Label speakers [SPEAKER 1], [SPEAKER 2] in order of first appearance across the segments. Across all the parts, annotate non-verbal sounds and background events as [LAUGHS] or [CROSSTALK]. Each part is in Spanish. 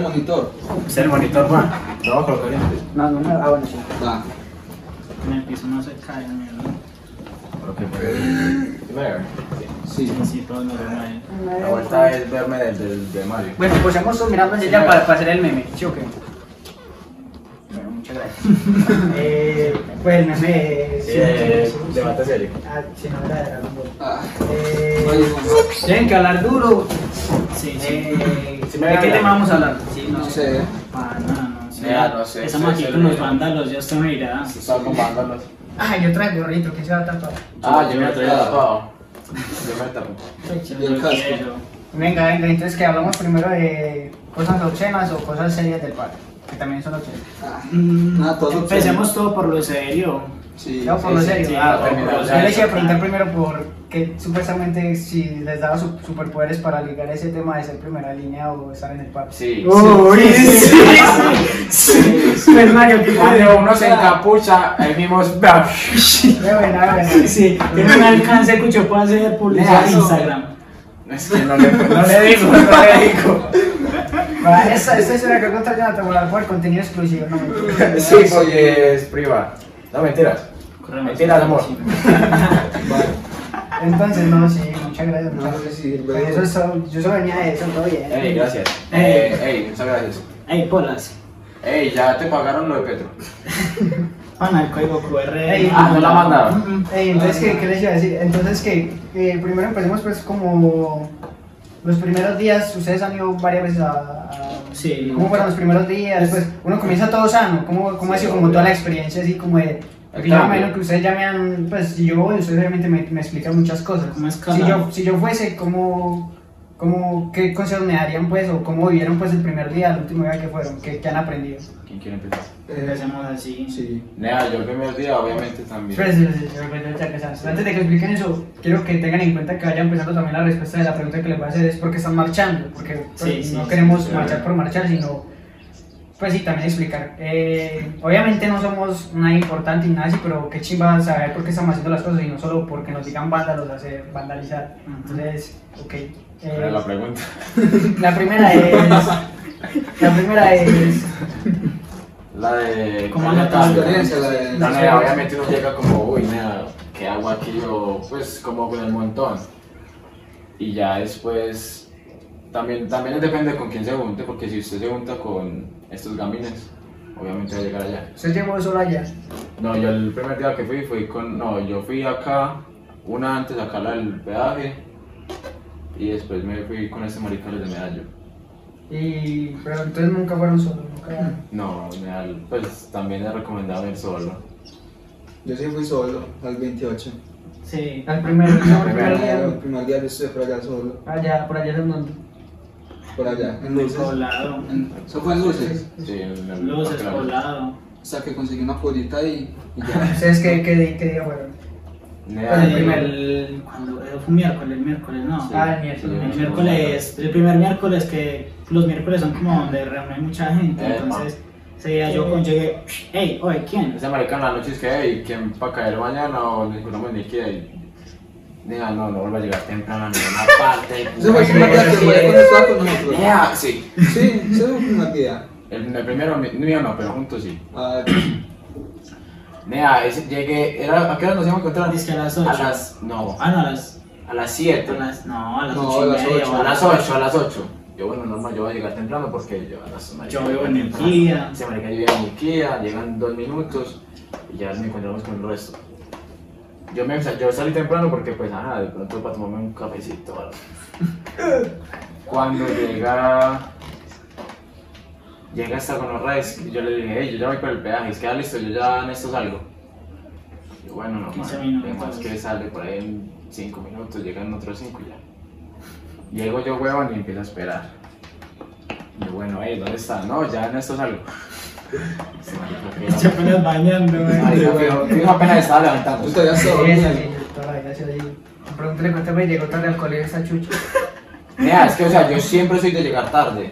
[SPEAKER 1] monitor.
[SPEAKER 2] Es el monitor, va.
[SPEAKER 1] Trabajo lo caliente.
[SPEAKER 3] No, no, no. Ah, bueno, sí.
[SPEAKER 1] Va.
[SPEAKER 2] En el piso no se cae, mierda.
[SPEAKER 4] Pero qué pedo.
[SPEAKER 5] Primero.
[SPEAKER 1] Sí.
[SPEAKER 2] Sí, sí, todo lo demás. eh.
[SPEAKER 4] La vuelta es verme del, del- de Mario.
[SPEAKER 3] Bueno, pues hemos mirando hacia allá para, para hacer el meme. ¿Sí o qué? Bueno,
[SPEAKER 2] [LAUGHS]
[SPEAKER 3] muchas gracias. eh, pues el meme es.
[SPEAKER 4] Eh, debate serio.
[SPEAKER 3] Ah, sí, no era de Dragon Ball.
[SPEAKER 1] Ah,
[SPEAKER 3] Eh,
[SPEAKER 1] vaya, mamá.
[SPEAKER 3] Tienen que hablar duro.
[SPEAKER 2] Sí, sí.
[SPEAKER 3] Eh,
[SPEAKER 4] Sí, me
[SPEAKER 3] ¿De qué
[SPEAKER 4] hablan.
[SPEAKER 3] tema vamos a hablar? Sí,
[SPEAKER 1] no sé.
[SPEAKER 2] Ah, no, no sé.
[SPEAKER 4] Ya, no sé,
[SPEAKER 2] Estamos
[SPEAKER 4] sí,
[SPEAKER 2] aquí
[SPEAKER 4] sí,
[SPEAKER 2] con
[SPEAKER 4] sí.
[SPEAKER 2] los vándalos, ya usted me dirá.
[SPEAKER 4] Están con vándalos.
[SPEAKER 3] Ah, yo traigo gorrito, que se va a tapar.
[SPEAKER 4] Ah, yo me lo traía tapado. Yo me lo tapé.
[SPEAKER 2] Yo
[SPEAKER 1] Y el
[SPEAKER 2] no
[SPEAKER 1] casco.
[SPEAKER 2] quiero.
[SPEAKER 3] Venga, venga, entonces que hablamos primero de cosas obscenas o cosas serias del padre, que también son obscenas.
[SPEAKER 1] Ah,
[SPEAKER 2] Mm,
[SPEAKER 1] Nada, todo
[SPEAKER 2] Empecemos todo por lo serio.
[SPEAKER 1] Sí.
[SPEAKER 3] No, por lo
[SPEAKER 4] sí,
[SPEAKER 3] serio.
[SPEAKER 2] sí,
[SPEAKER 3] ah,
[SPEAKER 4] no,
[SPEAKER 3] bueno,
[SPEAKER 4] terminamos
[SPEAKER 3] yo
[SPEAKER 4] ya
[SPEAKER 3] les
[SPEAKER 2] eso.
[SPEAKER 3] iba a preguntar primero por qué supuestamente si les daba su- superpoderes para ligar ese tema de ser primera línea o estar en el parque.
[SPEAKER 4] Sí.
[SPEAKER 3] Uy, [LAUGHS] sí,
[SPEAKER 4] Sí.
[SPEAKER 3] sí, Pues, Mario, qué
[SPEAKER 4] Cuando uno se encapucha, ahí mismo es- [LAUGHS]
[SPEAKER 3] Qué buena, buena.
[SPEAKER 2] Sí, tiene un alcance que yo puedo hacer publicidad en
[SPEAKER 1] Eso.
[SPEAKER 2] Instagram.
[SPEAKER 4] No es que no le,
[SPEAKER 3] No le digo, no [LAUGHS] le digo. Va, esta, esta es una que contra Jonathan voy a por contenido exclusivo, no mentira.
[SPEAKER 4] [LAUGHS] Sí, porque es privada. No, mentiras.
[SPEAKER 2] Corremos.
[SPEAKER 4] Mentiras, amor.
[SPEAKER 1] Vale.
[SPEAKER 3] Entonces, no, sí, muchas gracias.
[SPEAKER 1] No
[SPEAKER 3] muchas
[SPEAKER 1] sé
[SPEAKER 3] gracias.
[SPEAKER 1] si
[SPEAKER 3] Pues eso
[SPEAKER 1] luego-
[SPEAKER 3] es todo, yo solo venía de eso, todo bien.
[SPEAKER 4] Ey, gracias. Ey, ey, muchas gracias.
[SPEAKER 2] Ey, polas.
[SPEAKER 4] Ey, ya te pagaron lo de Petro.
[SPEAKER 2] Van al código QR.
[SPEAKER 3] Ey,
[SPEAKER 4] Ah, no la mandaron.
[SPEAKER 2] Mm,
[SPEAKER 3] Ey, entonces, ¿qué, qué les iba a decir? Entonces, que eh, primero empecemos, pues, como los primeros días, ustedes han ido varias veces a. a-
[SPEAKER 2] Sí.
[SPEAKER 3] ¿Cómo fueron los primeros días? Pues, uno comienza todo sano. ¿Cómo, cómo ha
[SPEAKER 4] Sí,
[SPEAKER 3] sido como
[SPEAKER 4] obvio.
[SPEAKER 3] toda la experiencia, así como de. Porque yo
[SPEAKER 4] cambio.
[SPEAKER 3] me imagino que ustedes ya me han. Pues, si yo voy, ustedes obviamente me, me explican muchas cosas.
[SPEAKER 2] ¿Cómo es
[SPEAKER 3] Si
[SPEAKER 2] cada-
[SPEAKER 3] yo, si yo fuese, ¿cómo, cómo, ¿qué consejos me darían, pues, o cómo vivieron, pues, el primer día, el último día que fueron? ¿Qué, qué han aprendido?
[SPEAKER 4] ¿Quién quiere empezar?
[SPEAKER 1] Eh,
[SPEAKER 2] Empecemos así.
[SPEAKER 1] Sí.
[SPEAKER 4] Nea, yo el primer día, obviamente también.
[SPEAKER 3] Pues, eh, eh, ya empezamos. Antes de que expliquen eso, quiero que tengan en cuenta que vaya empezando también la respuesta de la pregunta que les voy a hacer es por qué están marchando, porque pues,
[SPEAKER 2] Sí, sí,
[SPEAKER 3] no
[SPEAKER 2] sí,
[SPEAKER 3] queremos
[SPEAKER 4] sí,
[SPEAKER 3] marchar
[SPEAKER 4] sí.
[SPEAKER 3] por marchar, sino pues sí, también explicar. Eh, obviamente no somos nada importante ni nada así, pero qué chimba saber por qué estamos haciendo las cosas y no solo porque nos digan vándalos hace vandalizar. Entonces, ok. eh,
[SPEAKER 4] Era la pregunta.
[SPEAKER 3] la primera es... La primera es...
[SPEAKER 4] La de.
[SPEAKER 2] ¿Cómo
[SPEAKER 4] la
[SPEAKER 2] anda tu
[SPEAKER 1] experiencia, la de-
[SPEAKER 4] No, nea, obviamente uno llega como, uy, nea, ¿qué hago aquí? O pues, como con el montón. Y ya después. También, también depende con quién se junte, porque si usted se junta con estos gamines, obviamente va a llegar allá.
[SPEAKER 3] ¿Usted llegó solo allá?
[SPEAKER 4] No, yo el primer día que fui fui con. No, yo fui acá, una antes acá la del peaje. Y después me fui con este maricón de medallo.
[SPEAKER 3] Y, pero entonces nunca fueron solos, nunca...
[SPEAKER 4] No, medallo. Pues también es recomendable ir solo.
[SPEAKER 1] Yo sí fui solo al 28.
[SPEAKER 2] Sí.
[SPEAKER 3] Al primer, no, al primer
[SPEAKER 1] El
[SPEAKER 3] día.
[SPEAKER 1] primer día yo estuve por allá solo.
[SPEAKER 3] Allá, por allá es donde.
[SPEAKER 1] Por allá, en
[SPEAKER 2] Luces.
[SPEAKER 1] luces.
[SPEAKER 2] Colado.
[SPEAKER 1] Eso fue en luces.
[SPEAKER 4] Sí, en el
[SPEAKER 2] Luces,
[SPEAKER 4] parque la-
[SPEAKER 2] colado.
[SPEAKER 1] O sea que conseguí una polita y, y ya.
[SPEAKER 3] ¿Ustedes pues, qué, qué, di- qué día fueron?
[SPEAKER 4] Nea,
[SPEAKER 2] El,
[SPEAKER 3] el
[SPEAKER 4] pero-
[SPEAKER 2] Pues, el, cuando, eh, fue miércoles, miércoles, no.
[SPEAKER 4] Sí.
[SPEAKER 3] Ah, el
[SPEAKER 4] Sí,
[SPEAKER 3] miércoles.
[SPEAKER 2] El
[SPEAKER 4] no,
[SPEAKER 2] miércoles, el primer miércoles que los miércoles son como donde reúne mucha gente,
[SPEAKER 4] Epa.
[SPEAKER 2] entonces ese día yo con llegué, hey, oye,
[SPEAKER 4] no.
[SPEAKER 2] ¿quién?
[SPEAKER 4] Ese maricón la noche es que, hey, ¿quién va a caer mañana o nos encontramos pues, ni qué? Nea, no, no vuelva a llegar temprano a ninguna parte.
[SPEAKER 1] Eso fue el primer día que
[SPEAKER 4] Sí.
[SPEAKER 1] fue cuando estaba con nosotros.
[SPEAKER 4] Nea, sí.
[SPEAKER 1] Sí, ese fue el primer día.
[SPEAKER 4] El, el primero, mi- mío no, pero juntos sí.
[SPEAKER 1] Ah,
[SPEAKER 4] Nea, ese llegué, era, ¿a qué hora nos íbamos a encontrar?
[SPEAKER 2] Dice que a las
[SPEAKER 4] A
[SPEAKER 2] 8.
[SPEAKER 4] las, no,
[SPEAKER 2] Ah, no, a las,
[SPEAKER 4] a las
[SPEAKER 2] a
[SPEAKER 4] 7.
[SPEAKER 2] las, no, a las
[SPEAKER 1] No,
[SPEAKER 2] 8
[SPEAKER 1] a
[SPEAKER 2] y
[SPEAKER 1] las
[SPEAKER 2] media.
[SPEAKER 1] ocho,
[SPEAKER 2] o
[SPEAKER 4] A las 8, a las 8. Yo, bueno, normal, yo voy a llegar temprano porque yo a las
[SPEAKER 2] Yo vivo en Niquía.
[SPEAKER 4] Se marica, yo llego en Niquía, llegan dos minutos y ya nos encontramos con el resto. Yo, me, yo salí temprano porque, pues, ajá, de pronto para tomarme un cafecito. o algo. Cuando llega. Llega esta con los reyes, yo le dije, hey, yo ya voy por el peaje, es que ya listo, yo ya en esto salgo. Yo, bueno, normal,
[SPEAKER 2] 15 minutos.
[SPEAKER 4] además que sale por ahí en 5 minutos, llegan otros 5 y ya. Llego yo, huevón, y empiezo a esperar. Y yo, bueno, hey, ¿dónde está? No, ya en esto salgo. [LAUGHS] Se marica,
[SPEAKER 2] Se
[SPEAKER 5] [LAUGHS]
[SPEAKER 4] fijo.
[SPEAKER 2] apenas bañando, güey.
[SPEAKER 4] [LAUGHS] Marica, fijo, fijo, apenas estaba levantando.
[SPEAKER 1] usted ya estaba
[SPEAKER 3] Es así,
[SPEAKER 1] bien.
[SPEAKER 3] toda la vida ha sido así. Pregúntale cuántas veces llegó tarde al colegio esa chucha.
[SPEAKER 4] Mira, es que, o sea, yo siempre soy de llegar tarde.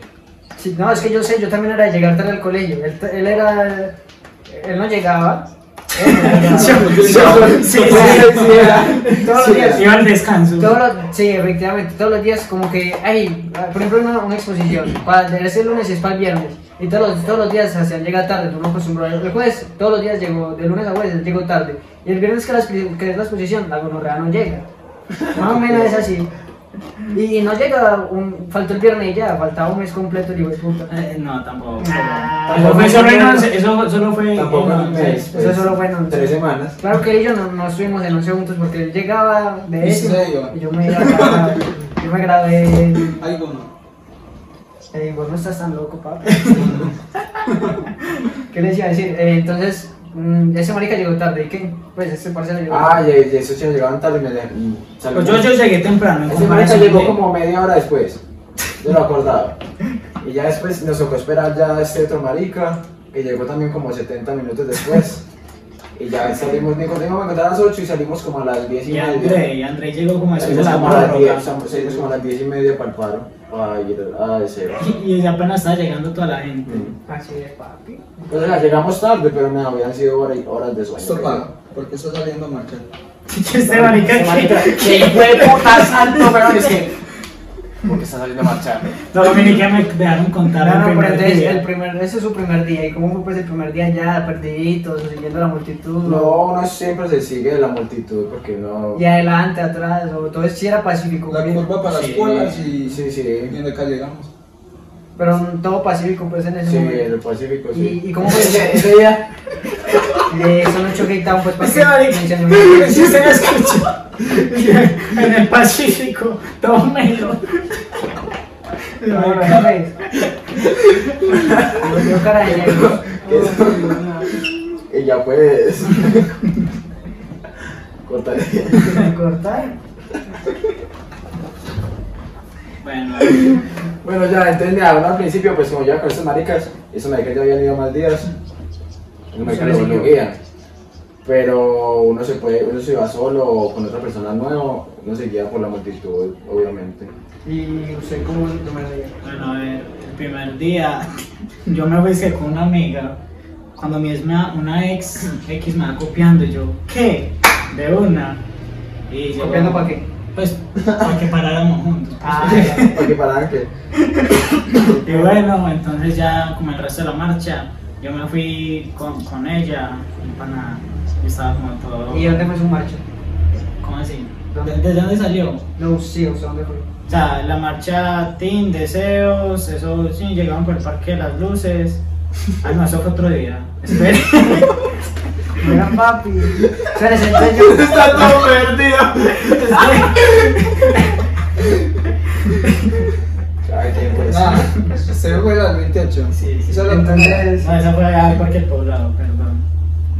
[SPEAKER 3] Sí,
[SPEAKER 4] [LAUGHS]
[SPEAKER 3] no, es que yo sé, yo también era de llegar tarde al colegio. Él, t- él era. Él no llegaba.
[SPEAKER 1] Sí, sí,
[SPEAKER 3] Todos los días.
[SPEAKER 1] sí.
[SPEAKER 2] Iba al descanso.
[SPEAKER 3] Todos los- sí, efectivamente, todos los días como que, ay, por ejemplo una, una exposición, para ese lunes es para el viernes, y todos los, todos los días hasta llega tarde, tú no acostumbras, el jueves, todos los días llego, de lunes a jueves llego tarde, y el viernes que, la expo- que es la exposición, la gonorrea no llega, más o menos es así, y no llega, un, faltó el viernes y ya, faltaba un mes completo, digo, puta.
[SPEAKER 2] Eh, no, tampoco.
[SPEAKER 3] Ah,
[SPEAKER 2] Eso fue solo, en
[SPEAKER 3] tampoco.
[SPEAKER 2] once- eso solo fue.
[SPEAKER 1] Tampoco
[SPEAKER 2] en
[SPEAKER 1] en un
[SPEAKER 2] once.
[SPEAKER 1] mes.
[SPEAKER 3] Eso solo fue en once.
[SPEAKER 1] Tres semanas.
[SPEAKER 3] Claro que ellos no, nos fuimos en 11 juntos porque él llegaba de
[SPEAKER 1] Y se
[SPEAKER 3] eso
[SPEAKER 1] iba.
[SPEAKER 3] y yo me grabé. yo me grabé.
[SPEAKER 1] Algo no.
[SPEAKER 3] Eh, vos no estás tan loco, papi. ¿Qué les iba a decir? Eh, entonces, mm, ese marica llegó tarde. ¿Y qué? Pues ese parcero llegó
[SPEAKER 5] Ah,
[SPEAKER 3] tarde.
[SPEAKER 5] y y eso se llegaban tarde y me
[SPEAKER 4] Mm,
[SPEAKER 5] dejaron.
[SPEAKER 2] Pues yo, yo llegué temprano.
[SPEAKER 5] Ese
[SPEAKER 2] como a
[SPEAKER 5] marica
[SPEAKER 2] las
[SPEAKER 5] llegó
[SPEAKER 2] siete.
[SPEAKER 5] como media hora después. Yo lo acordaba. Y ya después nos tocó esperar ya a este otro marica, que llegó también como 70 minutos después. Y ya salimos, me encontré, me encontré a las 8 y salimos como a las 10 y
[SPEAKER 2] Y
[SPEAKER 5] media.
[SPEAKER 2] André, y André llegó como después de
[SPEAKER 5] Salimos
[SPEAKER 2] la
[SPEAKER 5] como a las 10,
[SPEAKER 2] barroca.
[SPEAKER 5] salimos salimos como a las 10 y media para el paro. A ir a ese bar.
[SPEAKER 2] Y apenas estaba llegando toda la gente.
[SPEAKER 5] Mm.
[SPEAKER 3] Así de papi.
[SPEAKER 5] Pues, o sea, llegamos tarde, pero me habían sido hora- horas de sueño.
[SPEAKER 1] Esto paga. Porque está saliendo a marchar.
[SPEAKER 2] [LAUGHS] Este marica [LAUGHS] que.
[SPEAKER 4] ¡Qué puta santo! Pero es que. Porque está saliendo a marchar.
[SPEAKER 2] No, lo que me dejaron contar
[SPEAKER 3] No,
[SPEAKER 2] el
[SPEAKER 3] no, pero
[SPEAKER 2] primer
[SPEAKER 3] entonces,
[SPEAKER 2] día. [LAUGHS]
[SPEAKER 3] el primer, ese es su primer día. ¿Y cómo fue pues el primer día ya perdiditos, siguiendo la multitud?
[SPEAKER 5] No, uno siempre se sigue la multitud porque no.
[SPEAKER 3] Y adelante, atrás, o todo eso sí era pacífico.
[SPEAKER 1] La
[SPEAKER 3] bien.
[SPEAKER 1] curva para las
[SPEAKER 2] Sí.
[SPEAKER 1] colas y.
[SPEAKER 5] Sí,
[SPEAKER 1] Y
[SPEAKER 5] sí.
[SPEAKER 1] en acá llegamos.
[SPEAKER 3] Pero mm, todo pacífico, pues en ese
[SPEAKER 5] Sí,
[SPEAKER 3] momento.
[SPEAKER 5] el Pacífico, sí.
[SPEAKER 3] ¿Y, y cómo fue ese,
[SPEAKER 5] [LAUGHS]
[SPEAKER 3] ese día? De eso no choque y tan pues
[SPEAKER 2] Ese marica,
[SPEAKER 3] mencioné.
[SPEAKER 2] si usted me escucha, [LAUGHS] en el Pacífico, tómelo.
[SPEAKER 3] No, no, no, ves. Yo- yo cara de negro.
[SPEAKER 5] Y
[SPEAKER 1] [LAUGHS]
[SPEAKER 5] ya pues. Cortaré.
[SPEAKER 3] Cortar.
[SPEAKER 2] Bueno,
[SPEAKER 5] Bueno, ya, entonces ya, bueno, al principio, pues como ya con estos maricas, esos maricas ya habían ido más días. Los maricas
[SPEAKER 3] les
[SPEAKER 5] lo
[SPEAKER 3] siguió.
[SPEAKER 5] lo guían. Pero uno se puede, uno se va solo o con otra persona nueva, uno se guía por la multitud, obviamente.
[SPEAKER 3] Y usted como el primer día.
[SPEAKER 2] bueno, a ver, el primer día [LAUGHS] yo me besé con una amiga. Cuando mi ex me va- una ex X me va copiando, y yo, ¿qué? De una. Y yo-
[SPEAKER 3] ¿Copiando para qué?
[SPEAKER 2] Pues para que paráramos juntos. pues.
[SPEAKER 5] [LAUGHS]
[SPEAKER 3] Ah,
[SPEAKER 5] Porque para que.
[SPEAKER 2] Y bueno, entonces ya como el resto de la marcha, yo me fui con, con ella, pana, yo estaba como todo...
[SPEAKER 3] ¿Y dónde fue su marcha?
[SPEAKER 2] ¿Cómo así?
[SPEAKER 3] ¿Dónde?
[SPEAKER 2] ¿De- ¿Desde dónde salió?
[SPEAKER 3] No, sí, ¿usted dónde fue?
[SPEAKER 2] O sea, la marcha Team, Deseos, eso sí, llegaban por el Parque de las Luces. Ah, no, eso fue otro día.
[SPEAKER 3] [LAUGHS]
[SPEAKER 2] Espera.
[SPEAKER 3] Era papi. Espérese, entonces yo.
[SPEAKER 4] ¡Está todo perdido!
[SPEAKER 5] Ay, tiempo
[SPEAKER 3] Ah,
[SPEAKER 5] es.
[SPEAKER 1] Nada, Ah, se fue la del 28.
[SPEAKER 2] Sí, sí.
[SPEAKER 1] Solo
[SPEAKER 3] Entonces.
[SPEAKER 2] No, eso fue al Parque del Poblado, perdón.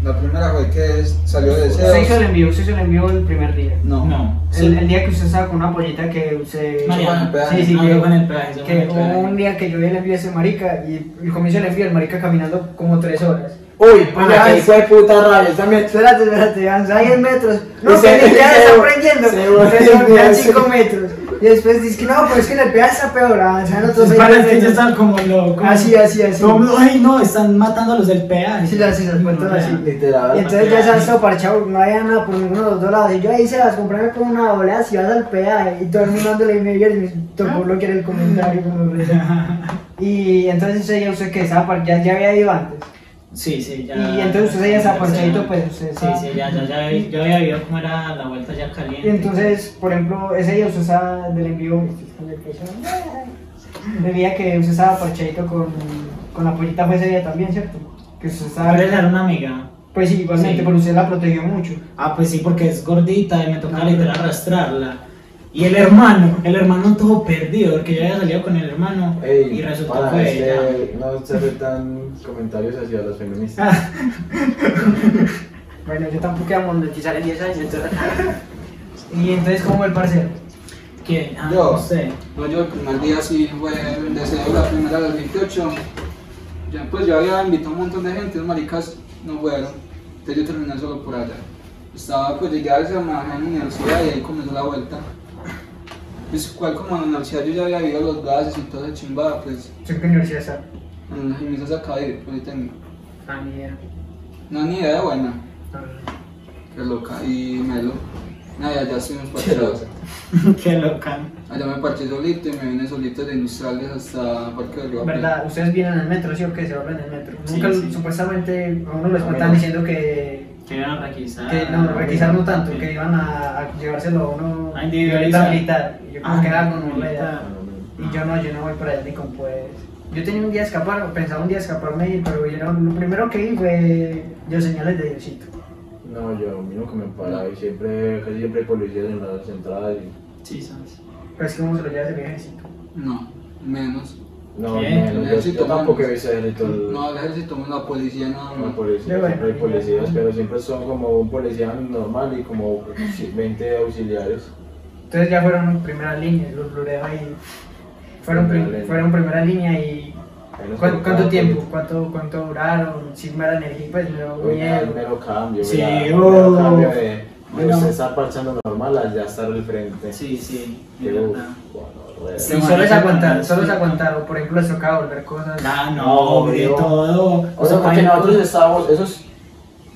[SPEAKER 1] La primera fue que es- salió de
[SPEAKER 3] Usted hizo el
[SPEAKER 1] Seos.
[SPEAKER 3] envío, usted hizo el envío el primer día.
[SPEAKER 1] No.
[SPEAKER 2] No.
[SPEAKER 3] El, el día que usted estaba con una pollita que usted.
[SPEAKER 2] Mariana.
[SPEAKER 3] Sí, sí,
[SPEAKER 2] no,
[SPEAKER 3] que-
[SPEAKER 2] yo con el peaje, yo con
[SPEAKER 3] Que
[SPEAKER 2] el peaje.
[SPEAKER 3] hubo un día que yo vi el envío a ese marica y el comienzo del envío, el marica caminando como tres horas.
[SPEAKER 5] Uy, pana, que hijo de puta rabia, él también.
[SPEAKER 3] Espérate, espérate, avanza 10 metros. No,
[SPEAKER 5] Y se-
[SPEAKER 3] que en el peaje
[SPEAKER 5] se-
[SPEAKER 3] está aprendiendo.
[SPEAKER 5] se-
[SPEAKER 3] Entonces avanza
[SPEAKER 5] se-
[SPEAKER 3] 5 metros. Y después dice que no, pero es que en el peaje está peor, avanzan
[SPEAKER 2] Entonces,
[SPEAKER 3] otros seis
[SPEAKER 2] para Pues que ya
[SPEAKER 3] metros.
[SPEAKER 2] están como locos.
[SPEAKER 3] Ah, Así, así, así.
[SPEAKER 2] Todo el mundo, Ay, no, están matando a los del peaje.
[SPEAKER 3] Sí, las- sí, las cuentan así. Y
[SPEAKER 5] Literal.
[SPEAKER 3] entonces ya se han estado parchado, no había nada por ninguno de los dos lados. Y yo ahí se las compré con una ola si vas al peaje. Y todo el mundo dándole medio y me tocó bloquear el comentario. como risa. Y entonces ese día usted que estaba parchado, ya había ido antes.
[SPEAKER 2] Sí, sí, ya.
[SPEAKER 3] Y entonces usted ya está parchadito, pues, usted
[SPEAKER 2] Sí,
[SPEAKER 3] está-
[SPEAKER 2] sí, ya, ya, ya, yo había visto cómo era la vuelta ya caliente.
[SPEAKER 3] Y entonces, por ejemplo, ese día usted estaba del envío. Debía que usted estaba parchadito con, con la pollita, fue ese día también, ¿cierto? Que usted estaba.
[SPEAKER 2] Ahora era una amiga.
[SPEAKER 3] Pues sí, igualmente,
[SPEAKER 2] Sí.
[SPEAKER 3] pero usted la protegió mucho.
[SPEAKER 2] Ah, pues sí, porque es gordita y me
[SPEAKER 3] Ah,
[SPEAKER 2] tocaba literal arrastrarla. Y el hermano, el hermano todo perdido, porque yo había salido con el hermano
[SPEAKER 5] Ey,
[SPEAKER 2] y resultó
[SPEAKER 5] para, este
[SPEAKER 2] que
[SPEAKER 5] es
[SPEAKER 2] ella.
[SPEAKER 5] que no se aceptan comentarios hacia las feministas.
[SPEAKER 3] Bueno, yo tampoco iba a monetizar en 10 años. entonces- y entonces, ¿cómo fue el parcero?
[SPEAKER 2] ¿Quién? Ah,
[SPEAKER 1] Yo.
[SPEAKER 2] no sé. [LAUGHS]
[SPEAKER 1] No, yo el primer día sí fue el deseo, la primera del 28. Ya, pues yo había invitado a un montón de gente, los maricas no fueron. Entonces yo terminé solo por allá. Estaba, pues llegué a esa maja en la universidad y ahí comenzó la vuelta. Pues cual como en la universidad yo ya había vivido los gases y toda esa chimbada, pues
[SPEAKER 3] ¿Usted en qué universidad está?
[SPEAKER 1] en las gimnasias acabé, pues ahí tengo.
[SPEAKER 3] Ah, ni idea.
[SPEAKER 1] No, ni idea buena. Qué loca. Y Melo. Nada, ya estuvimos
[SPEAKER 5] Qué
[SPEAKER 1] parchados.
[SPEAKER 5] loca.
[SPEAKER 2] Qué loca.
[SPEAKER 1] Allá me parché solito y me vine solito de industriales hasta Parque del Río.
[SPEAKER 3] ¿Verdad? Ustedes vienen en el metro, ¿sí o qué? Se hablan en el metro.
[SPEAKER 2] Sí,
[SPEAKER 3] Nunca,
[SPEAKER 2] sí. Ah,
[SPEAKER 3] supuestamente, a uno les
[SPEAKER 5] A
[SPEAKER 3] contaban
[SPEAKER 5] menos.
[SPEAKER 3] diciendo que
[SPEAKER 2] Que iban a requisar.
[SPEAKER 3] Que no, requisar no tanto,
[SPEAKER 2] Ah, Sí.
[SPEAKER 3] que iban a, a llevárselo a uno
[SPEAKER 2] A individualizar.
[SPEAKER 3] a militar. Y Yo como
[SPEAKER 2] Ah,
[SPEAKER 3] que era con una
[SPEAKER 2] militar.
[SPEAKER 3] idea. Y yo no, yo no voy por allá ni con pues. Yo tenía un día escapar, pensaba un día escaparme, pero yo no- lo primero que vi fue yo señales de Diosito.
[SPEAKER 5] No, yo a mí nunca me paraba y siempre, casi siempre hay policías en las entradas y...
[SPEAKER 2] Sí, sabes.
[SPEAKER 3] Pero es Pues, que uno se lo lleva el ejército.
[SPEAKER 1] No, menos.
[SPEAKER 5] No,
[SPEAKER 2] ¿Qué?
[SPEAKER 5] menos, yo- yo,
[SPEAKER 1] Ejército,
[SPEAKER 5] tampoco he
[SPEAKER 1] manos.
[SPEAKER 5] visto ejército.
[SPEAKER 1] No, el ejército, no, la policía, nada
[SPEAKER 5] No,
[SPEAKER 1] más.
[SPEAKER 5] policía,
[SPEAKER 3] Yo, bueno,
[SPEAKER 5] siempre hay
[SPEAKER 3] yo-
[SPEAKER 5] policías, pero siempre son como un policía normal y como 20 auxiliares.
[SPEAKER 3] Entonces ya fueron primera línea, los blureo ahí. Fueron, prim-
[SPEAKER 5] Primera línea.
[SPEAKER 3] fueron primera línea y.
[SPEAKER 5] Ahí nos
[SPEAKER 3] ¿cu- ¿Cuánto,
[SPEAKER 5] colocaban
[SPEAKER 3] tiempo?
[SPEAKER 5] por-
[SPEAKER 3] ¿Cuánto, ¿Cuánto duraron? Si me dan el pues me lo
[SPEAKER 5] Uy, ya, el
[SPEAKER 3] miedo.
[SPEAKER 5] mero cambio,
[SPEAKER 2] Sí,
[SPEAKER 5] ya, el
[SPEAKER 2] oh.
[SPEAKER 5] mero cambio de, de
[SPEAKER 2] Bueno.
[SPEAKER 5] usted estar parchando normal a ya estar al frente.
[SPEAKER 2] Sí, sí.
[SPEAKER 5] Que,
[SPEAKER 2] es
[SPEAKER 5] uf,
[SPEAKER 2] verdad.
[SPEAKER 5] bueno, re-
[SPEAKER 2] Sí.
[SPEAKER 3] Y solo es aguantar,
[SPEAKER 2] Sí.
[SPEAKER 3] solo es aguantar. O por ejemplo, les tocaba volver cosas.
[SPEAKER 2] Ah, no,
[SPEAKER 5] No,
[SPEAKER 2] de
[SPEAKER 5] yo-
[SPEAKER 2] todo.
[SPEAKER 5] O sea, porque
[SPEAKER 2] vaina-
[SPEAKER 5] nosotros estábamos, esos,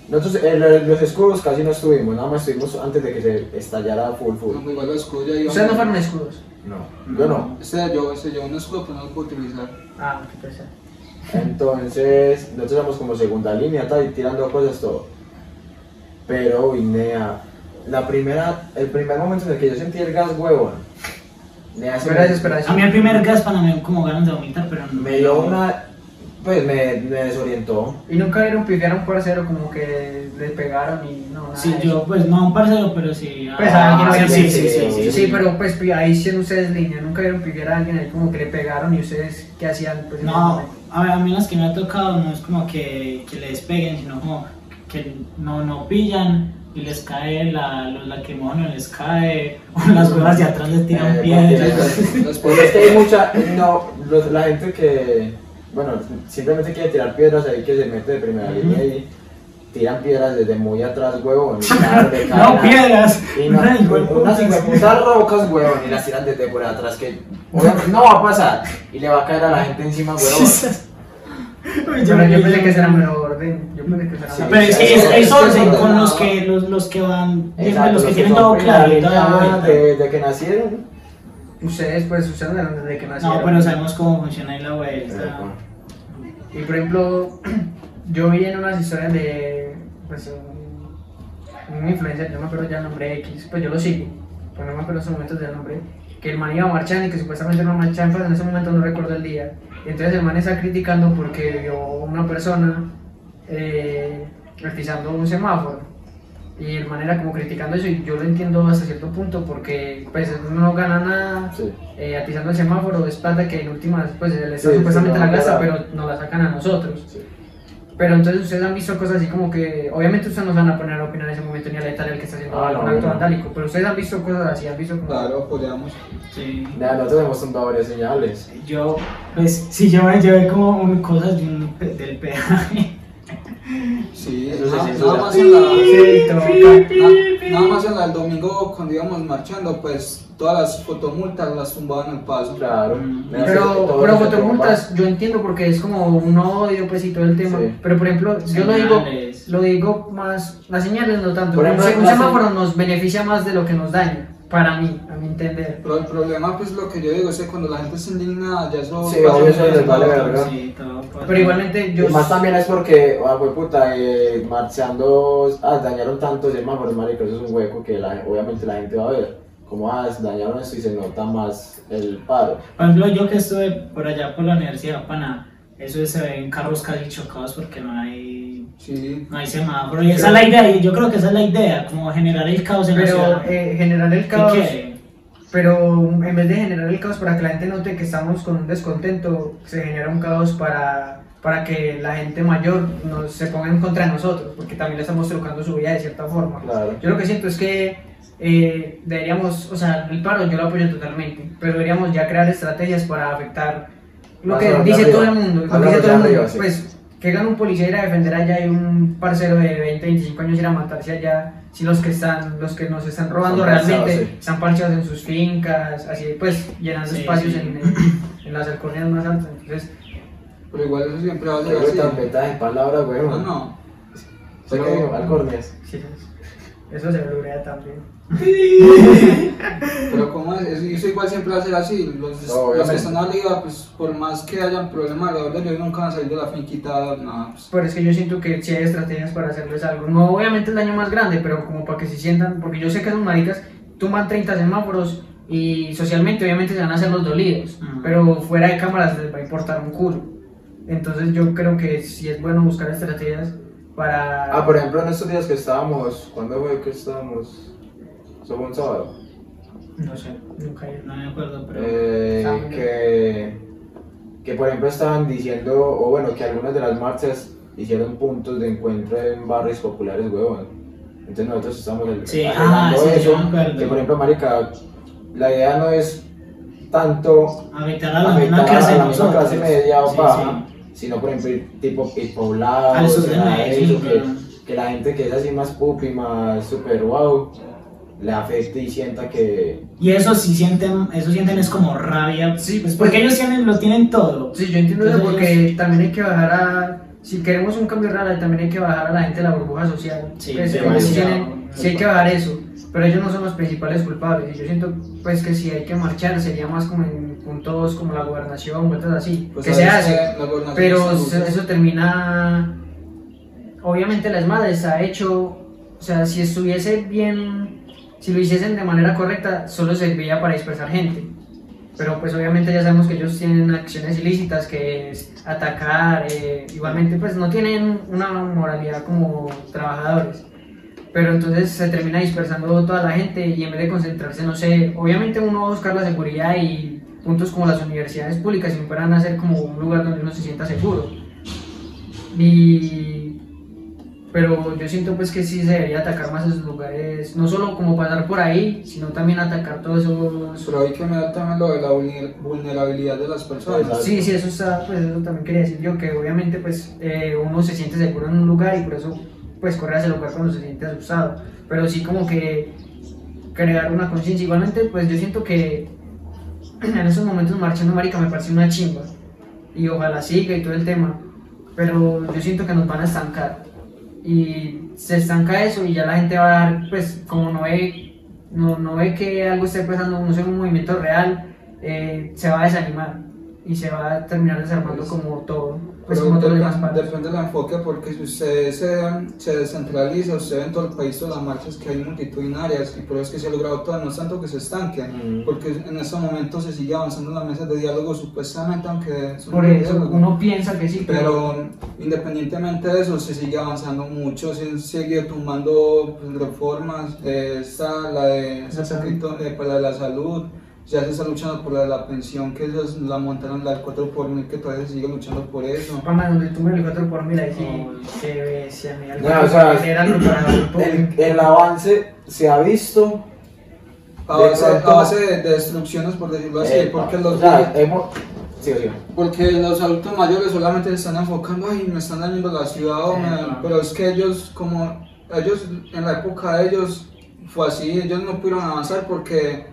[SPEAKER 5] nosotros, eh, lo- los escudos casi no estuvimos, nada más estuvimos antes de que se estallara full full.
[SPEAKER 1] Cuando igual los escudos ya iban-
[SPEAKER 3] Ustedes no fueron escudos.
[SPEAKER 5] No, yo no.
[SPEAKER 1] Este yo, este yo, un escudo, pero no lo puedo utilizar.
[SPEAKER 3] Ah, qué pesar.
[SPEAKER 5] Entonces, nosotros éramos como segunda línea, tal, y tirando cosas todo. Pero, uy, nea, la primera, el primer momento en el que yo sentí el gas, huevón, nea, se
[SPEAKER 3] Era
[SPEAKER 5] me-
[SPEAKER 3] desesperación.
[SPEAKER 2] A mí el primer gas para mí como ganas de vomitar, pero no.
[SPEAKER 5] Me dio una. Pues me, me desorientó.
[SPEAKER 3] Y nunca vieron pifiar a un parcero como que le pegaron y no, nada.
[SPEAKER 2] Sí,
[SPEAKER 3] de eso.
[SPEAKER 2] yo, pues no, un parcero, pero sí.
[SPEAKER 3] Pues
[SPEAKER 2] ah,
[SPEAKER 3] a alguien
[SPEAKER 2] sí,
[SPEAKER 3] obviamente.
[SPEAKER 2] sí, sí, sí,
[SPEAKER 3] Sí,
[SPEAKER 2] sí,
[SPEAKER 3] sí, pero pues pi- ahí sí en ustedes línea, nunca vieron pifiar a alguien ahí como que le pegaron y ustedes qué hacían pues en ese
[SPEAKER 2] No,
[SPEAKER 3] momento?
[SPEAKER 2] a, ver, a mí las que me ha tocado no es como que, que le despeguen, sino como que no, no pillan y les cae la, los lacrimógenos, les cae, o [LAUGHS] las huevas de atrás les tiran
[SPEAKER 5] Eh,
[SPEAKER 2] piedras.
[SPEAKER 1] [LAUGHS]
[SPEAKER 5] cualquiera.
[SPEAKER 1] Las
[SPEAKER 5] Pues es
[SPEAKER 1] policías.
[SPEAKER 5] que hay mucha. No, los- la gente que. Bueno, simplemente quiere tirar piedras ahí que se mete de primera línea y tiran piedras desde muy atrás, huevón.
[SPEAKER 2] [LAUGHS]
[SPEAKER 5] y tarde,
[SPEAKER 2] No,
[SPEAKER 5] cara.
[SPEAKER 2] piedras.
[SPEAKER 5] Y no,
[SPEAKER 2] Ay, güey,
[SPEAKER 5] unas
[SPEAKER 2] putas.
[SPEAKER 5] hijueputas rocas, huevón, y las tiran desde por atrás que. obviamente no va a pasar. Y le va a caer a la gente encima, huevón.
[SPEAKER 2] Ay,
[SPEAKER 3] Pero yo pensé
[SPEAKER 2] yo-
[SPEAKER 3] que ese era mejor orden, yo pensé que ese era
[SPEAKER 5] Sí,
[SPEAKER 3] mejor
[SPEAKER 2] Pero es que es, es orden
[SPEAKER 5] Exacto.
[SPEAKER 2] con los que, los, los que van,
[SPEAKER 5] Exacto,
[SPEAKER 2] los que tienen
[SPEAKER 5] son
[SPEAKER 2] todo
[SPEAKER 5] primera
[SPEAKER 2] claro y
[SPEAKER 5] línea
[SPEAKER 2] toda la vuelta.
[SPEAKER 5] de, de que nacieron.
[SPEAKER 3] Ustedes pues ustedes eran desde que nacieron.
[SPEAKER 2] No, pero sabemos cómo funciona ahí la vuelta.
[SPEAKER 3] Y por ejemplo, [CLEARS THROAT] yo vi en unas historias de pues, un, un influencer, yo no me acuerdo ya el nombre X, pues yo lo sigo, pero no me acuerdo en esos momentos del nombre, que el man iba marchando y que supuestamente no marchaba, pero en ese momento no recuerdo el día. Y entonces el man está criticando porque vio una persona eh, pisando un semáforo. Y el man era como criticando eso y yo lo entiendo hasta cierto punto porque pues uno no gana nada
[SPEAKER 5] Sí.
[SPEAKER 3] eh, atizando el semáforo es plata que en últimas pues el Estado
[SPEAKER 5] Sí,
[SPEAKER 3] supuestamente
[SPEAKER 5] sí, no,
[SPEAKER 3] la gasta
[SPEAKER 5] claro.
[SPEAKER 3] pero nos la sacan a nosotros
[SPEAKER 5] Sí.
[SPEAKER 3] pero entonces ustedes han visto cosas así como que obviamente ustedes no se van a poner a opinar en ese momento ni a la tal el que está haciendo
[SPEAKER 5] Ah, no,
[SPEAKER 3] un acto
[SPEAKER 5] no.
[SPEAKER 3] vandálico pero ustedes han visto cosas así han visto como
[SPEAKER 1] Claro, apoyamos.
[SPEAKER 2] Sí.
[SPEAKER 5] Nada, nosotros hemos tomado varias señales.
[SPEAKER 2] Yo, pues, sí, yo me llevé como un- cosas de un- del peaje.
[SPEAKER 1] Sí,
[SPEAKER 5] Eso se
[SPEAKER 1] nada,
[SPEAKER 5] siente
[SPEAKER 1] nada
[SPEAKER 5] la-
[SPEAKER 1] más en la-
[SPEAKER 3] Sí, toca.
[SPEAKER 1] na- Nada más en la- el domingo cuando íbamos marchando, pues todas las fotomultas las tumbaban al paso.
[SPEAKER 5] Claro.
[SPEAKER 2] Mm.
[SPEAKER 5] Nada, sí,
[SPEAKER 3] pero
[SPEAKER 5] todo
[SPEAKER 3] pero
[SPEAKER 5] se
[SPEAKER 3] fotomultas yo entiendo porque es como un odio pues y todo el tema
[SPEAKER 5] Sí.
[SPEAKER 3] pero por ejemplo yo lo digo
[SPEAKER 2] Señales.
[SPEAKER 3] lo digo más las señales no tanto
[SPEAKER 5] Por
[SPEAKER 3] un,
[SPEAKER 5] ejemplo,
[SPEAKER 3] se- un
[SPEAKER 5] las-
[SPEAKER 3] semáforo nos beneficia más de lo que nos daña para mí a mi entender
[SPEAKER 1] Pero el problema, pues lo que yo digo es que cuando la gente se indigna, ya eso.
[SPEAKER 5] Sí, obvio, eso les vale
[SPEAKER 1] Claro.
[SPEAKER 5] verga.
[SPEAKER 2] Sí, todo. pues.
[SPEAKER 3] pero igualmente
[SPEAKER 5] Y
[SPEAKER 3] yo
[SPEAKER 5] más también es porque, ah, fue puta, eh, marchando, ah, dañaron tantos semáforos, marico, eso es un hueco que la- obviamente la gente va a ver. Como, ah, dañaron esto y se nota más el paro.
[SPEAKER 2] Por ejemplo, yo que estuve por allá por la Universidad Pana, eso se ven carros casi chocados porque no hay,
[SPEAKER 1] Sí.
[SPEAKER 2] no hay semáforo. Y esa es la idea, y yo creo que esa es la idea, como generar el caos en la
[SPEAKER 3] pero
[SPEAKER 2] ciudad.
[SPEAKER 3] eh, generar el
[SPEAKER 2] ¿Qué
[SPEAKER 3] caos
[SPEAKER 2] quiere?
[SPEAKER 3] Pero en vez de generar el caos para que la gente note que estamos con un descontento, se genera un caos para, para que la gente mayor no se ponga en contra de nosotros, porque también le estamos trucando su vida de cierta forma.
[SPEAKER 5] Claro.
[SPEAKER 3] Yo lo que siento es que eh, deberíamos, o sea, el paro yo lo apoyo totalmente, pero deberíamos ya crear estrategias para afectar lo
[SPEAKER 5] Más
[SPEAKER 3] que
[SPEAKER 5] allá
[SPEAKER 3] dice
[SPEAKER 5] arriba.
[SPEAKER 3] todo el mundo. Lo que
[SPEAKER 5] Hablar
[SPEAKER 3] dice
[SPEAKER 5] allá
[SPEAKER 3] todo el mundo
[SPEAKER 5] arriba, sí.
[SPEAKER 3] pues que gana un policía ir a defender allá y un parcero de 20, 25 años ir a matarse allá. Si los que están, los que nos están robando
[SPEAKER 5] Son parchados,
[SPEAKER 3] realmente
[SPEAKER 5] sí.
[SPEAKER 3] están parchados en sus fincas, así pues llenando
[SPEAKER 2] Sí,
[SPEAKER 3] espacios
[SPEAKER 2] sí.
[SPEAKER 3] En, en las alcurnias más altas. Entonces,
[SPEAKER 1] Pero igual eso siempre va a ser
[SPEAKER 5] Pero
[SPEAKER 1] así. Ah,
[SPEAKER 5] tan metas en palabras,
[SPEAKER 1] No,
[SPEAKER 5] huevón.
[SPEAKER 1] no.
[SPEAKER 5] ¿Usted qué dijo? Alcornias.
[SPEAKER 3] Sí, sí. Eso se blurea también.
[SPEAKER 1] Pero como es, Es- eso igual siempre va a ser así. Los,
[SPEAKER 5] Obviamente.
[SPEAKER 1] los que están arriba, pues por más que hayan problemas alrededor de ellos, nunca van a salir de la finquita. No, pues,
[SPEAKER 3] Pero es que yo siento que sí hay estrategias para hacerles algo. No, obviamente el daño más grande, pero como para que se sientan, porque yo sé que son maricas, tumban 30 semáforos y socialmente obviamente se van a hacer los dolidos,
[SPEAKER 2] Ajá.
[SPEAKER 3] pero fuera de cámaras les va a importar un culo. Entonces yo creo que sí es bueno buscar estrategias para...
[SPEAKER 5] Ah, por ejemplo, en estos días que estábamos, ¿cuándo fue que estábamos? Eso fue un sábado.
[SPEAKER 3] No sé, nunca he ido.
[SPEAKER 2] No me acuerdo, pero.
[SPEAKER 5] Eh,
[SPEAKER 3] Sábado.
[SPEAKER 5] que, que por ejemplo estaban diciendo, o bueno, que algunas de las marchas hicieron puntos de encuentro en barrios populares, huevón. Entonces nosotros estamos el-
[SPEAKER 2] Sí,
[SPEAKER 5] alegando
[SPEAKER 2] ah, sí, yo me acuerdo.
[SPEAKER 5] que por ejemplo, marica, la idea no es tanto
[SPEAKER 2] Habitar a la
[SPEAKER 5] afectar
[SPEAKER 2] misma
[SPEAKER 5] a
[SPEAKER 2] clase de
[SPEAKER 5] la misma
[SPEAKER 2] nosotros.
[SPEAKER 5] clase media o
[SPEAKER 2] Sí,
[SPEAKER 5] baja,
[SPEAKER 2] sí.
[SPEAKER 5] sino por ejemplo ir tipo ir poblado,
[SPEAKER 2] Al sur
[SPEAKER 5] o
[SPEAKER 2] de
[SPEAKER 5] sea,
[SPEAKER 2] Medellín,
[SPEAKER 5] eso, que,
[SPEAKER 2] weón.
[SPEAKER 5] que la gente que es así más pupi, más super wow, le afecte y sienta que
[SPEAKER 2] Y eso sí sienten, eso sienten es como rabia.
[SPEAKER 3] Sí,
[SPEAKER 2] Pues porque ellos tienen, lo tienen todo.
[SPEAKER 3] Sí, yo entiendo eso
[SPEAKER 2] Entonces
[SPEAKER 3] porque también hay que bajar a... Si queremos un cambio real, también hay que bajar a la gente de la burbuja social. Pues,
[SPEAKER 2] Sí,
[SPEAKER 3] Que se-
[SPEAKER 2] demasiado.
[SPEAKER 3] tienen- sí hay que bajar eso, pero ellos no son los principales culpables. Y yo siento pues que si hay que marchar sería más como en puntos como la gobernación, vueltas así,
[SPEAKER 1] pues,
[SPEAKER 3] que
[SPEAKER 1] a
[SPEAKER 3] se
[SPEAKER 1] veces,
[SPEAKER 3] hace.
[SPEAKER 1] eh, la gobernación
[SPEAKER 3] Pero
[SPEAKER 1] se-
[SPEAKER 3] se- eso termina... Obviamente las madres ha hecho... O sea, si estuviese bien... Si lo hiciesen de manera correcta, solo serviría para dispersar gente. Pero pues obviamente ya sabemos que ellos tienen acciones ilícitas, que es atacar. eh, igualmente pues no tienen una moralidad como trabajadores. Pero entonces se termina dispersando toda la gente y en vez de concentrarse, no sé, obviamente uno va a buscar la seguridad y puntos como las universidades públicas siempre van a ser como un lugar donde uno se sienta seguro. Y... Pero yo siento pues que sí se debería atacar más esos lugares, no solo como pasar por ahí, sino también atacar todos esos...
[SPEAKER 1] Pero hay que mirar también lo de la vulner- vulnerabilidad de las personas.
[SPEAKER 5] Exacto.
[SPEAKER 3] Sí, sí, eso está, pues eso también quería decir yo, que obviamente pues eh, uno se siente seguro en un lugar y por eso pues corre hacia el lugar cuando se siente asustado, pero sí como que crear una conciencia, igualmente pues yo siento que [CLEARS THROAT] en esos momentos marchando marica me parece una chimba y ojalá siga y todo el tema, pero yo siento que nos van a estancar y se estanca eso y ya la gente va a dar, pues como no ve, no, no ve que algo esté pasando, no sea un movimiento real, eh, se va a desanimar y se va a terminar desarmando como todo, pues
[SPEAKER 1] Pero
[SPEAKER 3] como todo lo demás
[SPEAKER 1] depende,
[SPEAKER 3] palos.
[SPEAKER 1] depende del enfoque porque si usted se, se descentraliza, usted ve en todo el país todas las marchas que hay multitudinarias y por eso es que se ha logrado todo, no es tanto que se estanquen,
[SPEAKER 5] Ujú.
[SPEAKER 1] porque en estos momentos se sigue avanzando las mesas de diálogo supuestamente, aunque son
[SPEAKER 3] Por
[SPEAKER 1] de
[SPEAKER 3] eso
[SPEAKER 1] diálogo.
[SPEAKER 3] uno piensa que sí,
[SPEAKER 1] Pero independientemente de eso, se sigue avanzando mucho, se sigue tumbando pues, reformas, eh, esta, la de, hace poquito, eh, pues, la de la salud, ya se está luchando por la de la pensión, que ellos la montaron la 4 por mil, que todavía se sigue luchando por eso.
[SPEAKER 3] Mamá, donde tú me el 4 por mil, ahí sí, que si a mí algo
[SPEAKER 5] No, o sea,
[SPEAKER 3] era algo para el
[SPEAKER 5] El,
[SPEAKER 3] público.
[SPEAKER 5] el avance se ha visto.
[SPEAKER 1] A base,
[SPEAKER 5] Exacto.
[SPEAKER 1] a base de, de destrucciones, por decirlo así,
[SPEAKER 5] eh,
[SPEAKER 1] porque,
[SPEAKER 5] o
[SPEAKER 1] los,
[SPEAKER 5] sea, hemos- sí, sí.
[SPEAKER 1] porque los adultos mayores solamente se están enfocando, ay, me están dañando la ciudad, o me-".
[SPEAKER 2] claro.
[SPEAKER 1] pero es que ellos, como ellos, en la época de ellos fue así, ellos no pudieron avanzar porque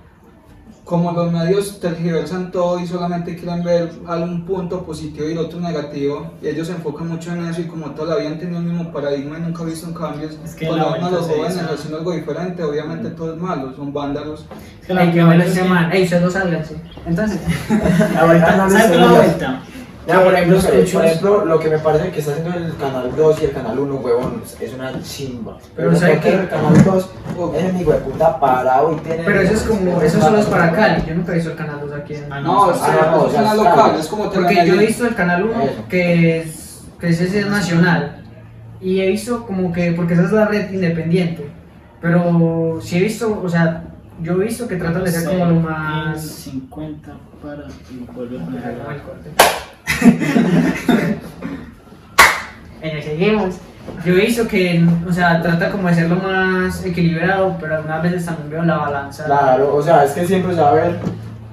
[SPEAKER 1] como los medios tergiversan todo y solamente quieren ver algún punto positivo y el otro negativo, y ellos se enfocan mucho en eso y como toda la vida han tenido el mismo paradigma y nunca han visto un cambio,
[SPEAKER 2] Es que
[SPEAKER 1] cuando
[SPEAKER 2] la
[SPEAKER 1] van a
[SPEAKER 2] vuelta
[SPEAKER 1] los
[SPEAKER 2] se
[SPEAKER 1] jóvenes
[SPEAKER 2] hizo.
[SPEAKER 1] haciendo algo diferente, obviamente todo es malo, son vándalos.
[SPEAKER 2] Es
[SPEAKER 3] [LAUGHS]
[SPEAKER 2] que la
[SPEAKER 3] Ey, que
[SPEAKER 2] vuelta
[SPEAKER 3] bueno ese
[SPEAKER 2] sí-
[SPEAKER 3] man, ey, ustedes dos sálganse. Entonces,
[SPEAKER 2] La vuelta,
[SPEAKER 5] Ah, no,
[SPEAKER 2] ¿sabes qué
[SPEAKER 5] no,
[SPEAKER 2] es
[SPEAKER 5] no,
[SPEAKER 2] la
[SPEAKER 5] no.
[SPEAKER 2] vuelta?
[SPEAKER 5] Ya, por, ejemplo,
[SPEAKER 2] Los
[SPEAKER 5] por
[SPEAKER 2] hechos.
[SPEAKER 5] ejemplo, lo que me parece que está haciendo el canal 2 y el canal 1, huevón, es una chimba.
[SPEAKER 3] Pero,
[SPEAKER 5] Uno
[SPEAKER 3] ¿sabe
[SPEAKER 5] puede
[SPEAKER 3] qué?
[SPEAKER 5] ver El canal 2 es el hijo de puta parado y tiene.
[SPEAKER 3] pero eso es como, eso
[SPEAKER 5] [LAUGHS]
[SPEAKER 3] solo es para Cali, yo nunca he visto el canal 2 aquí en
[SPEAKER 2] Ah,
[SPEAKER 1] No,
[SPEAKER 2] no,
[SPEAKER 1] o sea,
[SPEAKER 5] ah, no,
[SPEAKER 1] eso es
[SPEAKER 5] ya
[SPEAKER 1] una
[SPEAKER 5] está.
[SPEAKER 1] local, es como
[SPEAKER 3] Porque yo
[SPEAKER 1] Telenor.
[SPEAKER 3] he visto el canal 1
[SPEAKER 5] Eso.
[SPEAKER 3] que es, que es ese nacional y he visto como que, porque esa es la red independiente, pero sí he visto, o sea, yo he visto que tratan de ser como lo más...
[SPEAKER 2] 50 para el pueblo
[SPEAKER 3] Hagamos el
[SPEAKER 2] general.
[SPEAKER 5] [LAUGHS]
[SPEAKER 3] corte. Bueno, seguimos. Yo he visto que, o sea, trata como de ser lo más equilibrado, pero algunas veces también veo la balanza.
[SPEAKER 5] Claro, o sea, es que siempre se va a ver.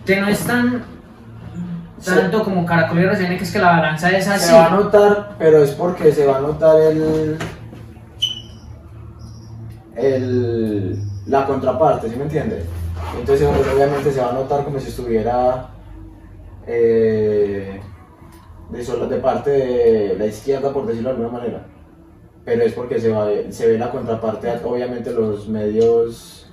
[SPEAKER 3] Que no es tan.
[SPEAKER 5] Sí.
[SPEAKER 3] tanto como Caracol y RCN, que es que la balanza es
[SPEAKER 1] Ah,
[SPEAKER 3] así.
[SPEAKER 5] Se va a notar, pero es porque se va a notar el. el la contraparte, ¿sí me entiendes? Entonces, obviamente, se va a notar como si estuviera. eh, de, solo- de parte de la izquierda, por decirlo de alguna manera. pero es porque se, va- se ve la contraparte, obviamente los medios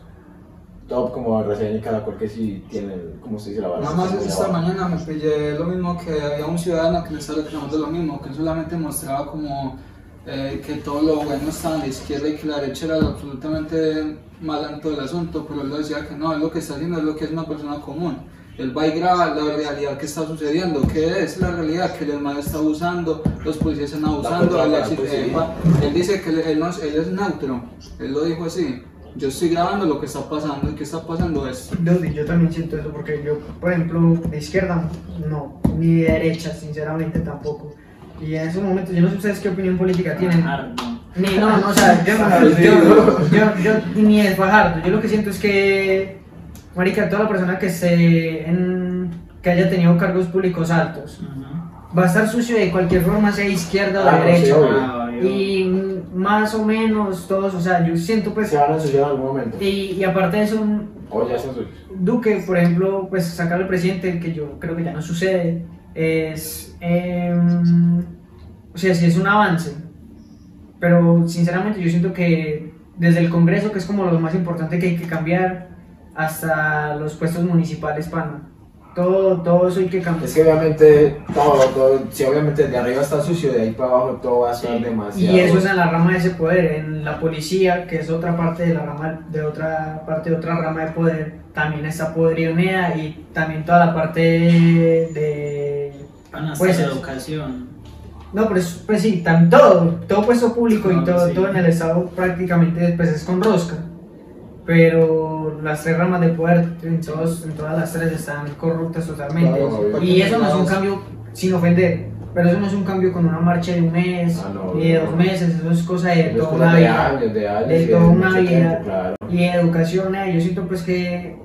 [SPEAKER 5] top como Reseña y Caracol que sí tienen, como se dice, la balanza.
[SPEAKER 1] Nada más
[SPEAKER 5] muy
[SPEAKER 1] esta
[SPEAKER 5] abajo.
[SPEAKER 1] mañana me pillé lo mismo que había un ciudadano que le estaba reclamando lo mismo, que él solamente mostraba como eh, que todo lo bueno estaba en la izquierda y que la derecha era absolutamente mala en todo el asunto, pero él decía que no, es lo que está haciendo, es lo que es una persona común. Él va y graba la realidad que está sucediendo, que es la realidad, que el hermano está abusando, los policías están abusando,
[SPEAKER 5] La
[SPEAKER 1] el
[SPEAKER 5] contraparte,
[SPEAKER 1] accidente-
[SPEAKER 5] pues, sí.
[SPEAKER 1] él dice que él, él no es- él es neutro, él lo dijo así, yo estoy grabando lo que está pasando y que está pasando es
[SPEAKER 3] Dude, yo también siento eso porque yo, por ejemplo, de izquierda no, ni de derecha, sinceramente tampoco. Y en esos momentos, yo no sé ustedes qué opinión política tienen.
[SPEAKER 2] Ardo.
[SPEAKER 3] Ni, no, no, o sea, yo,
[SPEAKER 5] Fajardo,
[SPEAKER 3] yo, yo, yo ni es Fajardo. Yo lo que siento es que, marica, toda la persona que se en- que haya tenido cargos públicos altos
[SPEAKER 2] Ujú.
[SPEAKER 3] va a estar sucio de cualquier forma, sea izquierda o
[SPEAKER 5] Ah, no, sí,
[SPEAKER 3] derecha.
[SPEAKER 5] obvio.
[SPEAKER 2] Ah, yo-
[SPEAKER 3] y mm, más o menos todos, o sea, yo siento pues.
[SPEAKER 5] Se van a ensuciar en algún momento.
[SPEAKER 3] Y, y aparte de eso,
[SPEAKER 5] O ya se ensucian.
[SPEAKER 3] Duque, por ejemplo, pues sacar al presidente, que yo creo que ya no sucede, es. em, o sea, sí es un avance. Pero sinceramente yo siento que desde el Congreso, que es como lo más importante que hay que cambiar, hasta los puestos municipales, pana. Todo, todo eso hay que cambiar.
[SPEAKER 5] Es que obviamente todo, todo, si obviamente el de arriba está sucio, de ahí para abajo todo va a estar demasiado.
[SPEAKER 3] Y eso es en la rama de ese poder, en la policía, que es otra parte de la rama, de otra parte de otra rama de poder, también está podrionea y también toda la parte de...
[SPEAKER 2] Van a hacer
[SPEAKER 3] Pues es-
[SPEAKER 2] educación.
[SPEAKER 3] No, pero es- pues sí, tam- todo, todo puesto público
[SPEAKER 2] No,
[SPEAKER 3] y todo,
[SPEAKER 2] sí.
[SPEAKER 3] todo en el Estado prácticamente pues es con rosca, pero las tres ramas de poder, en, todos, en todas las tres están corruptas totalmente.
[SPEAKER 5] Claro, obvio.
[SPEAKER 3] y eso no es un cambio sin ofender, pero eso no es un cambio con una marcha de un mes,
[SPEAKER 5] Ah, no,
[SPEAKER 3] ni de dos
[SPEAKER 5] no.
[SPEAKER 3] meses, eso es cosa de
[SPEAKER 5] Eso es
[SPEAKER 3] toda
[SPEAKER 5] cosa
[SPEAKER 3] una
[SPEAKER 5] de
[SPEAKER 3] vida.
[SPEAKER 5] años, de años.
[SPEAKER 3] de
[SPEAKER 5] y
[SPEAKER 3] toda una
[SPEAKER 5] mucho
[SPEAKER 3] vida.
[SPEAKER 5] tiempo, claro.
[SPEAKER 3] Y educación, eh, yo siento pues que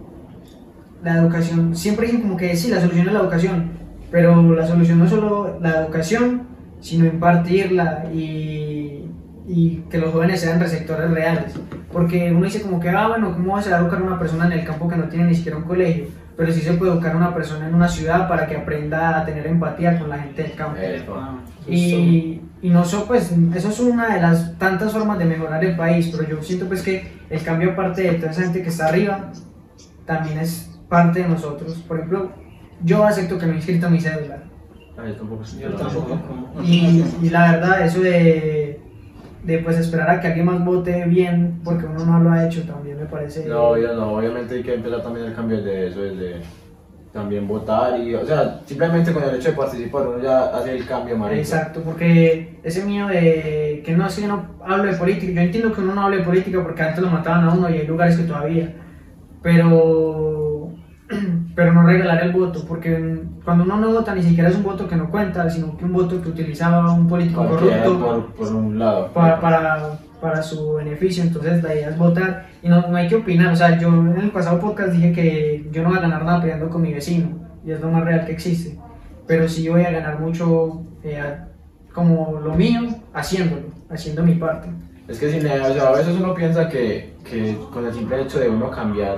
[SPEAKER 3] la educación, siempre dicen como que sí, la solución es la educación, pero la solución no es solo la educación, sino impartirla y, y que los jóvenes sean receptores reales. Porque uno dice como que, ah, bueno, ¿cómo vas a educar a una persona en el campo que no tiene ni siquiera un colegio? Pero sí se puede educar a una persona en una ciudad para que aprenda a tener empatía con la gente del campo.
[SPEAKER 5] Eso.
[SPEAKER 2] Ah,
[SPEAKER 3] Y, y no so- pues, eso es una de las tantas formas de mejorar el país, pero yo siento pues que el cambio aparte de toda esa gente que está arriba, también es parte de nosotros. Por ejemplo, yo acepto que no he inscrito mi cédula.
[SPEAKER 5] Ay, Ah, tampoco es-
[SPEAKER 2] Yo tampoco.
[SPEAKER 3] Y, y la verdad, eso de, de pues esperar a que alguien más vote bien, porque uno no lo ha hecho, también me parece...
[SPEAKER 5] No, yo no, obviamente hay que empezar también el cambio de eso, desde también votar y, o sea, simplemente con el hecho de participar uno ya hace el cambio, marica.
[SPEAKER 3] Exacto, porque ese mío de que no es que yo no hablo de política, yo entiendo que uno no hable de política porque antes lo mataban a uno y hay lugares que todavía, pero, [CLEARS THROAT] pero no regalar el voto, porque cuando uno no vota ni siquiera es un voto que no cuenta, sino que un voto que utilizaba un político
[SPEAKER 5] Cualquiera
[SPEAKER 3] corrupto
[SPEAKER 5] por, por un lado.
[SPEAKER 3] para, para, para su beneficio, entonces la idea es votar y no, no hay que opinar, o sea, yo en el pasado podcast dije que yo no voy a ganar nada peleando con mi vecino y es lo más real que existe, pero sí voy a ganar mucho eh, a- como lo mío haciéndolo, haciendo mi parte.
[SPEAKER 5] Es que sin, o sea, a veces uno piensa que, que con el simple hecho de uno cambiar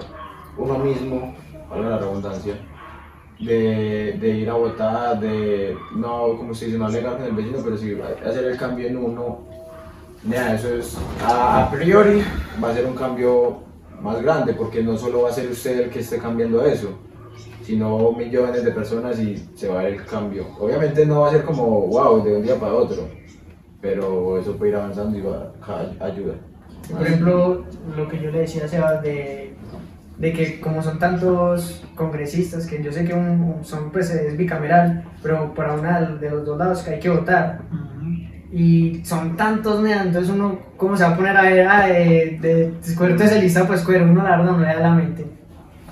[SPEAKER 5] uno mismo, valga la redundancia, de, de ir a votar, de no, como se dice, no alegar con el vecino, pero si hacer el cambio en uno, nada, eso es, a, a priori va a ser un cambio más grande, porque no solo va a ser usted el que esté cambiando eso, sino millones de personas y se va a ver el cambio. Obviamente no va a ser como, wow, de un día para otro, pero eso puede ir avanzando y va a ayudar.
[SPEAKER 3] Por ejemplo, lo que yo le decía a Sebas de, de que como son tantos congresistas, que yo sé que un, un- son, pues, es bicameral, pero para una de los dos lados que hay que votar.
[SPEAKER 2] ujú.
[SPEAKER 3] y son tantos neas, entonces uno, ¿cómo se va a poner a ver? Ah, de, de, de cuerto es el listado, pues cuero, uno la verdad no le da la mente.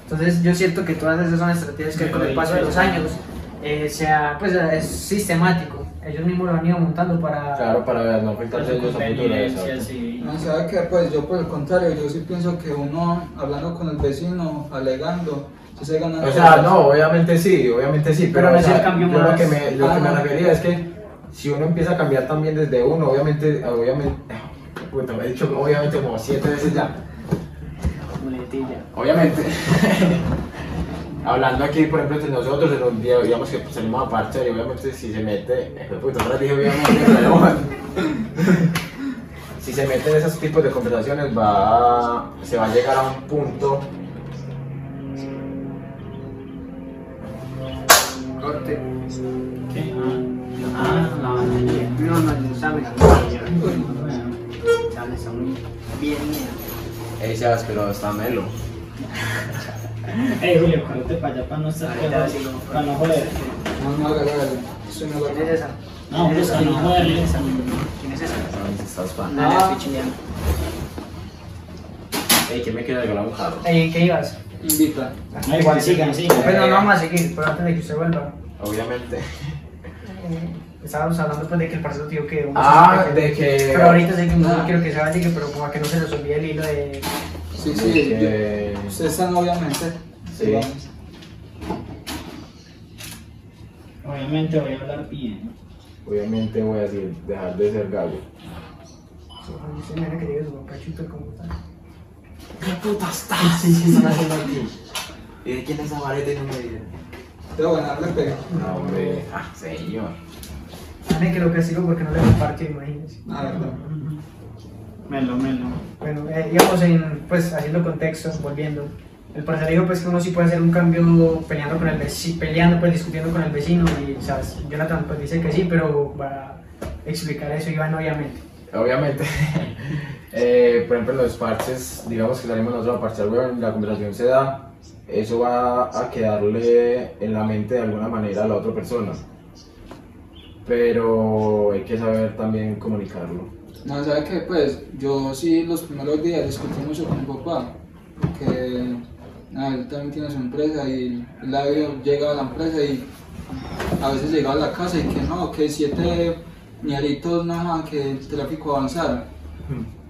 [SPEAKER 3] Entonces yo siento que todas esas son estrategias que con el paso de los años, eh, sea, pues es sistemático, ellos mismos lo han ido montando para...
[SPEAKER 5] Claro, para no
[SPEAKER 2] Por su
[SPEAKER 5] afectarse ellos a futuro.
[SPEAKER 2] conveniencia,
[SPEAKER 5] exacto.
[SPEAKER 2] sí.
[SPEAKER 1] No, sabe que pues yo por el contrario, yo sí pienso que uno hablando con el vecino, alegando, sí se gana.
[SPEAKER 5] O sea, no, obviamente sí, obviamente sí, pero,
[SPEAKER 3] Pero no
[SPEAKER 5] o
[SPEAKER 3] es
[SPEAKER 5] sea,
[SPEAKER 3] el cambio
[SPEAKER 5] yo lo
[SPEAKER 3] más-
[SPEAKER 5] que me, lo que me
[SPEAKER 1] Ah.
[SPEAKER 5] refería es que si uno empieza a cambiar también desde uno, obviamente, obviamente, [LAUGHS] puta, me he dicho obviamente como siete veces ya.
[SPEAKER 2] Muletilla.
[SPEAKER 4] Obviamente. Hablando aquí, por ejemplo, entre nosotros, en un día, digamos
[SPEAKER 5] pues,
[SPEAKER 4] que salimos a
[SPEAKER 5] [LAUGHS]
[SPEAKER 4] parchar y obviamente si se mete, eh, puta, ahora dije obviamente, pero bueno.
[SPEAKER 5] si se meten esos tipos de conversaciones, va a- se va a llegar a un punto.
[SPEAKER 3] Corte.
[SPEAKER 2] ¿Qué? Ah, ah, la batería.
[SPEAKER 3] No, no, yo sabes. Sabes, son bien
[SPEAKER 5] Ey, Sebas, pero está melo.
[SPEAKER 2] Ey, Julio, correte para allá para no estar
[SPEAKER 3] Ahí ya, sí, no.
[SPEAKER 2] para no joder.
[SPEAKER 1] No, no, hágale, hágale. Soy una
[SPEAKER 3] ¿Quién es
[SPEAKER 1] loca.
[SPEAKER 3] esa?
[SPEAKER 2] No,
[SPEAKER 3] ¿Quién es
[SPEAKER 2] pues
[SPEAKER 3] esa?
[SPEAKER 2] para no joderle.
[SPEAKER 3] ¿Quién es esa?
[SPEAKER 5] Estás fan.
[SPEAKER 3] No,
[SPEAKER 1] Ah.
[SPEAKER 3] estoy chileando.
[SPEAKER 4] Ey, ¿quién me quiere regalar un jarro?
[SPEAKER 3] Ey, ¿en qué ibas?
[SPEAKER 1] Invita.
[SPEAKER 2] No, Ah, igual sigan, sigan.
[SPEAKER 3] Bueno, no vamos a seguir, pero antes de que usted vuelva.
[SPEAKER 5] Obviamente.
[SPEAKER 3] Eh, Estábamos hablando pues de que el partido tío que... uno
[SPEAKER 5] Ah,
[SPEAKER 3] se-
[SPEAKER 5] de que.
[SPEAKER 3] Pero ahorita seguimos,
[SPEAKER 1] Ah.
[SPEAKER 3] no quiero que se vaya, que- pero como a que no se nos olvide el hilo de...
[SPEAKER 1] Sí,
[SPEAKER 5] de
[SPEAKER 1] sí. yo-
[SPEAKER 5] que-
[SPEAKER 1] Ustedes están obviamente.
[SPEAKER 5] Sí.
[SPEAKER 2] Obviamente voy a hablar bien.
[SPEAKER 5] Obviamente voy a decir, dejar de ser gallo.
[SPEAKER 3] Ay, esa manera que llegue su papá chuta como tal.
[SPEAKER 5] ¿Qué puta estás? ¿Qué están haciendo aquí? ¿Y de quién es esa vareta y no me dice?
[SPEAKER 1] Debo ganarle, pero.
[SPEAKER 5] No, hombre. Ah, señor.
[SPEAKER 3] Saben que lo castigo porque no le compartió, imagínense.
[SPEAKER 1] Ah, verdad.
[SPEAKER 2] Melo, melo.
[SPEAKER 3] Bueno, eh, íbamos en, pues, haciendo contexto, volviendo. El parcero dijo pues, que uno sí puede hacer un cambio peleando con el vecino, peleando, pues, discutiendo con el vecino. Y, o sea, Jonathan pues, dice que sí, pero para explicar eso, Iván, obviamente.
[SPEAKER 5] Obviamente. [LAUGHS] Eh, por ejemplo, en los parches, digamos que salimos nosotros a parchar, weón, la conversación se da, eso va a quedarle en la mente de alguna manera a la otra persona. Pero hay que saber también comunicarlo.
[SPEAKER 1] No, ¿sabe qué? Pues yo sí los primeros días discutí mucho con mi papá, porque nada, él también tiene su empresa y él había- llega a la empresa y a veces llegaba a la casa y que no, que siete ñeritos, nada, que el tráfico avanzara.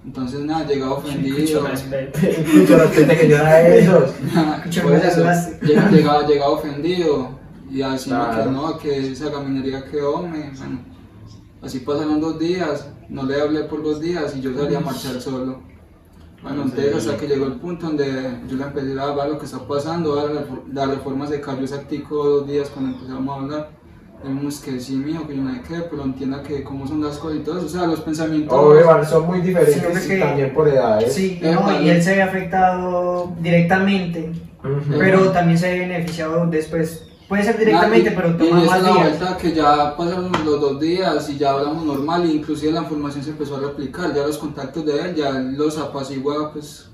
[SPEAKER 1] Entonces nada, llegaba ofendido.
[SPEAKER 2] Mucho respeto.
[SPEAKER 5] Yo no pensé que yo era de esos.
[SPEAKER 1] Nada,
[SPEAKER 3] Escucha,
[SPEAKER 1] por
[SPEAKER 3] me
[SPEAKER 1] eso,
[SPEAKER 3] saludaste.
[SPEAKER 1] llega- llegaba, llegaba ofendido y así
[SPEAKER 5] Claro.
[SPEAKER 1] que no, que esa caminería que hombre. bueno, así pasaron dos días, no le hablé por dos días y yo salí a marchar solo. Bueno, entonces hasta que llegó el punto donde yo le empecé a hablar lo que está pasando, ahora la, refor- la reforma se cayó exactico dos días cuando empezamos a hablar. Vemos que sí mío, que yo no sé qué, pero entienda que cómo son las cosas y todo eso, o sea, los pensamientos...
[SPEAKER 5] Obvio, igual son muy
[SPEAKER 3] Sí,
[SPEAKER 5] diferentes
[SPEAKER 3] creo que-
[SPEAKER 5] y también por edades.
[SPEAKER 3] Sí,
[SPEAKER 1] Eh,
[SPEAKER 3] no, y
[SPEAKER 1] también.
[SPEAKER 3] él se ve afectado directamente,
[SPEAKER 5] Ujú.
[SPEAKER 3] pero también se ve beneficiado después. Puede ser
[SPEAKER 1] Nah,
[SPEAKER 3] directamente,
[SPEAKER 1] Ah, y-
[SPEAKER 3] pero
[SPEAKER 1] y
[SPEAKER 3] toma
[SPEAKER 1] esa es
[SPEAKER 3] más
[SPEAKER 1] la
[SPEAKER 3] días.
[SPEAKER 1] vuelta que ya pasaron los dos días y ya hablamos normal, e inclusive la información se empezó a replicar, ya los contactos de él, ya él los apacigua, pues,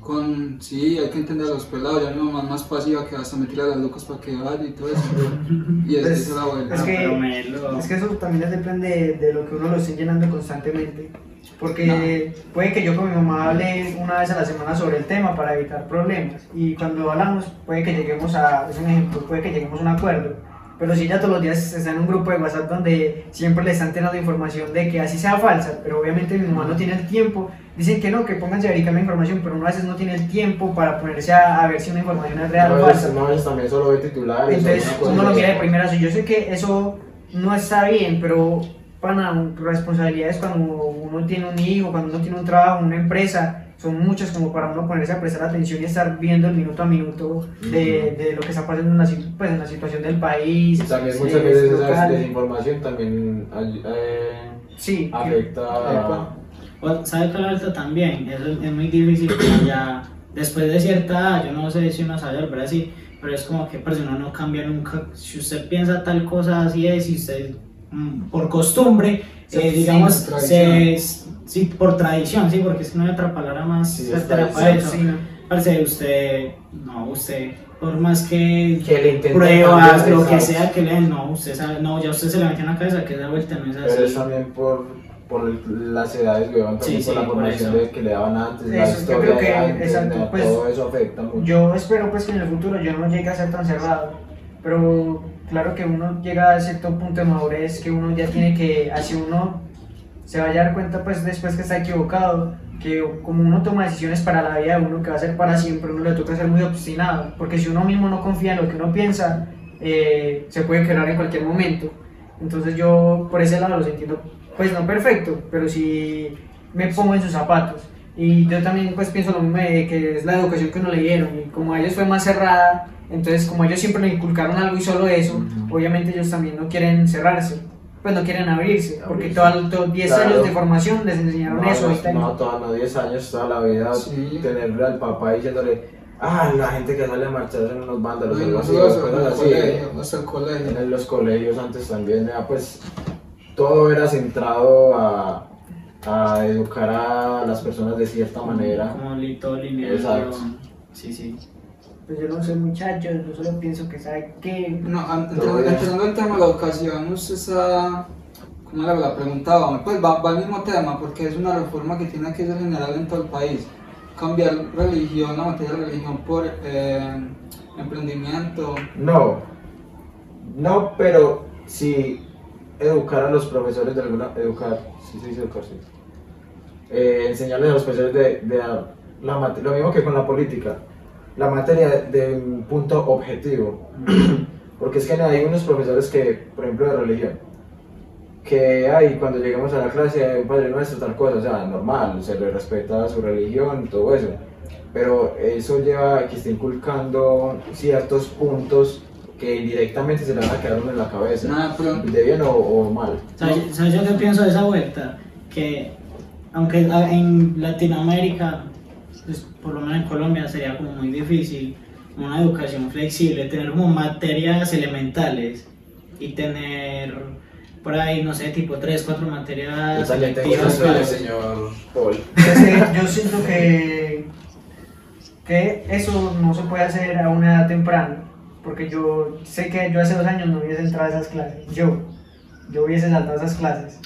[SPEAKER 1] con, sí, hay que entender a los pelados, ya mi mamá es más pasiva que hasta meter a las locas para que vaya y todo eso, y es,
[SPEAKER 3] Pues,
[SPEAKER 1] esa es la vuelta.
[SPEAKER 3] Es que-
[SPEAKER 2] Pero melo.
[SPEAKER 3] Es que eso también depende de, de lo que uno lo esté llenando constantemente. Porque puede que yo con mi mamá hable una vez a la semana sobre el tema para evitar problemas. Y cuando hablamos, puede que lleguemos a, es un ejemplo, puede que lleguemos a un acuerdo. Pero si ya todos los días está en un grupo de WhatsApp donde siempre le están tirando información de que así sea falsa, pero obviamente mi mamá no tiene el tiempo. Dicen que no, que pónganse a verificar la información, pero uno a veces no tiene el tiempo para ponerse a, a ver si una información es real o
[SPEAKER 5] No,
[SPEAKER 3] falsa.
[SPEAKER 5] es, no, es también solo ve titulares.
[SPEAKER 3] Entonces
[SPEAKER 5] alguna cosa
[SPEAKER 3] uno lo
[SPEAKER 5] de
[SPEAKER 3] mira de
[SPEAKER 5] eso.
[SPEAKER 3] primera Yo sé que eso no está bien, pero para responsabilidades cuando uno tiene un hijo, cuando uno tiene un trabajo, una empresa, son muchas como para uno ponerse a prestar atención y estar viendo el minuto a minuto de, de lo que está pasando en la, si- pues, en la situación del país.
[SPEAKER 5] También
[SPEAKER 3] de
[SPEAKER 5] muchas veces este esa
[SPEAKER 3] local.
[SPEAKER 5] desinformación también ay- eh,
[SPEAKER 3] Sí, que-
[SPEAKER 5] afecta.
[SPEAKER 2] O- pues, ¿Sabe otra vuelta también? Eso es, es muy difícil que ya después de cierta edad, yo no sé si uno sabe volver así, pero es como que persona no cambia nunca. Si usted piensa tal cosa así es, si usted mm, por costumbre,
[SPEAKER 1] Se-
[SPEAKER 2] eh,
[SPEAKER 1] sí,
[SPEAKER 2] digamos,
[SPEAKER 1] por
[SPEAKER 2] se, sí, por tradición, sí, porque es que no hay otra palabra más
[SPEAKER 5] Sí, es
[SPEAKER 2] certera para
[SPEAKER 3] sí,
[SPEAKER 2] eso.
[SPEAKER 3] sí.
[SPEAKER 2] Parce, usted, no, usted, por más que
[SPEAKER 5] Que le intenten
[SPEAKER 2] pruebas,
[SPEAKER 5] cambiar,
[SPEAKER 2] lo que
[SPEAKER 5] ¿sabes?
[SPEAKER 2] sea que le den, no, usted sabe, no, ya usted se le metió en la cabeza que esa vuelta no es así.
[SPEAKER 5] Pero es también por, por el- las edades, weón, también
[SPEAKER 2] Sí, sí,
[SPEAKER 5] por la
[SPEAKER 2] por
[SPEAKER 5] formación
[SPEAKER 2] eso.
[SPEAKER 5] de que le daban antes, la
[SPEAKER 3] Eso, yo
[SPEAKER 5] historia
[SPEAKER 3] creo
[SPEAKER 5] de
[SPEAKER 3] que,
[SPEAKER 5] antes,
[SPEAKER 3] exacto,
[SPEAKER 5] ¿no?
[SPEAKER 3] pues,
[SPEAKER 5] todo eso afecta mucho.
[SPEAKER 3] Yo espero pues que en el futuro yo no llegue a ser tan cerrado, pero claro que uno llega a cierto punto de madurez que uno ya tiene que, así uno se vaya a dar cuenta pues después que está equivocado, que como uno toma decisiones para la vida de uno que va a ser para siempre, uno le toca ser muy obstinado, porque si uno mismo no confía en lo que uno piensa, eh, se puede quebrar en cualquier momento. Entonces yo por ese lado lo entiendo, pues no perfecto, pero sí me pongo en sus zapatos. Y yo también pues pienso lo mismo de que es la educación que uno le dieron y como a ellos fue más cerrada, entonces como ellos siempre le inculcaron algo y solo eso, obviamente ellos también no quieren cerrarse. pues no quieren abrirse, porque
[SPEAKER 5] Abrirse.
[SPEAKER 3] todos los 10
[SPEAKER 5] Claro.
[SPEAKER 3] años de formación les enseñaron
[SPEAKER 5] No,
[SPEAKER 3] eso.
[SPEAKER 5] no,
[SPEAKER 3] ahí está.
[SPEAKER 5] no, todos los 10 años, toda la vida,
[SPEAKER 1] Sí.
[SPEAKER 5] tenerle al papá diciéndole, ah, la gente que sale a marchar son unos vándalos,
[SPEAKER 1] Bueno,
[SPEAKER 5] algo así,
[SPEAKER 1] nosotros
[SPEAKER 5] o cosas
[SPEAKER 1] hasta el
[SPEAKER 5] así. eh".
[SPEAKER 1] colegio, hasta el colegio.
[SPEAKER 5] En los colegios antes también era pues todo era centrado a, a educar a las personas de cierta manera.
[SPEAKER 2] Como Lito, Linero.
[SPEAKER 5] Exacto.
[SPEAKER 2] Sí, sí.
[SPEAKER 3] Pues yo no soy muchacho, yo solo pienso que sabe
[SPEAKER 5] [LAUGHS]
[SPEAKER 3] qué.
[SPEAKER 1] No, an-
[SPEAKER 5] Todo
[SPEAKER 1] entrando,
[SPEAKER 5] bien.
[SPEAKER 1] entrando en tema de la educación, usted está, ¿cómo era la preguntaba? Pues va, va al mismo tema, porque es una reforma que tiene que ser general en todo el país. Cambiar religión, la materia de religión por eh, emprendimiento.
[SPEAKER 5] No, no, pero si educar a los profesores de alguna, educar, sí se dice educar, sí. Eh, enseñarles a los profesores de, de la, la mate- lo mismo que con la política, la materia de un punto objetivo. [CLEARS THROAT] Porque es que hay unos profesores que, por ejemplo, de religión, que hay cuando llegamos a la clase, hay un padre nuestro, tal cosa, o sea, normal, se le respeta su religión y todo eso. Pero eso lleva a que esté inculcando ciertos puntos que indirectamente se le van a quedar uno en la cabeza.
[SPEAKER 1] Nada, pero-
[SPEAKER 5] ¿De bien o, o mal?
[SPEAKER 2] ¿Sabes sabes yo qué pienso de esa vuelta? Que aunque a- en Latinoamérica, pues, por lo menos en Colombia, sería como muy difícil una educación flexible, tener como materias elementales y tener por ahí, no sé, tipo 3, 4
[SPEAKER 1] Ah,
[SPEAKER 2] materias
[SPEAKER 5] Exactamente,
[SPEAKER 2] selectivas.
[SPEAKER 5] eso es el
[SPEAKER 2] pero-
[SPEAKER 6] señor.
[SPEAKER 5] [LAUGHS] Paul.
[SPEAKER 3] Es que Pues, eh, yo siento que, que eso no se puede hacer a una edad temprana, porque yo sé que yo hace dos años no hubiese entrado a esas clases, yo, yo hubiese saltado esas clases.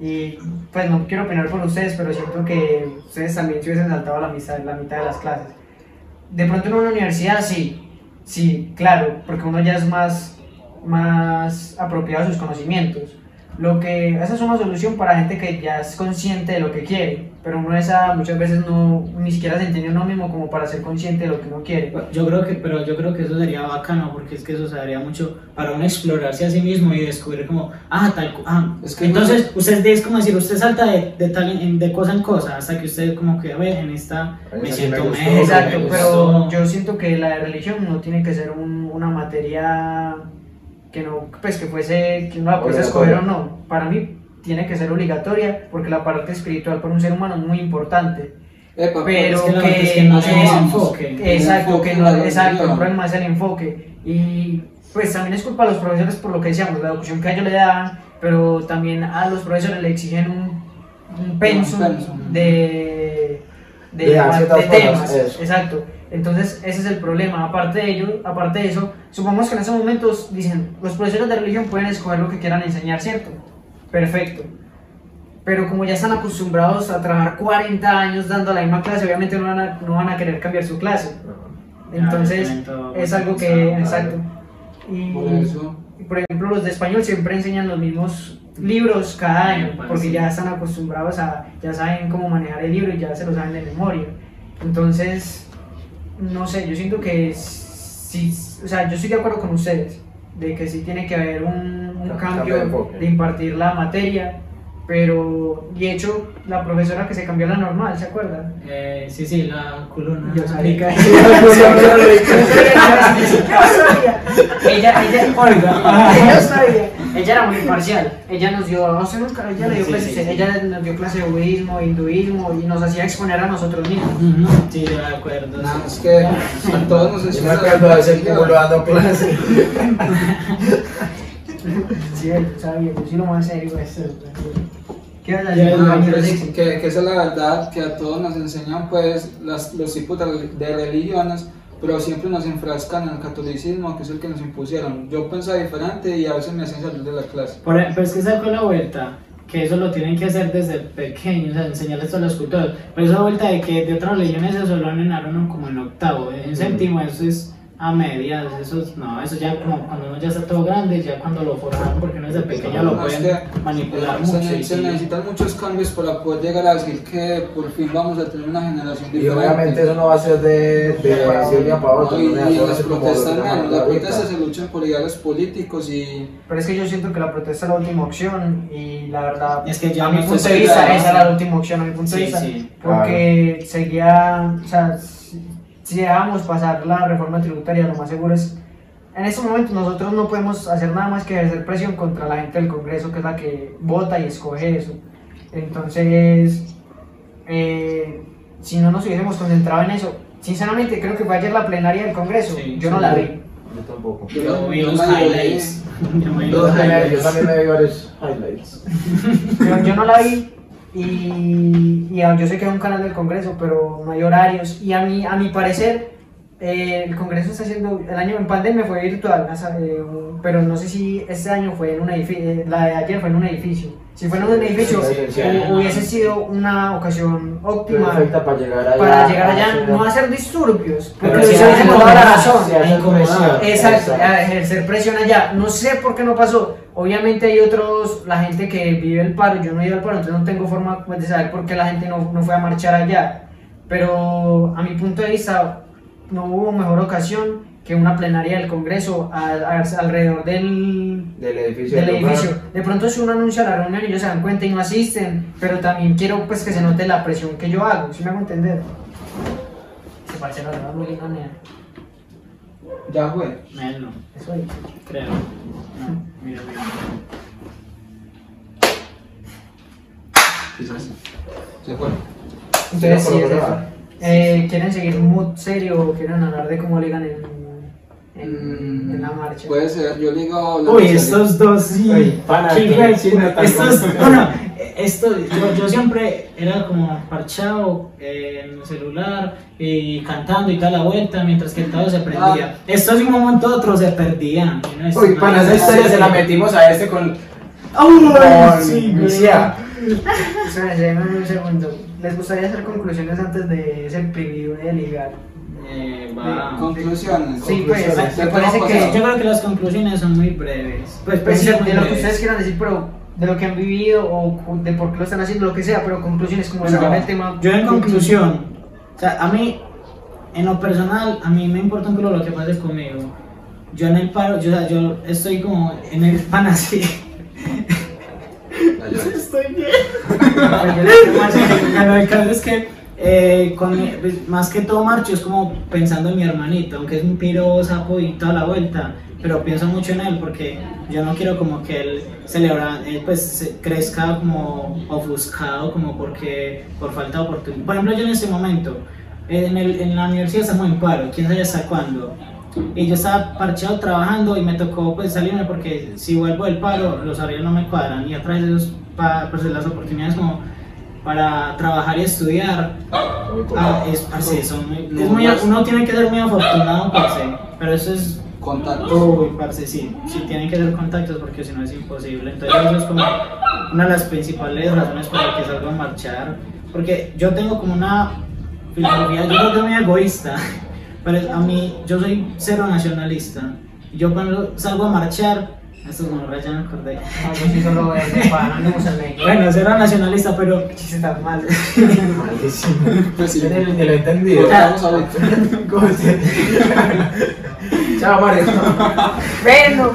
[SPEAKER 3] Y pues no quiero opinar por ustedes, pero siento que ustedes también se hubiesen saltado la mitad, la mitad de las clases. De pronto en una universidad sí, sí, claro, porque uno ya es más, más apropiado de sus conocimientos. Lo que esa es una solución para gente que ya es consciente de lo que quiere, pero uno esa muchas veces no ni siquiera se entiende uno mismo como para ser consciente de lo que uno quiere.
[SPEAKER 2] Yo creo que, pero yo creo que eso sería bacano porque es que eso sería mucho para uno explorarse a sí mismo y descubrir como, ah, tal, co- ah,
[SPEAKER 1] Es que
[SPEAKER 2] entonces usted es como decir, usted salta de, de tal en- de cosa en cosa hasta que usted como que ve en esta
[SPEAKER 5] Ay,
[SPEAKER 2] me
[SPEAKER 5] esa sí
[SPEAKER 2] siento
[SPEAKER 5] me gustó,
[SPEAKER 2] mejor,
[SPEAKER 3] Exacto,
[SPEAKER 2] me
[SPEAKER 3] pero
[SPEAKER 2] gustó".
[SPEAKER 3] yo siento que la de religión no tiene que ser un- una materia que no, pues que fuese, que uno la pudiese escoger o no. Para mí tiene que ser obligatoria porque la parte espiritual para un ser humano es muy importante.
[SPEAKER 1] Epa,
[SPEAKER 2] Es
[SPEAKER 3] Pero
[SPEAKER 2] que la verdad es
[SPEAKER 3] que
[SPEAKER 2] que no
[SPEAKER 3] no
[SPEAKER 2] se
[SPEAKER 3] es-
[SPEAKER 2] enfoque.
[SPEAKER 3] Exacto,
[SPEAKER 1] enfoque
[SPEAKER 3] que
[SPEAKER 1] en
[SPEAKER 3] no,
[SPEAKER 1] la
[SPEAKER 3] exacto, el
[SPEAKER 1] religión.
[SPEAKER 3] problema es el enfoque. Y pues también es culpa de los profesores por lo que decíamos, la educación que a ellos le dan, pero también a los profesores le exigen un, un pensum
[SPEAKER 1] pensum.
[SPEAKER 3] de, de,
[SPEAKER 5] De ciertas
[SPEAKER 3] de
[SPEAKER 5] cosas,
[SPEAKER 3] temas.
[SPEAKER 5] eso.
[SPEAKER 3] Exacto. Entonces ese es el problema. Aparte de ello, aparte de eso, supongamos que en esos momentos dicen, los profesores de religión pueden escoger lo que quieran enseñar, ¿cierto? Perfecto. Pero como ya están acostumbrados a trabajar 40 años dando la misma clase, obviamente no van a, no van a querer cambiar su clase. Entonces,
[SPEAKER 2] Ah,
[SPEAKER 3] es algo que,
[SPEAKER 2] claro.
[SPEAKER 3] exacto. Y,
[SPEAKER 1] Por eso,
[SPEAKER 3] y, por ejemplo, los de español siempre enseñan los mismos libros cada año,
[SPEAKER 2] Bueno,
[SPEAKER 3] porque
[SPEAKER 2] sí.
[SPEAKER 3] ya están acostumbrados a, ya saben cómo manejar el libro y ya se lo saben de memoria. Entonces, no sé, yo siento que sí, o sea, yo estoy de acuerdo con ustedes, de que sí tiene que haber un, un
[SPEAKER 5] Cambio
[SPEAKER 3] cambio
[SPEAKER 5] de enfoque.
[SPEAKER 3] de impartir la materia, pero, y hecho, la profesora que se cambió a la normal, ¿se acuerdan?
[SPEAKER 2] Eh, sí, sí, la culona. [LAUGHS]
[SPEAKER 3] Yo sabía.
[SPEAKER 7] Ella, ella,
[SPEAKER 2] [LAUGHS]
[SPEAKER 3] Ella sabía. Ella era muy imparcial. Ella nos dio, no sé, nunca, ella le dio
[SPEAKER 2] Sí,
[SPEAKER 3] clases,
[SPEAKER 2] sí, sí.
[SPEAKER 3] ella nos dio clase de budismo, hinduismo y nos hacía exponer a nosotros mismos.
[SPEAKER 2] Ujú, Sí, de acuerdo.
[SPEAKER 1] nada, es que a todos nos
[SPEAKER 5] Yo me
[SPEAKER 1] enseñan la
[SPEAKER 5] acuerdo de ese
[SPEAKER 1] religión.
[SPEAKER 5] culo dando clase.
[SPEAKER 3] Sí, él sabía, yo sí lo más serio es eso. ¿Qué vas a
[SPEAKER 2] Ya,
[SPEAKER 3] decir,
[SPEAKER 2] no,
[SPEAKER 1] No,
[SPEAKER 3] compañero
[SPEAKER 1] pues,
[SPEAKER 3] Dixon?
[SPEAKER 1] que, que esa es la verdad, que a todos nos enseñan pues las, los tipos de, de religiones, pero siempre nos enfrascan en el catolicismo, que es el que nos impusieron. Yo pensaba diferente y a veces me hacen salir de la clase.
[SPEAKER 2] Por, pero es que sacó la vuelta, que eso lo tienen que hacer desde pequeños, o sea, enseñarles a los cultores. Pero esa vuelta de que de otras religiones eso lo anularon como en octavo, en séptimo, eso es a medias, eso es- no, eso ya como cuando uno ya está todo grande, ya cuando lo forman, porque uno desde pequeño lo
[SPEAKER 1] No, es
[SPEAKER 2] pueden
[SPEAKER 1] que,
[SPEAKER 2] manipular
[SPEAKER 1] Eh, se,
[SPEAKER 2] mucho.
[SPEAKER 1] ne-
[SPEAKER 2] y
[SPEAKER 1] se
[SPEAKER 2] sí.
[SPEAKER 1] necesitan muchos cambios para poder llegar a decir que por fin vamos a tener una generación
[SPEAKER 5] Y
[SPEAKER 1] diferente.
[SPEAKER 5] obviamente eso no va a ser de, de, de un día para
[SPEAKER 1] No,
[SPEAKER 5] otro.
[SPEAKER 1] y,
[SPEAKER 5] no me
[SPEAKER 1] y
[SPEAKER 5] hace
[SPEAKER 1] las
[SPEAKER 5] hacer como
[SPEAKER 1] protestas,
[SPEAKER 5] lo
[SPEAKER 1] no,
[SPEAKER 5] que me
[SPEAKER 1] las
[SPEAKER 5] hace ahorita.
[SPEAKER 1] protestas se luchan por ideales políticos y
[SPEAKER 3] Pero es que yo siento que la protesta es la última opción y la verdad,
[SPEAKER 2] Es que ya
[SPEAKER 3] a mi
[SPEAKER 2] no
[SPEAKER 3] punto
[SPEAKER 2] se
[SPEAKER 3] de
[SPEAKER 1] puede
[SPEAKER 3] vista,
[SPEAKER 1] dar,
[SPEAKER 3] esa
[SPEAKER 1] ¿no?
[SPEAKER 3] era la última opción, a mi punto de
[SPEAKER 2] Sí,
[SPEAKER 3] vista.
[SPEAKER 2] sí.
[SPEAKER 3] Porque seguía, o sea, si, si dejamos pasar la reforma tributaria, lo más seguro es en este momento nosotros no podemos hacer nada más que ejercer presión contra la gente del Congreso, que es la que vota y escoge eso. Entonces, eh, si no nos hubiésemos concentrado en eso, sinceramente creo que fue ayer la plenaria del Congreso,
[SPEAKER 2] Sí,
[SPEAKER 3] yo no la vi.
[SPEAKER 5] Yo tampoco.
[SPEAKER 2] Yo vi los
[SPEAKER 1] la llevé.
[SPEAKER 2] highlights. [LAUGHS] Yo vi
[SPEAKER 5] Yo
[SPEAKER 2] los
[SPEAKER 5] también, yo
[SPEAKER 2] highlights.
[SPEAKER 5] también me vi varios highlights.
[SPEAKER 3] Yo, yo no la vi y, y a- yo sé que es un canal del Congreso, pero no hay horarios. Y a mí, a mi parecer, eh, el Congreso está haciendo, el año en pandemia fue virtual, ¿no? Sabe, un- pero no sé si este año fue en un edificio, eh, la de ayer fue en un edificio. Si fue en un edificio, hu- hubiese sido una ocasión óptima
[SPEAKER 5] Perfecta para llegar allá.
[SPEAKER 3] para llegar allá, no
[SPEAKER 5] hace
[SPEAKER 3] hacer disturbios,
[SPEAKER 5] Pero
[SPEAKER 3] porque
[SPEAKER 5] si
[SPEAKER 3] se hubiese
[SPEAKER 5] hacen
[SPEAKER 3] dado la
[SPEAKER 5] como-
[SPEAKER 3] razón.
[SPEAKER 5] si hacen
[SPEAKER 2] incomodado.
[SPEAKER 5] presión.
[SPEAKER 3] Exacto, a ejercer presión allá. No sé por qué no pasó. Obviamente hay otros, la gente que vive el paro, yo no he ido al paro, entonces no tengo forma pues, de saber por qué la gente no, no fue a marchar allá. Pero a mi punto de vista, no hubo mejor ocasión que una plenaria del Congreso al- al- alrededor del,
[SPEAKER 5] Del edificio.
[SPEAKER 3] del
[SPEAKER 5] del lugar.
[SPEAKER 3] edificio. De pronto si uno anuncia la reunión y ellos se dan cuenta y no asisten, pero también quiero pues que se note la presión que yo hago, si me hago entender? Se parece la verdad muy linda, nena.
[SPEAKER 1] Ya fue.
[SPEAKER 2] Él no,
[SPEAKER 3] Eso es.
[SPEAKER 2] creo. No, mira, mira.
[SPEAKER 1] Quizás. Se fue.
[SPEAKER 3] Entonces,
[SPEAKER 5] Sí,
[SPEAKER 3] sí, es
[SPEAKER 5] por favor.
[SPEAKER 3] eso. Eh, ¿Quieren seguir mood serio o quieren hablar de cómo ligan en,
[SPEAKER 2] Mm,
[SPEAKER 3] en, en la marcha?
[SPEAKER 2] pues.
[SPEAKER 1] Puede ser, yo le digo. la
[SPEAKER 2] Uy,
[SPEAKER 1] Rosalía.
[SPEAKER 2] estos dos sí.
[SPEAKER 5] Ey, pana,
[SPEAKER 2] Qué
[SPEAKER 5] que
[SPEAKER 2] hijo de
[SPEAKER 5] chino
[SPEAKER 2] puta.
[SPEAKER 5] tan
[SPEAKER 2] Estos,
[SPEAKER 5] bueno.
[SPEAKER 2] bueno, esto, yo, yo siempre era como parchado eh, en el celular y cantando y toda la vuelta mientras que el todo se prendía. Estos de un momento a otro se perdían. y no, Ah, estos
[SPEAKER 5] Ah. Uy, pana, esa
[SPEAKER 2] manes-
[SPEAKER 5] historia se la metimos a este con.
[SPEAKER 2] ¡Ay,
[SPEAKER 5] con
[SPEAKER 2] sí,
[SPEAKER 5] Lucía.
[SPEAKER 3] Espera, espera, un segundo. ¿Les gustaría hacer conclusiones antes de ese preview de ligar?
[SPEAKER 2] Eh, va.
[SPEAKER 1] Conclusiones.
[SPEAKER 3] Sí, pues,
[SPEAKER 5] Conclusiones.
[SPEAKER 3] me parece que...
[SPEAKER 2] Yo creo que las conclusiones son muy breves. Pues,
[SPEAKER 3] Pues
[SPEAKER 2] pues,
[SPEAKER 3] sí,
[SPEAKER 2] son muy
[SPEAKER 3] de lo que
[SPEAKER 2] breves.
[SPEAKER 3] ustedes quieran decir, pero de lo que han vivido o cu- de por qué lo están haciendo, lo que sea, pero conclusiones como
[SPEAKER 1] Bueno,
[SPEAKER 3] sacar el tema.
[SPEAKER 2] Yo en conclusión, o sea, a mí, en lo personal, a mí me importa un culo lo que pases conmigo. Yo en el paro, yo, o sea, yo estoy como en el pan así. [LAUGHS] estoy bien.
[SPEAKER 3] pues,
[SPEAKER 2] Lo que pasa es que, eh, con mi- pues, más que todo marcho, es como pensando en mi hermanito, aunque es un piro sapo y toda la vuelta, pero pienso mucho en él porque yo no quiero como que él celebra, él pues se- crezca como ofuscado, como porque por falta de oportunidad. Por ejemplo, yo en este momento, en, el- en la universidad estamos en paro, quién sabe hasta cuándo. Y yo estaba parchado trabajando y me tocó pues salirme porque si vuelvo del paro los horarios no me cuadran y otra vez esos pa- pues, las oportunidades como para trabajar y estudiar ah, es, parce, son muy- es muy- uno tiene que ser muy afortunado parce, pero eso es
[SPEAKER 1] Contacto.
[SPEAKER 2] uy parce sí, sí tienen que ser contactos porque si no es imposible entonces eso es como una de las principales razones por las que salgo a marchar porque yo tengo como una filosofía yo creo que muy egoísta [LAUGHS] pero a mí yo soy cero nacionalista yo cuando salgo a marchar esto es como ya me acordé [LAUGHS]
[SPEAKER 3] No, yo sí solo es de pan, andamos en México.
[SPEAKER 2] bueno cero nacionalista pero
[SPEAKER 3] Chiste tan mal.
[SPEAKER 5] Malísimo.
[SPEAKER 1] Pues sí.
[SPEAKER 5] Yo ni, ni lo he entendido.
[SPEAKER 1] Vamos a ver.
[SPEAKER 5] [LAUGHS] ¿Cómo se- Chao, Mario.
[SPEAKER 3] Bueno.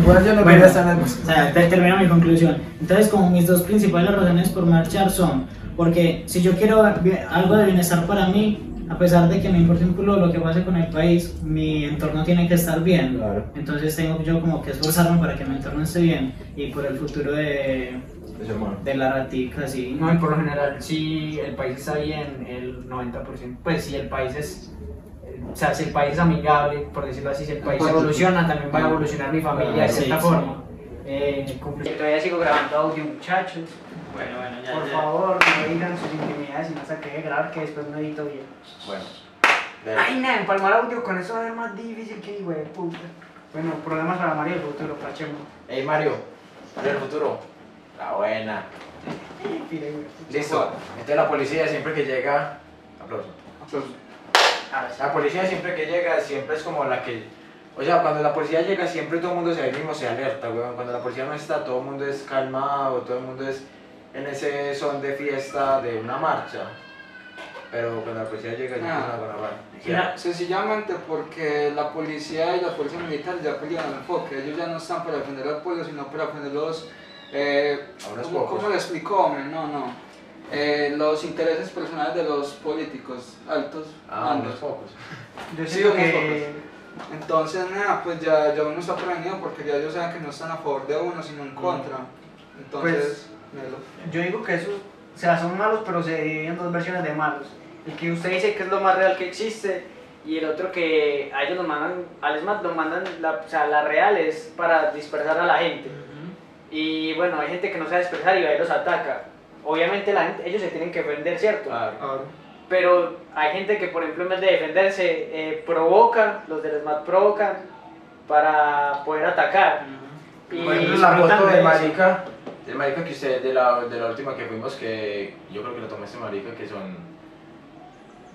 [SPEAKER 5] Igual yo no
[SPEAKER 2] Bueno.
[SPEAKER 5] quería estar en el-
[SPEAKER 2] O sea, te- termino mi conclusión. Entonces, como mis dos principales razones por marchar son, porque si yo quiero vi- algo de bienestar para mí, a pesar de que me importe un culo lo que pase con el país, mi entorno tiene que estar bien.
[SPEAKER 5] Claro.
[SPEAKER 2] Entonces tengo yo como que esforzarme para que mi entorno esté bien y por el futuro de,
[SPEAKER 5] Pues, hermano.
[SPEAKER 2] de la ratica, así.
[SPEAKER 8] No, y por lo general, si el país está bien, el 90%, pues si el país es, o sea, si el país es amigable, por decirlo así, si el país
[SPEAKER 1] Empático.
[SPEAKER 8] evoluciona, también va a evolucionar mi familia de
[SPEAKER 2] Sí,
[SPEAKER 8] cierta
[SPEAKER 2] sí.
[SPEAKER 8] forma. Eh, conclu- Todavía sigo grabando audio, muchachos.
[SPEAKER 2] Bueno, bueno, ya,
[SPEAKER 8] Por
[SPEAKER 2] ya.
[SPEAKER 8] favor, no digan sus intimidades y no se quede grabar que después no edito bien.
[SPEAKER 5] Bueno.
[SPEAKER 8] Ay, nada, empalmar audio con eso va a ser más difícil que hijo de puta. Bueno, problemas para María del futuro, pachemos.
[SPEAKER 5] Ey, Mario. Mario del futuro. La buena. Listo. Entonces la policía siempre que llega... Aplauso.
[SPEAKER 8] Ahora Ah, sí.
[SPEAKER 5] La policía siempre que llega siempre es como la que... O sea, cuando la policía llega siempre todo el mundo se ahí mismo se alerta, weón. Cuando la policía no está todo el mundo es calmado, todo el mundo es en ese son de fiesta de una marcha. Pero cuando la policía llega ya
[SPEAKER 1] Ah.
[SPEAKER 5] empiezan a grabar.
[SPEAKER 1] Mira, Sencillamente porque la policía y la fuerza militar ya perdieron el enfoque. Ellos ya no están para defender al pueblo, sino para defender los. Eh,
[SPEAKER 5] A unos
[SPEAKER 1] ¿cómo,
[SPEAKER 5] pocos.
[SPEAKER 1] cómo lo explicó, hombre? No, no. Eh, los intereses personales de los políticos altos
[SPEAKER 5] Ah, unos
[SPEAKER 1] mandos.
[SPEAKER 5] pocos.
[SPEAKER 8] Yo
[SPEAKER 1] Sí,
[SPEAKER 8] siento
[SPEAKER 1] unos
[SPEAKER 8] que
[SPEAKER 1] Entonces, nada, pues ya, ya uno está prevenido porque ya ellos saben que no están a favor de uno, sino en contra. Entonces,
[SPEAKER 9] Pues,
[SPEAKER 1] melo.
[SPEAKER 9] Yo digo que eso, o sea, son malos, pero se dividen en dos versiones de malos. El que usted dice que es lo más real que existe y el otro que a ellos lo mandan, al ESMAD lo mandan, la, o sea, la real es para dispersar a la gente. Y bueno, hay gente que no sabe expresar y va y los ataca. Obviamente la gente- ellos se tienen que defender, ¿cierto?
[SPEAKER 1] Ahora,
[SPEAKER 9] Pero hay gente que, por ejemplo, en vez de defenderse, eh, provoca, los del SMAT provocan para poder atacar. Y
[SPEAKER 4] Por ejemplo,
[SPEAKER 5] la
[SPEAKER 9] disfrutan
[SPEAKER 5] foto
[SPEAKER 9] de
[SPEAKER 5] de
[SPEAKER 9] eso.
[SPEAKER 5] marica,
[SPEAKER 4] El marica que usted, de la, de la última que fuimos, que yo creo que lo tomó ese marica, que son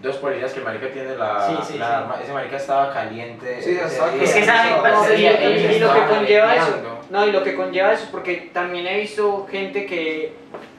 [SPEAKER 4] dos policías que el marica tiene la,
[SPEAKER 2] Sí, sí,
[SPEAKER 4] la
[SPEAKER 2] sí.
[SPEAKER 4] arma. Ese marica estaba caliente.
[SPEAKER 1] Sí, estaba
[SPEAKER 4] día.
[SPEAKER 9] Es que saben,
[SPEAKER 1] No,
[SPEAKER 9] parce,
[SPEAKER 1] sí,
[SPEAKER 9] y,
[SPEAKER 1] ellos
[SPEAKER 9] y- y lo que
[SPEAKER 4] estaban
[SPEAKER 9] conlleva eso,
[SPEAKER 4] peleando.
[SPEAKER 9] no, y lo que conlleva eso, porque también he visto gente que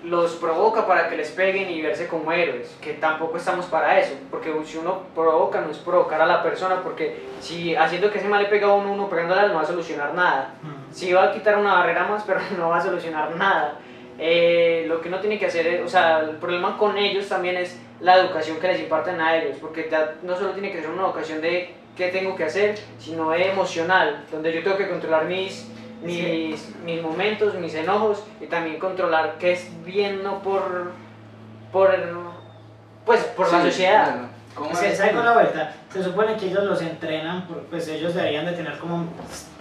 [SPEAKER 9] los provoca para que les peguen y verse como héroes, que tampoco estamos para eso, porque si uno provoca no es provocar a la persona, porque si haciendo que ese mal le pega a uno, uno pegándola no va a solucionar nada, si va a quitar una barrera más, [LAUGHS] pero no va a solucionar nada. Eh, lo que uno tiene que hacer es, o sea, el problema con ellos también es la educación que les imparten a ellos, porque ya no solo tiene que ser una educación de qué tengo que hacer, sino de emocional, donde yo tengo que controlar mis, mis, mis momentos, mis enojos y también controlar qué es bien no por, por pues, por la
[SPEAKER 1] sí,
[SPEAKER 9] sociedad.
[SPEAKER 1] melo. ¿Cómo
[SPEAKER 2] Es que
[SPEAKER 1] es?
[SPEAKER 2] ¿sabe cuál es la vuelta? Se supone que ellos los entrenan, por- pues ellos deberían de tener como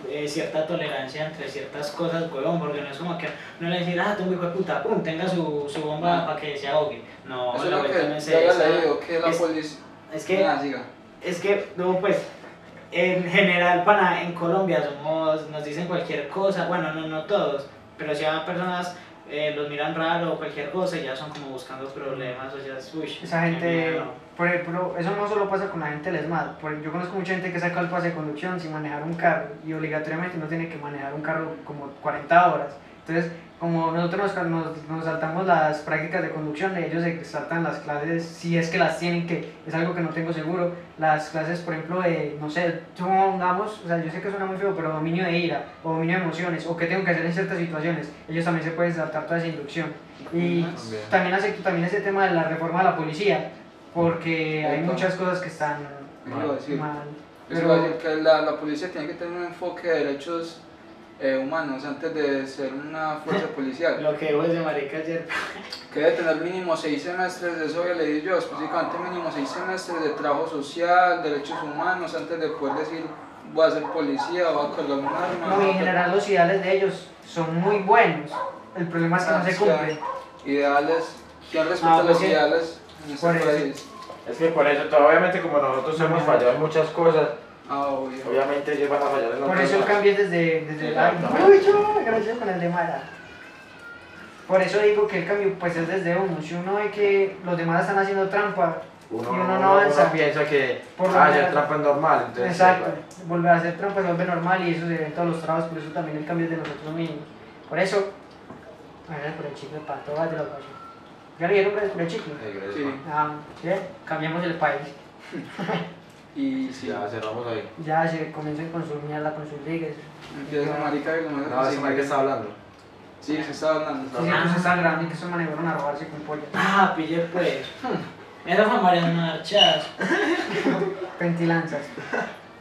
[SPEAKER 2] eh, cierta tolerancia entre ciertas cosas, huevón, porque no es como que no le decir, ah, tú hijo de puta, pum, tenga su, su bomba para que se ahogue. No,
[SPEAKER 1] Eso
[SPEAKER 2] la
[SPEAKER 1] es lo
[SPEAKER 2] vuelta no
[SPEAKER 1] que
[SPEAKER 2] es
[SPEAKER 1] yo había
[SPEAKER 2] esa.
[SPEAKER 1] leído, que la
[SPEAKER 2] Es-
[SPEAKER 1] policía...
[SPEAKER 2] Es que
[SPEAKER 1] Nada, siga.
[SPEAKER 2] Es que, no, pues, en general, pana, en Colombia somos, nos dicen cualquier cosa, bueno, no, no todos, pero si a personas eh, los miran raro o cualquier cosa, ya son como buscando problemas, o ya, es, uy,
[SPEAKER 3] Esa
[SPEAKER 2] qué
[SPEAKER 3] gente,
[SPEAKER 2] miedo.
[SPEAKER 3] por ejemplo, eso no solo pasa con la gente del ESMAD. por- yo conozco mucha gente que saca el pase de conducción sin manejar un carro y obligatoriamente no tiene que manejar un carro como 40 horas. Entonces, como nosotros nos, nos, nos saltamos las prácticas de conducción, ellos se saltan las clases, si es que las tienen, que es algo que no tengo seguro. Las clases, por ejemplo, de, no sé, supongamos, o sea, yo sé que suena muy feo, pero dominio de ira o dominio de emociones o qué tengo que hacer en ciertas situaciones, ellos también se pueden saltar toda esa inducción. Y
[SPEAKER 4] También.
[SPEAKER 3] también acepto también ese tema de la reforma de la policía, porque hay
[SPEAKER 1] Epa.
[SPEAKER 3] muchas cosas que están
[SPEAKER 1] Eso iba a decir.
[SPEAKER 3] mal.
[SPEAKER 1] Eso iba a
[SPEAKER 3] Pero-
[SPEAKER 1] decir que la, la policía tiene que tener un enfoque de derechos eh, humanos antes de ser una fuerza policial.
[SPEAKER 2] Lo que dijo ese marica ayer,
[SPEAKER 1] que debe tener mínimo seis semestres de eso ya leí yo, específicamente mínimo seis semestres de trabajo social, derechos humanos, antes de poder decir voy a ser policía, voy a colgar un arma.
[SPEAKER 3] No, y en general los ideales de ellos son muy buenos, el problema es que no se cumplen.
[SPEAKER 1] Ideales, ¿quién respeta
[SPEAKER 3] Ah,
[SPEAKER 1] los
[SPEAKER 3] ok.
[SPEAKER 1] ideales en este
[SPEAKER 3] Por eso.
[SPEAKER 1] país?
[SPEAKER 4] Es que por eso, todo- obviamente, como nosotros hemos fallado en muchas cosas,
[SPEAKER 1] Ah, obvio.
[SPEAKER 4] obviamente ellos van a fallar en
[SPEAKER 3] Por
[SPEAKER 4] otras
[SPEAKER 3] eso el
[SPEAKER 4] cosas.
[SPEAKER 3] cambio es desde, desde el
[SPEAKER 4] Exacto.
[SPEAKER 3] alma. Uy, yo, gracias con el de Mara. Por eso digo que el cambio pues es desde uno. Si uno ve que los demás están haciendo trampa,
[SPEAKER 4] Uno,
[SPEAKER 3] Y uno no
[SPEAKER 4] uno- uno
[SPEAKER 3] avanza.
[SPEAKER 4] piensa que,
[SPEAKER 3] Por lo
[SPEAKER 4] ah,
[SPEAKER 3] menos.
[SPEAKER 4] ya trampa es normal, entonces...
[SPEAKER 3] Exacto, volver a hacer trampa se vuelve normal y eso se ve en todos los trabajos, por eso también el cambio es de nosotros mismos. Por eso, gracias por el chicle, para todas de la ocasión. ¿Ya le dieron gracias por el chicle?
[SPEAKER 4] Eh, gracias,
[SPEAKER 1] Sí,
[SPEAKER 4] man.
[SPEAKER 3] Ah, ¿sí? Cambiamos el país.
[SPEAKER 1] y sí,
[SPEAKER 4] Ya cerramos ahí.
[SPEAKER 3] Ya se comienzan con su mierda, con sus ligas.
[SPEAKER 1] empieza a marica y lo mejor
[SPEAKER 4] No, ese marica está hablando.
[SPEAKER 1] Sí, se está hablando.
[SPEAKER 3] Sí, pues están grabando y que esos manes fueron a robarse con pollo.
[SPEAKER 2] ah, pillé pues, esas fueron varias marchas,
[SPEAKER 3] Pentilanzas.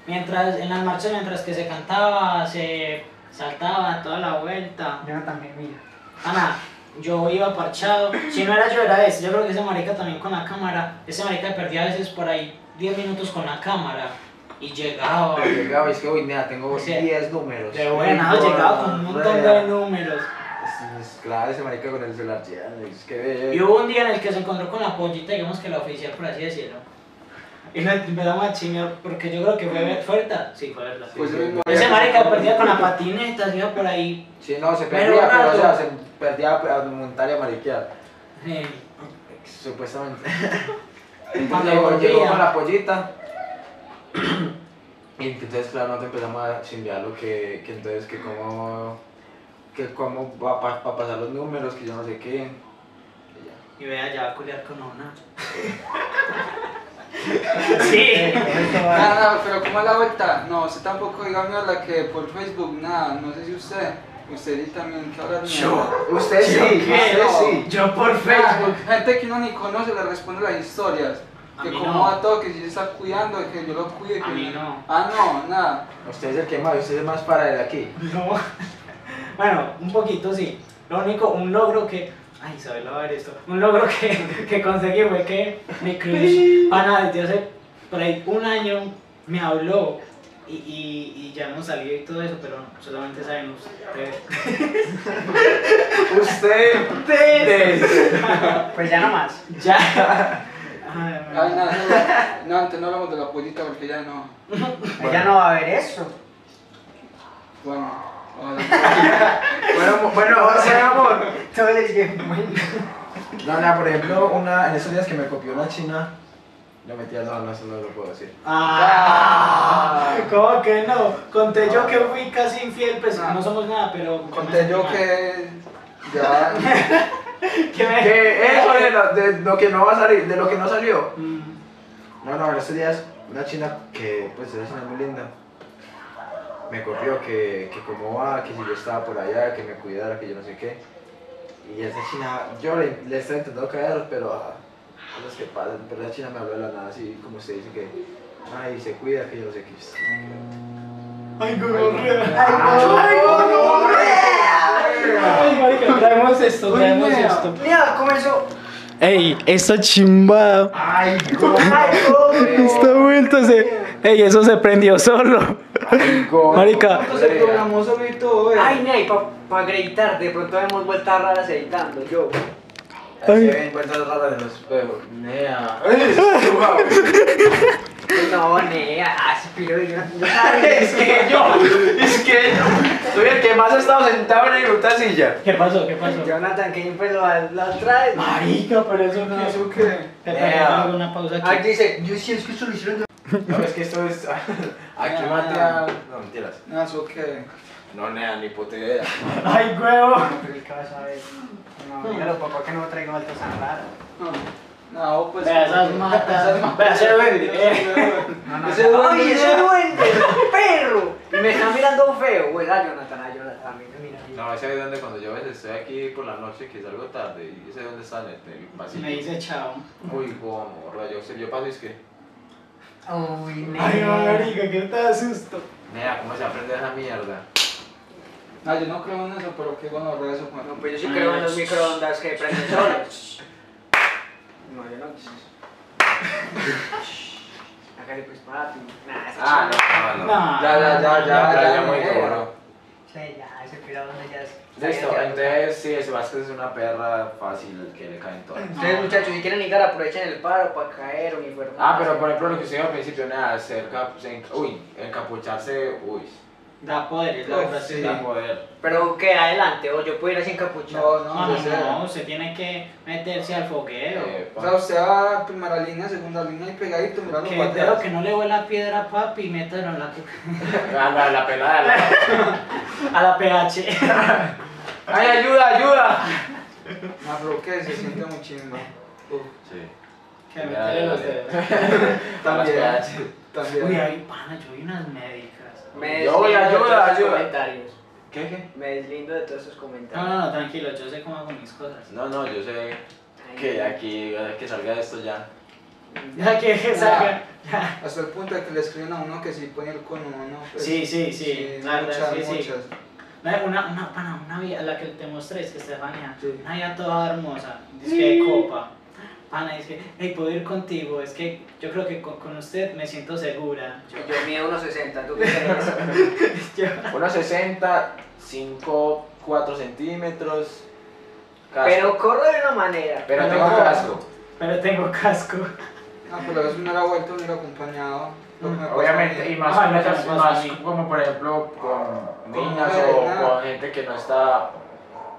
[SPEAKER 2] mientras, en las marchas, mientras que se cantaba, se saltaba toda la vuelta,
[SPEAKER 3] Yo también, mira.
[SPEAKER 2] Ana, yo iba parchado. Si no era yo, era ese. Yo creo que ese marica también con la cámara. Ese marica perdía a veces por ahí 10 minutos con la cámara. Y llegaba.
[SPEAKER 4] Llegaba y es que, uy, mira, tengo
[SPEAKER 2] O sea,
[SPEAKER 4] 10 números.
[SPEAKER 2] De buena, llegaba con un montón de números.
[SPEAKER 4] Es- es- Claro, ese marica con el celular, ya, es que
[SPEAKER 2] Y
[SPEAKER 4] ve.
[SPEAKER 2] hubo un día en el que se encontró con la pollita, digamos que la oficial, por así decirlo. Y nos empezamos a chingar porque yo creo que fue, ver- fue verdad. Sí, fue verdad.
[SPEAKER 1] Pues el mismo
[SPEAKER 2] Ese marica perdía con la patineta, se iba por ahí.
[SPEAKER 4] Sí, no, se
[SPEAKER 2] Pero
[SPEAKER 4] perdía, pero,
[SPEAKER 2] rato.
[SPEAKER 4] o sea, se perdía
[SPEAKER 5] pues,
[SPEAKER 4] a montar y a mariquear.
[SPEAKER 2] eh,
[SPEAKER 4] Supuestamente.
[SPEAKER 2] Cuando
[SPEAKER 4] Entonces llegó, llegó
[SPEAKER 2] volvía.
[SPEAKER 4] con la pollita. [CLEARS THROAT] Y entonces, claro, nosotros empezamos a chimbear lo que, que entonces, que cómo, que cómo va a pa- pa pasar los números, que yo no sé qué. Y
[SPEAKER 2] Y
[SPEAKER 4] ya.
[SPEAKER 2] vea, ya va a culiar con
[SPEAKER 4] [LAUGHS]
[SPEAKER 2] una. sí.
[SPEAKER 1] Nada, no, pero ¿cómo es la vuelta? No, usted tampoco diga mierda que por Facebook, nada, no sé si usted, usted sí también que hablar mierda.
[SPEAKER 4] Usted sí,
[SPEAKER 2] ¿Qué?
[SPEAKER 4] usted sí.
[SPEAKER 2] Yo por
[SPEAKER 4] Ah,
[SPEAKER 1] Facebook, gente que uno ni conoce le responde las historias.
[SPEAKER 2] A
[SPEAKER 1] que
[SPEAKER 2] mí
[SPEAKER 1] como
[SPEAKER 2] no.
[SPEAKER 1] va todo, que si se está cuidando, que yo lo cuide.
[SPEAKER 2] A
[SPEAKER 1] que-
[SPEAKER 2] mí no.
[SPEAKER 1] Ah, no, nada.
[SPEAKER 5] Usted es el que más, usted es más para el aquí.
[SPEAKER 2] No. Bueno, un poquito sí. Lo único, un logro que. Ay, Isabel va a ver esto. Un logro que, que conseguí fue que mi crush, pana, desde hace por ahí un año me habló y, y, y ya hemos salido y todo eso, pero solamente sabemos ustedes.
[SPEAKER 1] Usted.
[SPEAKER 2] [LAUGHS]
[SPEAKER 3] Pues ya no más.
[SPEAKER 2] Ya. Ay,
[SPEAKER 1] Ay,
[SPEAKER 2] bueno.
[SPEAKER 1] nada, nada. no, antes no hablamos de la pollita porque ya no.
[SPEAKER 3] Ya no va a haber eso.
[SPEAKER 1] Bueno,
[SPEAKER 2] [LAUGHS]
[SPEAKER 1] ahora-
[SPEAKER 5] Bueno, mu-
[SPEAKER 4] [LAUGHS]
[SPEAKER 5] bueno, ahora sí, amor.
[SPEAKER 3] Todo el tiempo.
[SPEAKER 5] No, no, por ejemplo, una, en esos días que me copió una china, le metí a no, no, eso no lo puedo decir.
[SPEAKER 2] Ah, ¿Cómo que no? Conté yo que fui casi infiel, pues no somos nada, pero. me
[SPEAKER 1] conté
[SPEAKER 2] sentí
[SPEAKER 1] yo
[SPEAKER 2] mal.
[SPEAKER 1] que. Ya.
[SPEAKER 2] Que me-
[SPEAKER 5] Que eso de lo, de lo que no va a salir, de lo que no salió.
[SPEAKER 2] Mm.
[SPEAKER 5] No, no, en estos días una china que, pues, esa china es muy linda, me copió que, que cómo va, que si yo estaba por allá, que me cuidara, que yo no sé qué. Y esa china, yo le, le estaba intentando caer, pero ah, cosas que pasan, pero la china me habló de la nada, así como se dice que, ay, se cuida, que yo no sé qué.
[SPEAKER 2] Ay, gorrea.
[SPEAKER 5] ¡Ay,
[SPEAKER 2] Ay, marica, traemos esto, traemos esto.
[SPEAKER 3] Mira, comenzó.
[SPEAKER 2] Ey, esta chimba.
[SPEAKER 5] ¡Ay,
[SPEAKER 2] Esta vuelta se. Ey, eso se prendió solo. Marica.
[SPEAKER 9] Ay, mira, y para pa gritar, de pronto hemos vuelto a raras editando, yo.
[SPEAKER 5] Se ven vueltas raras en los espejos. Nea.
[SPEAKER 9] No, nea, aspiro yo. yo sabía.
[SPEAKER 5] Es que yo, es que yo, soy el que más ha estado sentado en la puta silla.
[SPEAKER 2] ¿Qué pasó? ¿Qué pasó?
[SPEAKER 9] Jonathan, que empezó la, la otra vez.
[SPEAKER 2] Marica, pero eso no.
[SPEAKER 1] ¿Eso qué?
[SPEAKER 2] Te hago una pausa
[SPEAKER 9] Ay,
[SPEAKER 2] aquí.
[SPEAKER 9] dice, yo sí es que esto lo hicieron.
[SPEAKER 5] No, es que esto es.
[SPEAKER 4] [LAUGHS]
[SPEAKER 5] Aquí matea. No, mentiras.
[SPEAKER 1] Nada, ¿eso qué?
[SPEAKER 5] No, nea, ni puta idea.
[SPEAKER 2] Ay, huevo.
[SPEAKER 3] Pero el que vas a ver. No, dígalo, papá, que no traigo alto tan raro.
[SPEAKER 1] No, No, pues. [LAUGHS]
[SPEAKER 2] Vea esas matas.
[SPEAKER 1] Esas
[SPEAKER 2] [LAUGHS]
[SPEAKER 1] matas.
[SPEAKER 2] Vea ese duende.
[SPEAKER 1] Ese duende.
[SPEAKER 3] No, no,
[SPEAKER 1] Ese
[SPEAKER 3] no.
[SPEAKER 1] duende,
[SPEAKER 9] ¡Ay, ese
[SPEAKER 1] nea.
[SPEAKER 9] duende! ¡Perro! Y me está mirando feo. Bueno, a Jonathan, a Jonathan, a mí me mira. bien.
[SPEAKER 4] No, ese es donde cuando yo a veces estoy aquí por la noche, que salgo tarde, y ese es donde sale el pasillo.
[SPEAKER 2] Me dice chao.
[SPEAKER 4] Uy, como rayo, si yo paso y es que,
[SPEAKER 9] Uy,
[SPEAKER 2] Ay,
[SPEAKER 9] nea.
[SPEAKER 2] marica, que te asusto.
[SPEAKER 4] nea, ¿cómo se aprende esa mierda?
[SPEAKER 1] Ah, yo no creo en eso, pero qué bueno ahorrar eso. Juan.
[SPEAKER 9] No, pues yo sí creo en los microondas que prenden solos. No, yo no. Hágale pues papi. Nah, ese
[SPEAKER 4] Ah,
[SPEAKER 9] chico-
[SPEAKER 4] no, no, no.
[SPEAKER 2] Nah.
[SPEAKER 1] Ya, ya, Ah, ya, ya.
[SPEAKER 4] La playa
[SPEAKER 1] ya,
[SPEAKER 4] muy
[SPEAKER 1] ya.
[SPEAKER 4] duro.
[SPEAKER 9] Sí, ya, ese cuidado donde ya es.
[SPEAKER 4] Listo,
[SPEAKER 9] sabía que-
[SPEAKER 4] entonces sí, ese Vázquez es una perra fácil que le caen todas.
[SPEAKER 9] Ustedes muchachos, si quieren ligar, aprovechen el paro para caer o
[SPEAKER 4] Ah, pero por ejemplo lo que usted dijo al principio, nada, hacer cap- se enca- uy, encapucharse, uy,
[SPEAKER 2] Da poder, es la
[SPEAKER 1] Pues,
[SPEAKER 2] frase.
[SPEAKER 1] sí.
[SPEAKER 4] da poder.
[SPEAKER 9] Pero que adelante, o yo puedo ir así encapuchado.
[SPEAKER 1] No,
[SPEAKER 2] No,
[SPEAKER 1] no,
[SPEAKER 2] no,
[SPEAKER 1] yo sé.
[SPEAKER 2] no, se tiene que meterse al fogueo.
[SPEAKER 4] Eh,
[SPEAKER 1] O sea, usted va a primera línea, segunda línea y pegadito, mirando
[SPEAKER 2] Que
[SPEAKER 1] para
[SPEAKER 2] espero
[SPEAKER 1] atrás.
[SPEAKER 2] que no le huela piedra a papi, mételo en la,
[SPEAKER 4] a [LAUGHS] la, la pelada, la-
[SPEAKER 2] a la PH.
[SPEAKER 4] ¡Ay, ayuda, ayuda!
[SPEAKER 1] No, pero qué, se siente muy chimba. Uf,
[SPEAKER 4] Sí.
[SPEAKER 2] que métele los dedos.
[SPEAKER 1] También.
[SPEAKER 4] A las PH.
[SPEAKER 2] Uy,
[SPEAKER 1] También.
[SPEAKER 2] ahí pana, yo vi unas médicas.
[SPEAKER 9] Me
[SPEAKER 4] Yo voy,
[SPEAKER 9] deslindo de
[SPEAKER 4] ayuda,
[SPEAKER 9] todos esos
[SPEAKER 4] ayuda.
[SPEAKER 9] comentarios.
[SPEAKER 4] ¿Qué, qué?
[SPEAKER 9] Me deslindo de todos esos
[SPEAKER 2] No,
[SPEAKER 9] comentarios.
[SPEAKER 2] no, no, tranquilo, yo sé cómo hago mis cosas.
[SPEAKER 4] No, no, yo sé
[SPEAKER 9] Ay,
[SPEAKER 4] que aquí, eh, que salga de esto ya.
[SPEAKER 2] Ya [LAUGHS] que que salga.
[SPEAKER 1] Hasta el punto de que le escriben a uno que si pone el cono o no. pues,
[SPEAKER 2] Sí, sí, sí, la verdad,
[SPEAKER 1] muchas,
[SPEAKER 2] sí, sí.
[SPEAKER 1] muchas.
[SPEAKER 2] Una, una, pana, una vieja, la que te mostré, es que Estefania,
[SPEAKER 1] Sí.
[SPEAKER 2] una vieja toda hermosa, dice que de copa. Pana, dice que, hey, puedo ir contigo, es que yo creo que con, con usted me siento segura. Yo,
[SPEAKER 9] Yo mido 1.60, ¿tú qué [LAUGHS] crees?
[SPEAKER 4] Unos 60, 5, 4 centímetros. Casco.
[SPEAKER 9] Pero corro de una manera.
[SPEAKER 4] Pero
[SPEAKER 1] Pero-
[SPEAKER 4] tengo casco.
[SPEAKER 2] pero tengo casco.
[SPEAKER 1] Ah, pero eso no era vuelto, no era acompañado. lo que me pasa a
[SPEAKER 4] Obviamente,
[SPEAKER 1] mí.
[SPEAKER 4] y más,
[SPEAKER 2] Ay, no,
[SPEAKER 4] más-
[SPEAKER 2] no, no, no,
[SPEAKER 4] más
[SPEAKER 2] no.
[SPEAKER 4] como por ejemplo con niñas
[SPEAKER 1] mujeres,
[SPEAKER 4] o
[SPEAKER 1] nada.
[SPEAKER 4] con gente que no está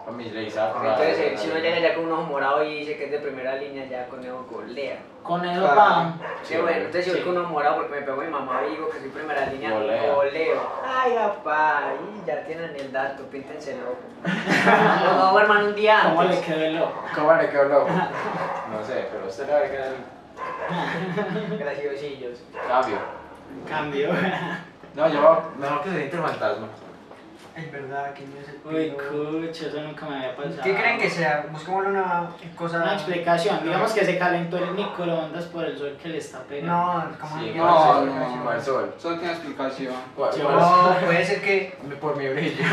[SPEAKER 4] familiarizada con la-
[SPEAKER 9] Entonces, eh, si
[SPEAKER 4] la-
[SPEAKER 9] uno llega ya con un ojo morado y dice que es de primera línea, ya con eso golea.
[SPEAKER 2] Con eso,
[SPEAKER 1] Claro.
[SPEAKER 2] pan.
[SPEAKER 4] Sí,
[SPEAKER 9] Qué bueno,
[SPEAKER 4] bueno.
[SPEAKER 9] entonces yo
[SPEAKER 2] sí.
[SPEAKER 9] voy con un ojo morado porque me pegó mi mamá y digo que soy primera línea,
[SPEAKER 4] Golea.
[SPEAKER 9] goleo. Ay, papá, y ya tienen el dato, píntense el ojo. no duerman un día
[SPEAKER 2] ¿Cómo le
[SPEAKER 9] antes.
[SPEAKER 2] quedó el ojo?
[SPEAKER 4] ¿Cómo le quedó loco? [LAUGHS] No sé, pero usted le va a quedar el
[SPEAKER 9] Graciosillos.
[SPEAKER 4] cambio.
[SPEAKER 2] Cambio. [LAUGHS]
[SPEAKER 4] No, yo mejor que se siente el fantasma.
[SPEAKER 3] Es verdad que no es el
[SPEAKER 2] Uy,
[SPEAKER 3] pelo.
[SPEAKER 2] cucho, eso nunca me había pasado.
[SPEAKER 3] ¿Qué creen que sea? Busquemos una cosa.
[SPEAKER 2] Una explicación. Digamos que se calentó el microondas por el sol que le está pegando.
[SPEAKER 3] Ah, No, ¿cómo
[SPEAKER 4] Sí,
[SPEAKER 3] que
[SPEAKER 1] no,
[SPEAKER 3] una
[SPEAKER 1] no.
[SPEAKER 4] Para el sol.
[SPEAKER 1] Solo tiene explicación.
[SPEAKER 4] Por-
[SPEAKER 2] Yo-
[SPEAKER 3] No, puede ser que.
[SPEAKER 4] Por mi brillo.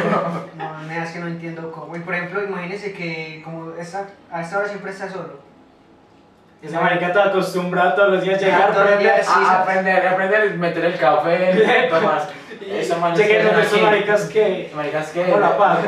[SPEAKER 3] No, me das que no entiendo cómo. Y por ejemplo, imagínense que como esa, a esta hora siempre está solo.
[SPEAKER 2] Esa marica está acostumbrada todos los días a llegar,
[SPEAKER 3] Todos
[SPEAKER 4] [LAUGHS]
[SPEAKER 3] los
[SPEAKER 2] prende-
[SPEAKER 3] días, sí,
[SPEAKER 4] Ah,
[SPEAKER 3] sí.
[SPEAKER 4] aprender, aprender, y meter el café, Tomás. Esa man
[SPEAKER 2] Llegué
[SPEAKER 4] espera
[SPEAKER 2] donde esos
[SPEAKER 4] aquí.
[SPEAKER 2] maricas que.
[SPEAKER 4] Maricas que.
[SPEAKER 2] Hola, Pablo.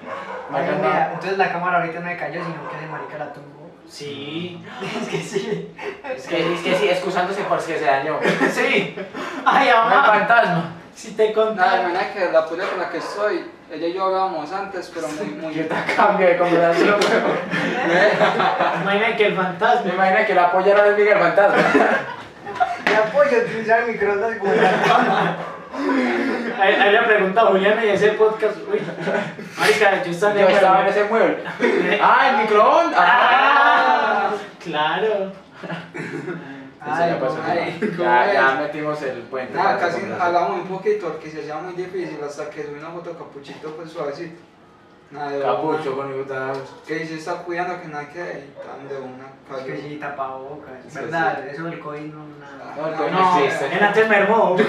[SPEAKER 3] Ay,
[SPEAKER 4] Maricas,
[SPEAKER 3] mira,
[SPEAKER 4] no.
[SPEAKER 3] Entonces la cámara ahorita no me cayó, sino que de marica la tumbó.
[SPEAKER 2] Sí.
[SPEAKER 3] Es que sí.
[SPEAKER 4] Es que, es que sí, excusándose por si se dañó.
[SPEAKER 2] Sí. Ay,
[SPEAKER 4] Un
[SPEAKER 2] amá.
[SPEAKER 4] fantasma.
[SPEAKER 2] Si te
[SPEAKER 1] Nada, de
[SPEAKER 2] contara.
[SPEAKER 1] manera que la polla con la que estoy, ella y yo hablábamos antes, pero muy, muy.
[SPEAKER 4] Yo te cambio de conversación. [LAUGHS]
[SPEAKER 2] Imagina que el
[SPEAKER 4] Me
[SPEAKER 2] fantasma.
[SPEAKER 4] imagino que la polla no es Miguel Fantasma.
[SPEAKER 3] Me apoyo a utilizar el microondas como la
[SPEAKER 2] Ahí, ahí le pregunta a Juliana y ese podcast. Uy. Marica, yo estaba en
[SPEAKER 4] Yo
[SPEAKER 2] el-
[SPEAKER 4] estaba en ese mueble. Ah, el microondas.
[SPEAKER 2] [LAUGHS] Ah, claro.
[SPEAKER 4] Eso ya pasó.
[SPEAKER 1] Ay, ¿cómo
[SPEAKER 4] Ya,
[SPEAKER 1] es?
[SPEAKER 4] ya metimos el puente.
[SPEAKER 1] Nada, casi hablamos un poquito, porque se hacía muy difícil hasta que subí una foto capuchito pues suavecito. Nada, de
[SPEAKER 4] Capucho
[SPEAKER 1] una.
[SPEAKER 4] con mi puta.
[SPEAKER 1] Que se está cuidando que nada quede tan de una.
[SPEAKER 3] Es que
[SPEAKER 1] cayó.
[SPEAKER 3] sí, tapabocas.
[SPEAKER 4] Sí,
[SPEAKER 3] Verdad,
[SPEAKER 4] sí.
[SPEAKER 3] eso del COVID no.
[SPEAKER 1] Ah,
[SPEAKER 3] nada.
[SPEAKER 4] No, el coño
[SPEAKER 2] No,
[SPEAKER 4] existe.
[SPEAKER 2] él antes me armó.
[SPEAKER 3] sí,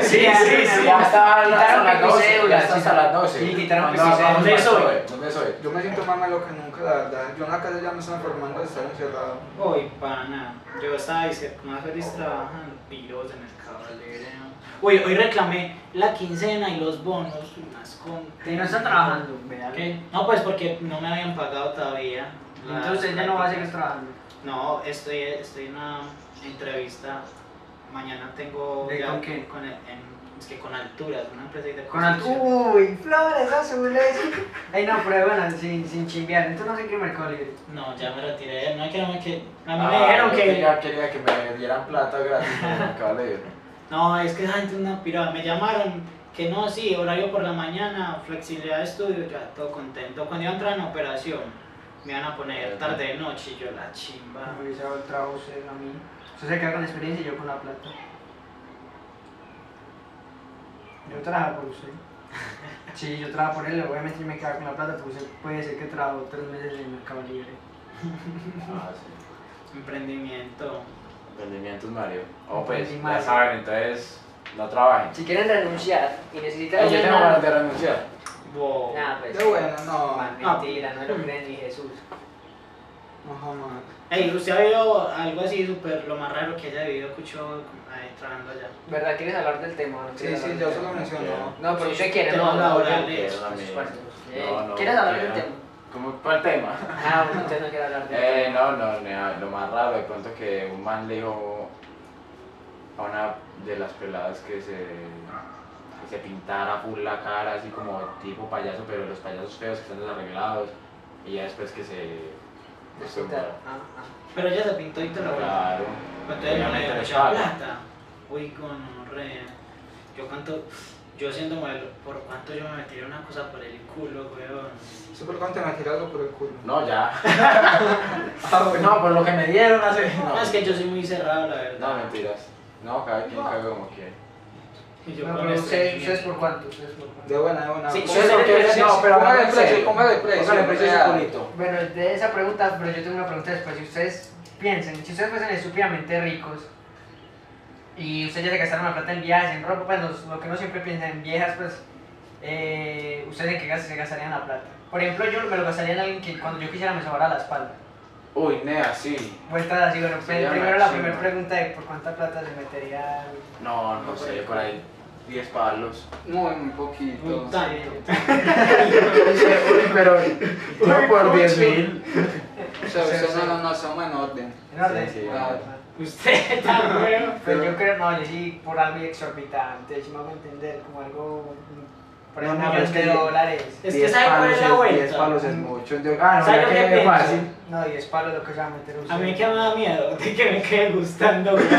[SPEAKER 3] sí, sí.
[SPEAKER 4] Ya está
[SPEAKER 3] Quitaron
[SPEAKER 4] hasta las
[SPEAKER 3] mi
[SPEAKER 4] 12.
[SPEAKER 3] cédula,
[SPEAKER 4] Ya está
[SPEAKER 3] sí,
[SPEAKER 4] hasta las 12.
[SPEAKER 3] sí, quitaron mi
[SPEAKER 4] No, no,
[SPEAKER 3] cédula.
[SPEAKER 4] vamos
[SPEAKER 2] ¿Dónde
[SPEAKER 4] para
[SPEAKER 2] soy?
[SPEAKER 4] Zoe, ¿Dónde soy?
[SPEAKER 1] Yo me siento más malo que nunca, la verdad. Yo en la casa ya me estaba formando de estar encerrado.
[SPEAKER 2] Uy, pana, yo estaba dizque- más feliz trabajando, piros en el caballero. Uy, hoy reclamé la quincena y los bonos, unas con...
[SPEAKER 3] Y no está trabajando, vea.
[SPEAKER 2] ¿Qué? No, pues porque no me habían pagado todavía. la-
[SPEAKER 3] Entonces ya no va a seguir trabajando.
[SPEAKER 2] No, estoy, estoy en una entrevista, mañana tengo...
[SPEAKER 3] ¿De
[SPEAKER 2] ya
[SPEAKER 3] con qué?
[SPEAKER 2] Con, el- en- es que con alturas, una empresa de
[SPEAKER 3] Con al-
[SPEAKER 2] construcción.
[SPEAKER 3] Uy, flores azules. Ay, no, pero bueno, sin, sin chimbear. Entonces no sé qué mercado libre.
[SPEAKER 2] No, ya me retiré, no es que no me que... A mí
[SPEAKER 4] Ah,
[SPEAKER 2] me dijeron
[SPEAKER 4] yo
[SPEAKER 2] que...
[SPEAKER 4] Ya quería que me dieran plata gratis. pero acaba de leer.
[SPEAKER 2] No, es que esa gente es una piroa. Me llamaron que no, sí, horario por la mañana, flexibilidad de estudio, ya todo contento. Cuando iba a entrar en operación, me iban a poner tarde de noche y yo la chimba.
[SPEAKER 3] Me hubiese dado el trabajo usted a mí. Usted se queda con la experiencia y yo con la plata. Yo trabajo por
[SPEAKER 2] [LAUGHS]
[SPEAKER 3] usted. Sí, yo trabajo por él, obviamente yo me quedo con la plata porque usted puede ser que trabajo tres meses en el mercado libre.
[SPEAKER 4] Ah, sí.
[SPEAKER 2] Emprendimientos.
[SPEAKER 4] Emprendimientos Mario. Oh, pues,
[SPEAKER 3] Emprendimiento.
[SPEAKER 4] ya saben, entonces no trabajen.
[SPEAKER 10] Si quieren renunciar y necesitan
[SPEAKER 4] Eh, yo
[SPEAKER 10] una
[SPEAKER 4] tengo
[SPEAKER 10] mano-
[SPEAKER 4] ganas de renunciar.
[SPEAKER 2] Wow.
[SPEAKER 10] Nah, pues.
[SPEAKER 1] De bueno, no.
[SPEAKER 10] man, mentira, no lo creen ni Jesús.
[SPEAKER 1] No jamás.
[SPEAKER 2] Ah, Ey, ¿usted ha vivido algo así súper, lo más raro que haya vivido, escuchó eh, trabajando allá?
[SPEAKER 10] ¿Verdad? ¿Quieres hablar del tema? o no
[SPEAKER 1] Sí,
[SPEAKER 10] quieres
[SPEAKER 1] sí,
[SPEAKER 10] hablar
[SPEAKER 1] yo
[SPEAKER 10] del
[SPEAKER 1] solo
[SPEAKER 10] tema?
[SPEAKER 1] menciono.
[SPEAKER 10] No, pero
[SPEAKER 2] Sí,
[SPEAKER 10] usted quiere,
[SPEAKER 2] temas
[SPEAKER 10] no, no,
[SPEAKER 2] laborales.
[SPEAKER 10] no,
[SPEAKER 4] Quiero
[SPEAKER 10] no,
[SPEAKER 4] también.
[SPEAKER 10] eh,
[SPEAKER 4] No, no,
[SPEAKER 10] ¿Quieres hablar del
[SPEAKER 4] quiero.
[SPEAKER 10] tema?
[SPEAKER 4] ¿Cómo, ¿Cuál tema?
[SPEAKER 10] Ah, bueno, usted no quiere hablar del
[SPEAKER 4] [LAUGHS] Eh,
[SPEAKER 10] tema.
[SPEAKER 4] no, no, nea, lo más raro de pronto que un man le dijo a una de las peladas que se, que se pintara full la cara, así como tipo payaso, pero los payasos feos que están desarreglados, y ya después que se. que se
[SPEAKER 10] Disfrutar. Ah, ah.
[SPEAKER 2] Pero ella se pintó y te lo
[SPEAKER 4] Claro.
[SPEAKER 2] Cuando ella me
[SPEAKER 4] Obviamente
[SPEAKER 2] dio
[SPEAKER 4] le
[SPEAKER 2] mucha
[SPEAKER 4] pagan.
[SPEAKER 2] plata. Uy, con re. Yo cuánto, yo siendo modelo, por cuánto yo me metí en una cosa por el culo, weón.
[SPEAKER 1] Súper contento me tiré algo por el culo.
[SPEAKER 4] No, ya. [LAUGHS] no, por lo que me dieron hace.
[SPEAKER 2] No,
[SPEAKER 4] No,
[SPEAKER 2] es que yo soy muy cerrado, la verdad.
[SPEAKER 4] no mentiras. No, cada quien caga como quiere.
[SPEAKER 2] Y yo
[SPEAKER 3] No,
[SPEAKER 2] con
[SPEAKER 3] pero
[SPEAKER 2] este
[SPEAKER 3] usted,
[SPEAKER 2] miedo.
[SPEAKER 3] usted es por cuánto, usted es por
[SPEAKER 1] De
[SPEAKER 3] cuánto.
[SPEAKER 1] buena, de buena.
[SPEAKER 2] Sí,
[SPEAKER 1] Póngale-
[SPEAKER 2] yo sé que-
[SPEAKER 4] no,
[SPEAKER 1] póngale
[SPEAKER 4] pero hablando en
[SPEAKER 1] precio,
[SPEAKER 4] serio.
[SPEAKER 1] póngale precio.
[SPEAKER 4] Póngale precio a ese
[SPEAKER 1] real.
[SPEAKER 4] culito.
[SPEAKER 3] Bueno, de esa pregunta, pero yo tengo una pregunta después. Si ustedes piensen, si ustedes fuesen estúpidamente ricos y ustedes ya se gastaron la plata en viajes, en ropa, pues los- lo que uno siempre piensa en viejas, pues, eh, ¿ustedes en qué gas- se gastarían la plata? Por ejemplo, yo me lo gastaría en alguien que cuando yo quisiera me sobrara la espalda.
[SPEAKER 4] Uy, nea, sí.
[SPEAKER 3] Vueltas así, bueno,
[SPEAKER 4] Se
[SPEAKER 3] pe-
[SPEAKER 4] llama
[SPEAKER 3] primero la
[SPEAKER 4] chimba.
[SPEAKER 3] primera pregunta de por cuánta plata se metería.
[SPEAKER 4] No, no sé, por ahí 10 palos.
[SPEAKER 1] Muy, muy poquito.
[SPEAKER 2] Un tanto.
[SPEAKER 4] pero no por 10 mil.
[SPEAKER 1] O sea, usted no, no, no, somos en orden.
[SPEAKER 3] En orden.
[SPEAKER 4] Sí, sí,
[SPEAKER 3] Ah,
[SPEAKER 1] claro.
[SPEAKER 2] Usted está weón.
[SPEAKER 3] Pues yo creo, no, yo sí por algo exorbitante, si me hago entender, como algo mm, por
[SPEAKER 5] No,
[SPEAKER 3] un
[SPEAKER 5] no,
[SPEAKER 3] millón
[SPEAKER 5] es que-
[SPEAKER 3] de dólares.
[SPEAKER 2] Es que sabe cuál es la
[SPEAKER 5] Diez
[SPEAKER 2] vuelta.
[SPEAKER 5] palos es mucho. Entonces, ah, no,
[SPEAKER 2] ¿Sabe
[SPEAKER 5] ya
[SPEAKER 2] lo que
[SPEAKER 5] que
[SPEAKER 2] pienso?
[SPEAKER 5] fácil.
[SPEAKER 3] No, 10 palos lo que se va a meter usted.
[SPEAKER 2] A mí que me da miedo [LAUGHS] de que me quede gustando. weón.
[SPEAKER 3] No,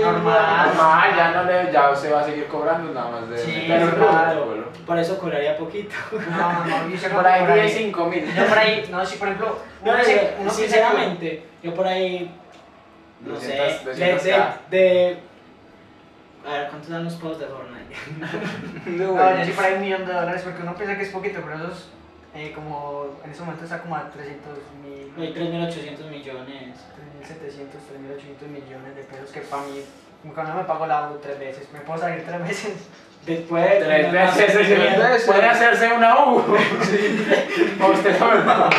[SPEAKER 3] normal. normal.
[SPEAKER 4] Ah, ya no le, ya se va a seguir cobrando nada más de.
[SPEAKER 3] Sí,
[SPEAKER 4] de- de-
[SPEAKER 3] claro.
[SPEAKER 4] bueno.
[SPEAKER 2] Por eso cobraría poquito.
[SPEAKER 3] No, no, yo sé
[SPEAKER 4] Por
[SPEAKER 3] que
[SPEAKER 4] ahí 10, 5
[SPEAKER 1] [LAUGHS]
[SPEAKER 4] mil.
[SPEAKER 3] Yo por ahí, no, si por ejemplo,
[SPEAKER 2] No,
[SPEAKER 3] uno
[SPEAKER 2] no,
[SPEAKER 3] se- uno piensa que-
[SPEAKER 2] sinceramente, yo por ahí, no sé,
[SPEAKER 4] 200,
[SPEAKER 2] de,
[SPEAKER 4] 200K.
[SPEAKER 2] de- de- A ver, ¿cuántos dan los pavos de Fortnite?
[SPEAKER 1] No,
[SPEAKER 3] Ah,
[SPEAKER 1] bueno.
[SPEAKER 3] yo sí para un millón de dólares porque uno piensa que es poquito, pero eso es eh, como en ese momento está como a 300 mil,
[SPEAKER 2] Hay 3.800 millones.
[SPEAKER 3] 3.700, 3.800 millones de pesos que para mí, como que no me pago la U tres veces, me puedo salir tres [LAUGHS] veces.
[SPEAKER 2] Después.
[SPEAKER 4] [LAUGHS]
[SPEAKER 2] no,
[SPEAKER 4] Tres
[SPEAKER 2] no,
[SPEAKER 4] veces,
[SPEAKER 2] no,
[SPEAKER 1] Tres veces.
[SPEAKER 4] puede hacerse una U.
[SPEAKER 5] [LAUGHS]
[SPEAKER 4] A [LAUGHS] usted no me va.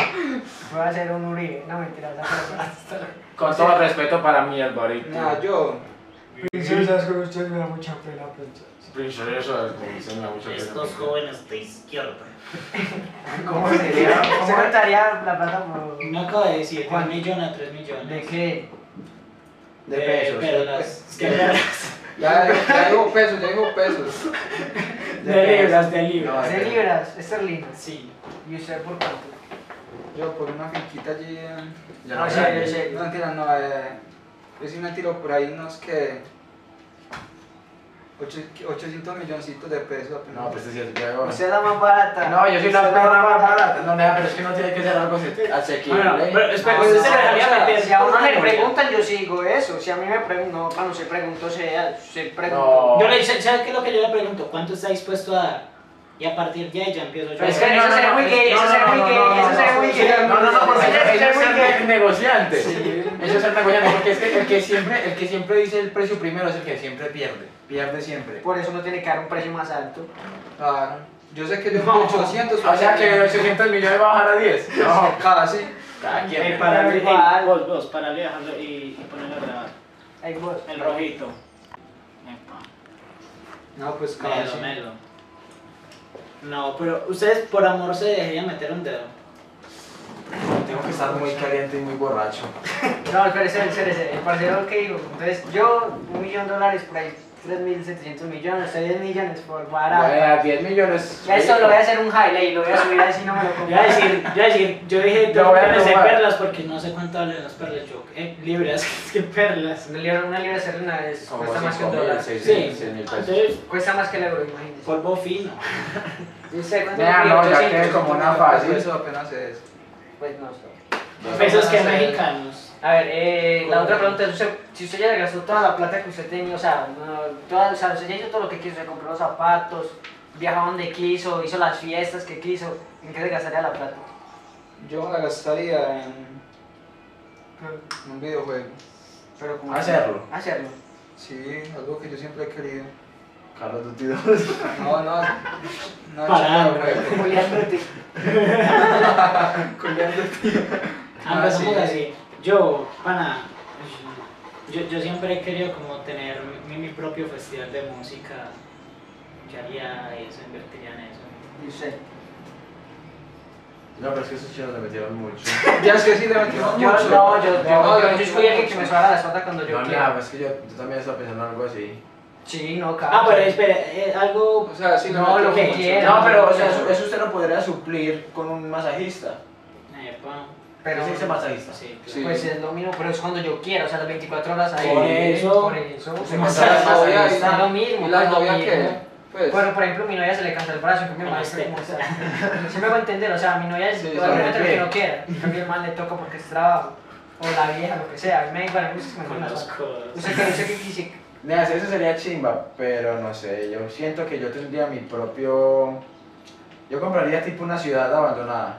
[SPEAKER 3] Voy a hacer un Uribe, no mentira, esa persona.
[SPEAKER 4] [LAUGHS] Con todo respeto para mi Alvarito.
[SPEAKER 1] Nah, yo.
[SPEAKER 3] Princesas, que usted me da mucha pena, pues. princesa.
[SPEAKER 4] Princesa, como se me da mucha
[SPEAKER 2] Estos
[SPEAKER 4] pena.
[SPEAKER 2] jóvenes de izquierda.
[SPEAKER 3] ¿Cómo sería? ¿Cómo estaría la plata por...?
[SPEAKER 2] No acabo de decir,
[SPEAKER 3] ¿Cuál?
[SPEAKER 2] 1 millón a 3 millones.
[SPEAKER 3] ¿De qué?
[SPEAKER 5] De
[SPEAKER 2] Eh,
[SPEAKER 5] pesos.
[SPEAKER 2] Pero las. que las-
[SPEAKER 1] Ya, ya digo pesos, ya digo pesos.
[SPEAKER 2] [LAUGHS] De libras, de libras.
[SPEAKER 3] ¿De libras? ¿Esterlinas?
[SPEAKER 2] Sí.
[SPEAKER 3] ¿Y usted por cuánto?
[SPEAKER 1] Yo por una finquita allí. en-
[SPEAKER 3] No,
[SPEAKER 1] no,
[SPEAKER 3] sí,
[SPEAKER 1] eh,
[SPEAKER 3] sí, sí.
[SPEAKER 1] No, mentira, no. Eh, yo sí me tiro por ahí unos que. ocho- 800 milloncitos de pesos apenas.
[SPEAKER 4] No, pues sí es huevo.
[SPEAKER 3] Usted es la más barata.
[SPEAKER 4] No, yo soy la
[SPEAKER 3] Usted es
[SPEAKER 4] perra más barata. Ah, No, nada, pero es que no tiene que ser algo ase- asequible.
[SPEAKER 2] Bueno, pero espera,
[SPEAKER 3] No,
[SPEAKER 2] ¿usted
[SPEAKER 3] no,
[SPEAKER 2] se dejaría
[SPEAKER 3] o sea,
[SPEAKER 2] meter?
[SPEAKER 3] Si a uno le
[SPEAKER 2] por novia?
[SPEAKER 3] preguntan, yo sigo eso. Si a mí me preguntan, no, cuando se preguntó, se, se preguntó.
[SPEAKER 4] No.
[SPEAKER 2] Yo le ¿sabes qué es lo que yo le pregunto? ¿Cuánto está dispuesto a dar? Y a partir de ahí ya empiezo yo.
[SPEAKER 3] Pero es que eso
[SPEAKER 4] no,
[SPEAKER 3] sería
[SPEAKER 4] no,
[SPEAKER 3] muy
[SPEAKER 4] es-
[SPEAKER 3] gay, eso
[SPEAKER 4] no,
[SPEAKER 3] sería
[SPEAKER 4] no,
[SPEAKER 3] muy
[SPEAKER 4] no,
[SPEAKER 3] gay,
[SPEAKER 4] no,
[SPEAKER 3] eso
[SPEAKER 4] no,
[SPEAKER 3] sería
[SPEAKER 4] no,
[SPEAKER 3] muy
[SPEAKER 4] no,
[SPEAKER 3] gay.
[SPEAKER 4] No, no, no, porque
[SPEAKER 3] Eso
[SPEAKER 4] ellos
[SPEAKER 3] sería
[SPEAKER 4] ellos
[SPEAKER 3] muy
[SPEAKER 4] son
[SPEAKER 3] gay.
[SPEAKER 4] ne- negociantes.
[SPEAKER 1] Sí.
[SPEAKER 4] Ellos son negociantes, porque es que el que siempre, el que siempre dice el precio primero es el que siempre pierde. Pierde siempre.
[SPEAKER 3] Por eso no tiene que dar un precio más alto.
[SPEAKER 5] Ah,
[SPEAKER 1] Claro. Yo sé que yo
[SPEAKER 2] No.
[SPEAKER 1] 800.
[SPEAKER 4] O sea que de 800 millones va a bajar a 10. No,
[SPEAKER 1] Casi.
[SPEAKER 4] cada quien.
[SPEAKER 2] Eh, para
[SPEAKER 3] Pero
[SPEAKER 2] eh,
[SPEAKER 3] igual.
[SPEAKER 2] vos, vos, para dejarlo y, y ponerlo a grabar.
[SPEAKER 3] Ahí vos.
[SPEAKER 2] El rojito. Epa.
[SPEAKER 1] No, pues
[SPEAKER 2] Melo,
[SPEAKER 1] casi.
[SPEAKER 2] melo. No, pero ustedes por amor se dejarían meter un dedo.
[SPEAKER 5] Tengo que estar muy caliente y muy borracho.
[SPEAKER 3] No, pero ese, ese, ese, el parcero que digo. Entonces, yo, un millón de dólares por ahí, 3.700 millones, o sea, 10 millones por barato.
[SPEAKER 4] Bueno, 10 millones.
[SPEAKER 3] Ya eso lo voy a hacer un highlight y lo voy a subir así,
[SPEAKER 4] [LAUGHS]
[SPEAKER 3] no me lo
[SPEAKER 2] Yo
[SPEAKER 3] compro.
[SPEAKER 2] iba a decir, yo iba a decir, yo dije
[SPEAKER 4] Yo
[SPEAKER 2] dos
[SPEAKER 4] voy a
[SPEAKER 2] millones de
[SPEAKER 4] robar.
[SPEAKER 2] perlas porque no sé cuánto valen las perlas, yo, eh, libras, [LAUGHS] que perlas.
[SPEAKER 3] Una libra, una libra esterlina es,
[SPEAKER 4] Como
[SPEAKER 3] cuesta más que un
[SPEAKER 4] 5.000,
[SPEAKER 3] dólar.
[SPEAKER 4] sí.
[SPEAKER 2] Sí,
[SPEAKER 4] mil pesos.
[SPEAKER 2] entonces,
[SPEAKER 3] Cuesta más que el euro, imagínese.
[SPEAKER 2] polvo fino.
[SPEAKER 3] ¿Y usted cuánto
[SPEAKER 4] Vea,
[SPEAKER 3] le
[SPEAKER 4] no,
[SPEAKER 3] pido?
[SPEAKER 4] ya
[SPEAKER 3] 800.
[SPEAKER 4] que como una fácil.
[SPEAKER 1] Eso apenas es.
[SPEAKER 3] Pues no, está.
[SPEAKER 2] Pesos que
[SPEAKER 3] no sé.
[SPEAKER 2] mexicanos.
[SPEAKER 3] A ver, eh, la otra pregunta es, usted- si usted ya le gastó toda la plata que usted tenía, o sea, no, toda, o sea, usted ya hizo todo lo que quiso, se compró los zapatos, viajó donde quiso, hizo las fiestas que quiso, ¿en qué se gastaría la plata?
[SPEAKER 1] Yo la gastaría en. en un videojuego.
[SPEAKER 3] Pero como
[SPEAKER 5] Hacerlo.
[SPEAKER 3] Hacerlo.
[SPEAKER 1] Sí, algo que yo siempre he querido.
[SPEAKER 5] Carlos Duty 2.
[SPEAKER 1] No, no. No,
[SPEAKER 2] Parado.
[SPEAKER 1] chico,
[SPEAKER 2] [LAUGHS]
[SPEAKER 1] güey.
[SPEAKER 3] Julián Bruti.
[SPEAKER 2] Ah,
[SPEAKER 1] Ah,
[SPEAKER 2] pues somos
[SPEAKER 1] sí.
[SPEAKER 2] así. Yo, pana, yo, yo siempre he querido como tener mi, mi propio festival de música. Yo haría eso, invertiría en eso.
[SPEAKER 3] Y usted.
[SPEAKER 5] No, pero es que esos chinos le metieron mucho.
[SPEAKER 1] Ya es que sí le metimos
[SPEAKER 3] Yo,
[SPEAKER 1] mucho.
[SPEAKER 3] no, yo, yo,
[SPEAKER 1] No,
[SPEAKER 3] yo,
[SPEAKER 1] le
[SPEAKER 3] yo soy alguien
[SPEAKER 1] metimos
[SPEAKER 3] que me
[SPEAKER 1] mucho.
[SPEAKER 3] suena la espalda cuando yo
[SPEAKER 5] No,
[SPEAKER 3] quiero.
[SPEAKER 5] nada, es que yo, yo también estaba pensando en algo así.
[SPEAKER 3] Sí, no, claro.
[SPEAKER 2] Ah, pero espera, eh, algo...
[SPEAKER 1] O sea, sí le
[SPEAKER 3] No,
[SPEAKER 1] metimos
[SPEAKER 3] lo que
[SPEAKER 1] mucho.
[SPEAKER 3] quiera.
[SPEAKER 5] No, pero o sea, eso, eso usted lo podría suplir con un masajista.
[SPEAKER 2] Epa,
[SPEAKER 3] Pero-
[SPEAKER 5] ¿Sí se dice masajista?
[SPEAKER 2] sí, claro.
[SPEAKER 1] Sí.
[SPEAKER 3] Pues es lo mismo, pero es cuando yo quiero, o sea, las 24 horas ahí.
[SPEAKER 2] Por eso.
[SPEAKER 3] Por eso.
[SPEAKER 5] Se
[SPEAKER 1] O
[SPEAKER 3] [LAUGHS]
[SPEAKER 5] me
[SPEAKER 1] sea, la novia y
[SPEAKER 3] Es
[SPEAKER 1] la-
[SPEAKER 3] lo mismo,
[SPEAKER 1] y la
[SPEAKER 3] pues, lo
[SPEAKER 1] novia
[SPEAKER 3] mismo.
[SPEAKER 1] que. Pues.
[SPEAKER 3] Bueno, por ejemplo, mi novia se le cansa el brazo, que mi
[SPEAKER 2] Como
[SPEAKER 3] mamá
[SPEAKER 2] este.
[SPEAKER 3] como, o sea, [LAUGHS] sí me va a entender, o sea, mi novia es
[SPEAKER 1] Sí,
[SPEAKER 3] todo
[SPEAKER 1] sí,
[SPEAKER 3] el momento
[SPEAKER 5] sí.
[SPEAKER 3] que no quiera, a mi hermano le toca porque es trabajo, o la vieja, lo que sea, a mí me bueno, a mí es que me
[SPEAKER 2] Con
[SPEAKER 3] gusta.
[SPEAKER 2] los codos.
[SPEAKER 3] Usted que usted que quise,
[SPEAKER 5] Nea, sí, eso sería chimba, pero no sé, yo siento que yo tendría mi propio... Yo compraría tipo una ciudad abandonada.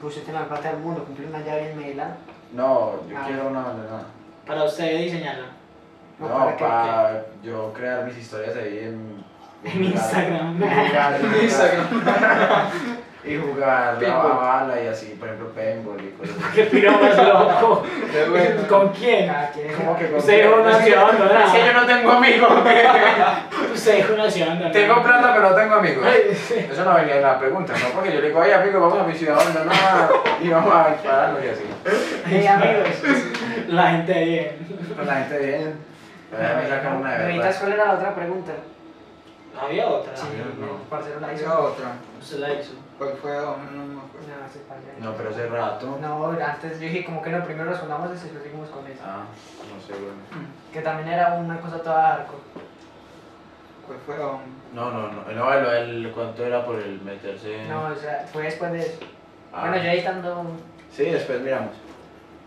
[SPEAKER 3] pues usted tiene la plata del mundo, cumplir una llave en Mela,
[SPEAKER 5] No, yo
[SPEAKER 3] Ah.
[SPEAKER 5] quiero una abandonada.
[SPEAKER 2] Para usted diseñarlo.
[SPEAKER 3] no,
[SPEAKER 5] No,
[SPEAKER 3] para
[SPEAKER 5] para,
[SPEAKER 3] que-
[SPEAKER 5] yo crear mis historias ahí en...
[SPEAKER 2] [LAUGHS] En Instagram.
[SPEAKER 5] Y jugar, y jugar-
[SPEAKER 1] Instagram.
[SPEAKER 5] Y jugar la
[SPEAKER 1] Paintball.
[SPEAKER 5] bala y así, por ejemplo, paintball y cosas
[SPEAKER 2] [LAUGHS]
[SPEAKER 5] así.
[SPEAKER 2] ¿Qué piro más loco?
[SPEAKER 1] Qué bueno.
[SPEAKER 2] [LAUGHS] ¿Con quién?
[SPEAKER 3] cada quien-
[SPEAKER 5] Como que con-
[SPEAKER 2] Usted dijo una ciudad
[SPEAKER 4] Es que yo
[SPEAKER 2] abandonada.
[SPEAKER 4] no tengo amigos.
[SPEAKER 2] Usted dijo una ciudad abandonada.
[SPEAKER 5] Tengo plata, pero no tengo
[SPEAKER 2] [LAUGHS]
[SPEAKER 5] amigos. [LAUGHS]
[SPEAKER 2] Ay, sí.
[SPEAKER 5] Eso no venía en la pregunta, ¿no? Porque yo le digo, ay, amigo, vamos a mi ciudad abandonada y vamos a dispararnos y así.
[SPEAKER 3] Hey, amigos,
[SPEAKER 2] La gente bien.
[SPEAKER 5] Pues la gente bien. Pues me sacan una de
[SPEAKER 3] ¿Necesitas
[SPEAKER 5] verdad.
[SPEAKER 3] cuál era la otra pregunta?
[SPEAKER 2] Había otra.
[SPEAKER 3] Sí,
[SPEAKER 5] no.
[SPEAKER 3] el parcero la hizo.
[SPEAKER 1] Había otra.
[SPEAKER 2] Usted la hizo.
[SPEAKER 1] ¿Cuál fue? No, no me acuerdo.
[SPEAKER 3] No, se pasa.
[SPEAKER 5] No, pero hace rato.
[SPEAKER 3] No, antes yo dije como que no, primero respondamos eso y después seguimos con eso.
[SPEAKER 5] Ah, no sé, bueno.
[SPEAKER 3] Que también era una cosa toda arco.
[SPEAKER 1] ¿Cuál fue? No,
[SPEAKER 5] No, no, no. No, lo del cuánto era por el meterse.
[SPEAKER 3] No, o sea, fue después de eso.
[SPEAKER 5] Ah.
[SPEAKER 3] Bueno, yo editando.
[SPEAKER 5] Sí, después miramos.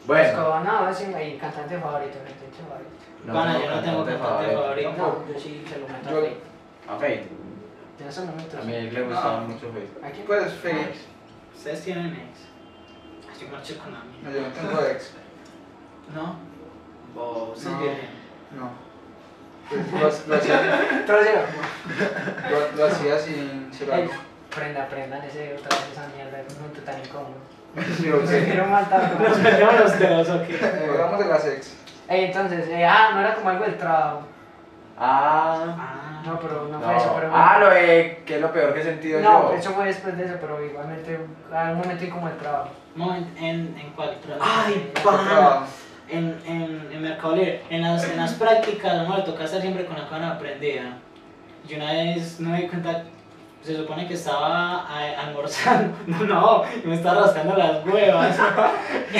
[SPEAKER 4] Bueno,
[SPEAKER 10] Escobar, no, es mi cantante favorito, mi cantante favorito.
[SPEAKER 2] Pana, yo no tengo
[SPEAKER 4] cantante
[SPEAKER 2] cantante favorito.
[SPEAKER 10] No, yo sí se lo meto a
[SPEAKER 5] Yo-
[SPEAKER 10] Faith.
[SPEAKER 4] A Faith.
[SPEAKER 10] En esos momentos.
[SPEAKER 4] A
[SPEAKER 10] [LAUGHS]
[SPEAKER 4] mí le gustaba mucho Faith.
[SPEAKER 10] ¿A quién?
[SPEAKER 1] Pues, Faith.
[SPEAKER 2] Ustedes tienen ex. Ay, Yo marché con la mía.
[SPEAKER 1] No, yo no tengo ex.
[SPEAKER 2] ¿No? Vos,
[SPEAKER 1] No.
[SPEAKER 2] virgen.
[SPEAKER 1] No. Pues, Lo, lo hacía,
[SPEAKER 10] Trasero.
[SPEAKER 1] lo, lo hacía sin
[SPEAKER 10] Ey,
[SPEAKER 1] celular. [LAUGHS]
[SPEAKER 10] Prenda, prenda, ese otra vez esa mierda, es un momento tan incómodo.
[SPEAKER 1] Yo sé.
[SPEAKER 10] Quiero matar.
[SPEAKER 2] Nos perdemos los dedos, ok.
[SPEAKER 1] Eh, hablamos de las ex.
[SPEAKER 10] Ey, entonces, eh, ah, no era como algo del trabajo.
[SPEAKER 4] Ah,
[SPEAKER 2] Ah,
[SPEAKER 10] No, pero no,
[SPEAKER 4] no.
[SPEAKER 10] fue eso, pero.
[SPEAKER 4] Ah, lo de que es lo peor que he sentido
[SPEAKER 10] no,
[SPEAKER 4] yo.
[SPEAKER 10] eso fue después de eso, pero igualmente, a un momento como el trabajo.
[SPEAKER 2] moment, en, en cuál trabajo. Ay, pana.
[SPEAKER 1] Tocaba.
[SPEAKER 2] En, en, en Mercado Libre. En las, en las prácticas, amor, toca estar siempre con la cámara prendida. Yo una vez no me di cuenta, se supone que estaba a- almorzando. [LAUGHS] No, no, y me estaba rascando las huevas. y,